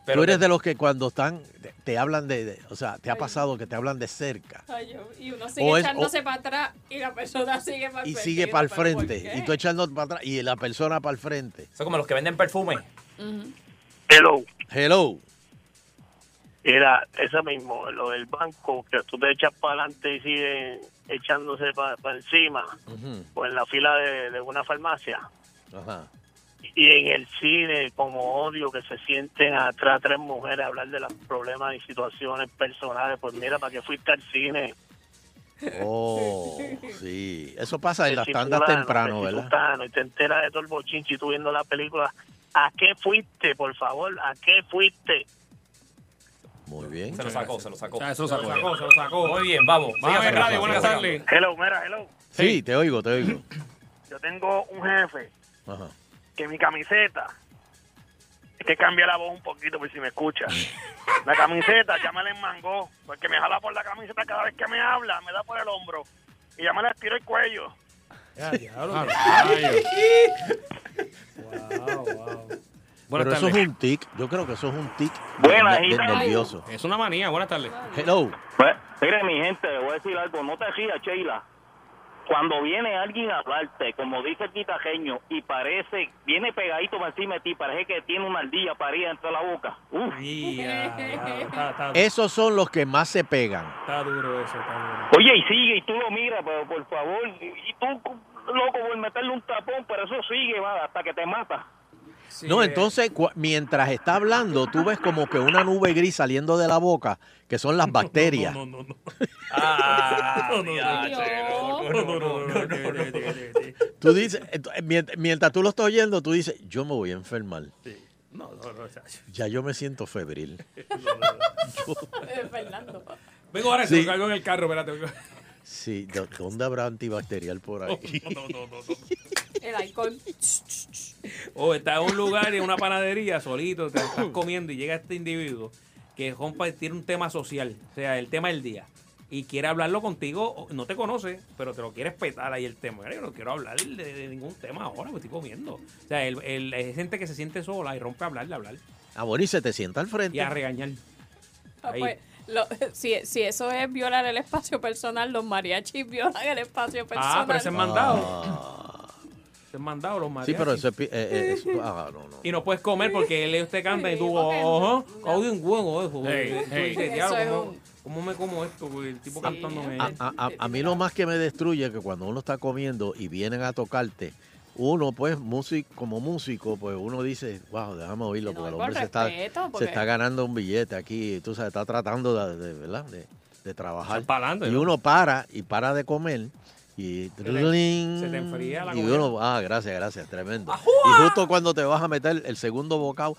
D: tú eres de los que cuando están, te, te hablan de, de- o sea, te ha pasado que te hablan de cerca
G: Ay, yo- y uno sigue
D: O es-
G: echándose
D: o-
G: para atrás y la persona sigue para el
D: y
G: frente.
D: sigue
G: yo,
D: para el
G: ¿pero por
D: frente
G: qué?
D: y tú echando para atrás y la persona para el frente.
F: Son como los que venden perfume.
G: Ujú.
J: Hello.
D: Hello.
J: Era eso mismo, lo del banco, que tú te echas para adelante y siguen echándose para encima, o en la fila de, de una farmacia.
D: Ajá.
J: Y en el cine, como odio que se sienten atrás tres mujeres a hablar de los problemas y situaciones personales, pues mira, ¿para qué fuiste al cine?
D: Oh, sí. Eso pasa en las
J: Si
D: tandas
J: fulano,
D: temprano,
J: que si
D: ¿verdad?
J: fulano, Y te enteras de todo el bochinche y tú viendo la película. ¿A qué fuiste, por favor? ¿A qué fuiste?
D: Muy bien.
F: Se lo sacó, se lo sacó.
E: Se lo sacó,
C: se lo sacó.
F: Muy bien, vamos.
E: Vamos a
F: Sígase,
E: ver radio,
F: sígase,
E: buenas
F: sígase.
E: tardes.
J: Hello, mira, hello.
D: Sí, te oigo, te oigo.
J: Yo tengo un jefe
D: Ajá.
J: que mi camiseta. Es que cambia la voz un poquito por si me escucha. La camiseta, llámala en mangó, porque me jala por la camiseta cada vez que me habla, me da por el hombro. Y ya me la estiro el cuello.
D: Pero
E: Buenas
D: eso es
E: tardes.
D: un tic. Yo creo que eso es un tic
O: Buenas,
D: de- de-
O: gitano.
D: nervioso.
E: Es una manía, buenas tardes.
D: Hello.
O: Pues, mire, mi gente, le voy a decir algo. No te rías, Sheila. Cuando viene alguien a hablarte, como dice el guitajeño, y parece, viene pegadito para encima de ti, parece que tiene una ardilla parida entre la boca. Uf.
D: Esos son los que más se pegan.
C: Está duro eso, está duro.
O: Oye, y sigue, y tú lo miras, pero por favor, y tú, loco, por meterle un tapón, pero eso sigue, va, hasta que te mata.
D: No, entonces, cua- mientras está hablando, tú ves como que una nube gris saliendo de la boca, que son las bacterias.
F: Ah,
C: No, no, no,
F: diache,
C: no, no, no, no, no, no, no, no.
D: Tú dices, ent- mient- mientras tú lo estás oyendo, tú dices, yo me voy a enfermar.
C: No, no, no, chacho.
D: Ya yo me siento febril.
G: Eh, Fernando.
C: Vengo ahora,
D: Sí.
C: se lo cargo en el carro, espérate.
D: Sí, ¿dó- ¿dónde habrá antibacterial por ahí?
C: Oh, No, no, no, no, no.
G: el alcohol.
C: O estás en un lugar, en una panadería, solito, te estás comiendo y llega este individuo que compa- tiene un tema social, o sea, el tema del día, y quiere hablarlo contigo, o- no te conoce, pero te lo quieres petar ahí el tema. Mira, Yo no quiero hablar de, de ningún tema ahora, me estoy comiendo. O sea, el, el- hay gente que se siente sola y rompe a hablarle, a hablar
D: Ah, bueno, y se te sienta al frente.
C: y a regañar.
G: Ah,
C: Ahí.
G: pues, lo- si, si eso es violar el espacio personal, los mariachis violan el espacio personal.
C: Ah, pero ese es mandado. Ese es mandado, los
D: Ah, Sí,
C: mariachis.
D: pero eso es... pi- eh, eh, eso- ah, no, no.
C: Y no puedes comer porque él y usted canta y tú, ojo, oye un huevo, ojo.
D: Hey,
C: Tú
D: hey.
C: dices,
D: Eso
C: "Diablo,
D: es
C: ¿cómo, cómo me como esto? güey? El tipo cantándome.
G: Eh,
D: A, a- a- a mí lo más que me destruye es que cuando uno está comiendo y vienen a tocarte, uno pues músico, como músico, pues uno dice, wow, déjame oírlo, porque el
G: por
D: hombre se está,
G: respeto,
D: se
G: porque-
D: está ganando un billete aquí, tú sabes, está tratando de, de- ¿verdad? de, de trabajar.
C: Está pa'lante,
D: y
C: ¿no?
D: uno para y para de comer. Y,
C: te- se te enfría la
D: y
C: comida.
D: uno, ah, gracias, gracias, tremendo. Y justo cuando te vas a meter el segundo bocado,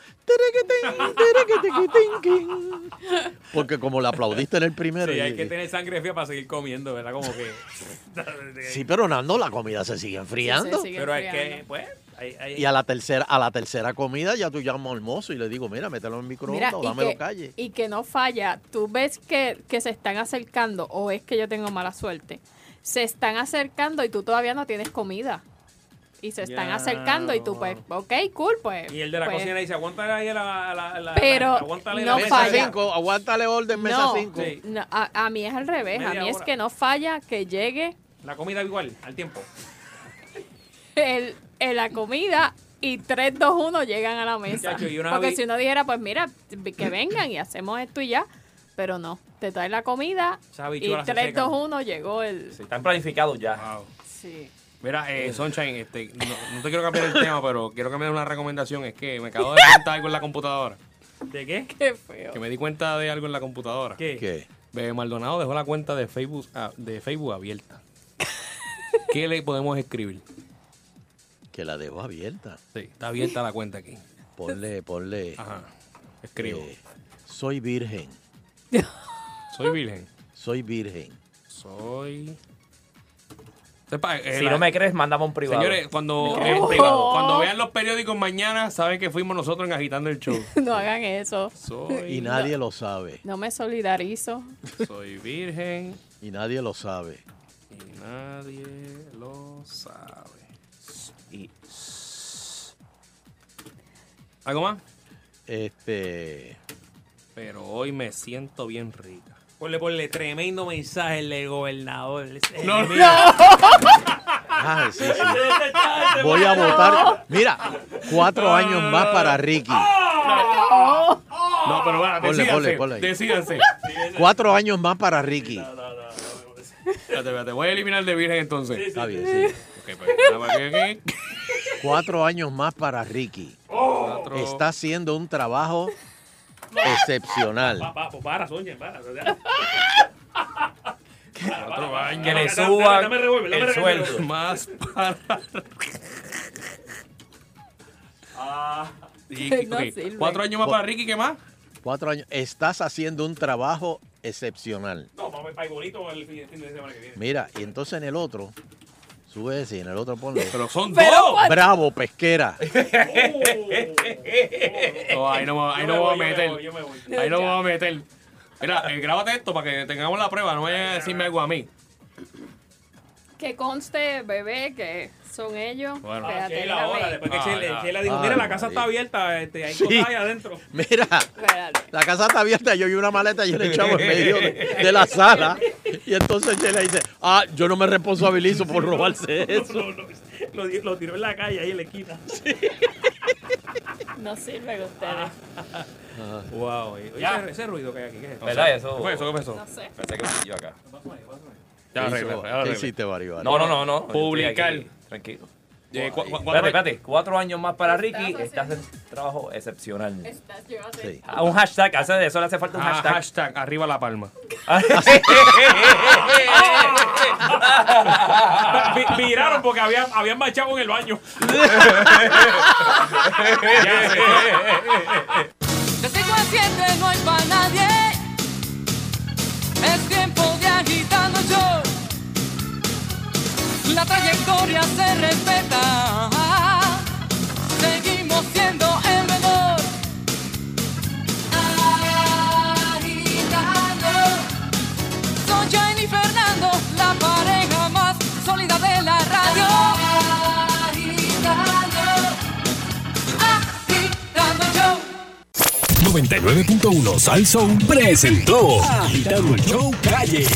D: porque como le aplaudiste en el primero,
C: Sí,
D: y-
C: hay que tener sangre fría para seguir comiendo, ¿verdad? Como que.
D: Sí, pero Nando, la comida se sigue enfriando.
C: Pero es que, pues. hay- hay-
D: Y a la tercera, a la tercera comida ya tú llamas al mozo y le digo, mira, mételo en el microondas
G: Mira,
D: o
G: y
D: dámelo
G: que,
D: calle.
G: y que no falla. Tú ves que, que se están acercando, o es que yo tengo mala suerte. Se están acercando y tú todavía no tienes comida. Y se están
C: Ya,
G: acercando y tú, pues, ok, cool, pues.
C: Y el de la
G: pues,
C: cocina dice, aguántale ahí a la, a la, a la-
G: Pero
C: aguántale
G: no
C: la-
G: falla.
D: aguántale orden,
G: no, no, a, a mí es al revés. a
C: Media
G: mí es
C: hora.
G: que no falla que llegue
C: La comida igual, al tiempo.
G: el, el- la comida y 3, 2, 1 llegan a la mesa.
C: Muchacho, y una
G: Porque
C: vi-
G: si uno dijera, pues mira, que vengan y hacemos esto y ya. Pero no, te traes la comida
E: Esa
G: y
E: bichuela se
G: 3,
E: seca.
G: 2, 1 llegó el...
E: Están planificados ya.
G: Sí.
E: Mira, eh, Sunshine, este, no, no te quiero cambiar el tema, pero quiero cambiar una recomendación. Es que me acabo de dar cuenta de algo en la computadora.
C: ¿De qué?
G: Qué feo.
E: Que me di cuenta de algo en la computadora.
C: ¿Qué?
E: Bebe Maldonado dejó la cuenta de Facebook, ah, de Facebook abierta. ¿Qué le podemos escribir?
D: Que la dejó abierta.
E: Sí, está abierta la cuenta aquí.
D: Ponle, ponle.
E: Ajá. Escribo.
D: eh, soy virgen.
E: Soy virgen.
D: Soy virgen.
E: Soy. Sepa, eh,
F: Si
E: la-
F: no me crees, mandamos un privado.
E: Señores,
F: Me
E: cuando,
F: Oh. escriben
E: eh,
F: privado.
E: cuando vean los periódicos mañana, saben que fuimos nosotros en Agitando el Show.
G: No hagan eso.
E: Soy-
D: Y nadie lo sabe.
G: No me solidarizo.
E: Soy virgen.
D: Y nadie lo sabe.
E: Y nadie lo sabe.
D: Este.
E: Y- ¿Algo más?
D: Este.
E: Pero hoy me siento bien rica.
C: Ponle, ponle tremendo mensaje el del gobernador.
E: No,
C: Ese-
D: Ay, sí, sí.
C: Ese-
D: Voy a votar. Mira, cuatro años más para Ricky.
E: No, pero
D: Ponle,
E: bueno, Ah, decídanse.
D: ponle, ponle ahí.
E: decídanse.
D: Cuatro años más para Ricky.
E: Espérate, espérate. Voy a eliminar el de virgen entonces.
D: Está bien, sí.
E: Ok, pues, nada más que-
D: Cuatro años más para Ricky.
E: Cuatro-
D: Está haciendo un trabajo excepcional.
C: Pa- pa- pues para, Sonia, para.
E: Cuatro años.
F: Que le suban
C: Dame revólver, dame
F: el
C: revólver.
F: sueldo.
E: Más para. Y-
D: No
E: ok,
D: sirve.
E: Cuatro años más para Ricky, ¿qué más?
D: Cuatro años. Estás haciendo un trabajo excepcional.
C: No, vamos para el bonito el fin fin de semana que viene.
D: Mira, y entonces en el otro, sube ese y en el otro ponle.
E: Pero son
C: Pero dos. what-
D: Bravo, pesquera.
E: No, Oh, ahí no, me- ahí no
C: Oh. Yo me
E: me voy a
C: voy, yo me
E: meter.
C: voy, yo me voy.
E: Ahí no me voy a meter. Mira, eh, grábate esto para que tengamos la prueba. No vayas a decirme algo a mí.
G: Que conste, bebé, que son ellos.
E: Bueno.
C: Ah,
G: Espérate,
C: Sheila ahora,
G: déjame-
C: después que
E: Ah,
C: Sheila,
E: ya.
C: Sheila dijo,
D: Ay,
C: mira, la casa
D: María.
C: está abierta, este, hay
D: Sí.
C: cosas ahí adentro.
D: Mira,
G: espérate.
D: la casa está abierta. Yo vi una maleta y yo le echaba en medio de, de la sala. Y entonces Chela dice: Ah, yo no me responsabilizo por robarse eso.
C: Lo, di- lo tiró en la calle, ahí en la esquina.
G: No sirven ustedes.
C: Wow,
E: Ya.
C: ese, ese ruido que hay aquí, ¿qué es eso?
F: ¿Verdad eso?
E: ¿Qué fue eso? ¿Qué fue eso?
G: No sé.
F: Pensé que fui yo acá.
E: Ya arregla,
D: hizo-
E: ya
D: qué
E: arregla.
D: hiciste, Bari, Bari?
F: No, no, no, no.
E: Publicar.
F: Estoy aquí, Tranquilo.
E: Eh, cu- cu-
F: Espérate,
E: cuatro-
F: espérate. Cuatro años más para Ricky. Estás en trabajo excepcional.
D: Sí.
F: Ah, un hashtag. Hace de eso le hace falta un
E: Ah,
F: hashtag.
E: hashtag, arriba la palma.
D: Ah,
C: Vi- Viraron porque había, habían marchado en el baño. Ya sé.
N: De 5 a 7 no hay para nadie. Es tiempo de agitando yo. La trayectoria se respeta.
E: 99.1 Sal Soul presentó Agitando el Show Calle.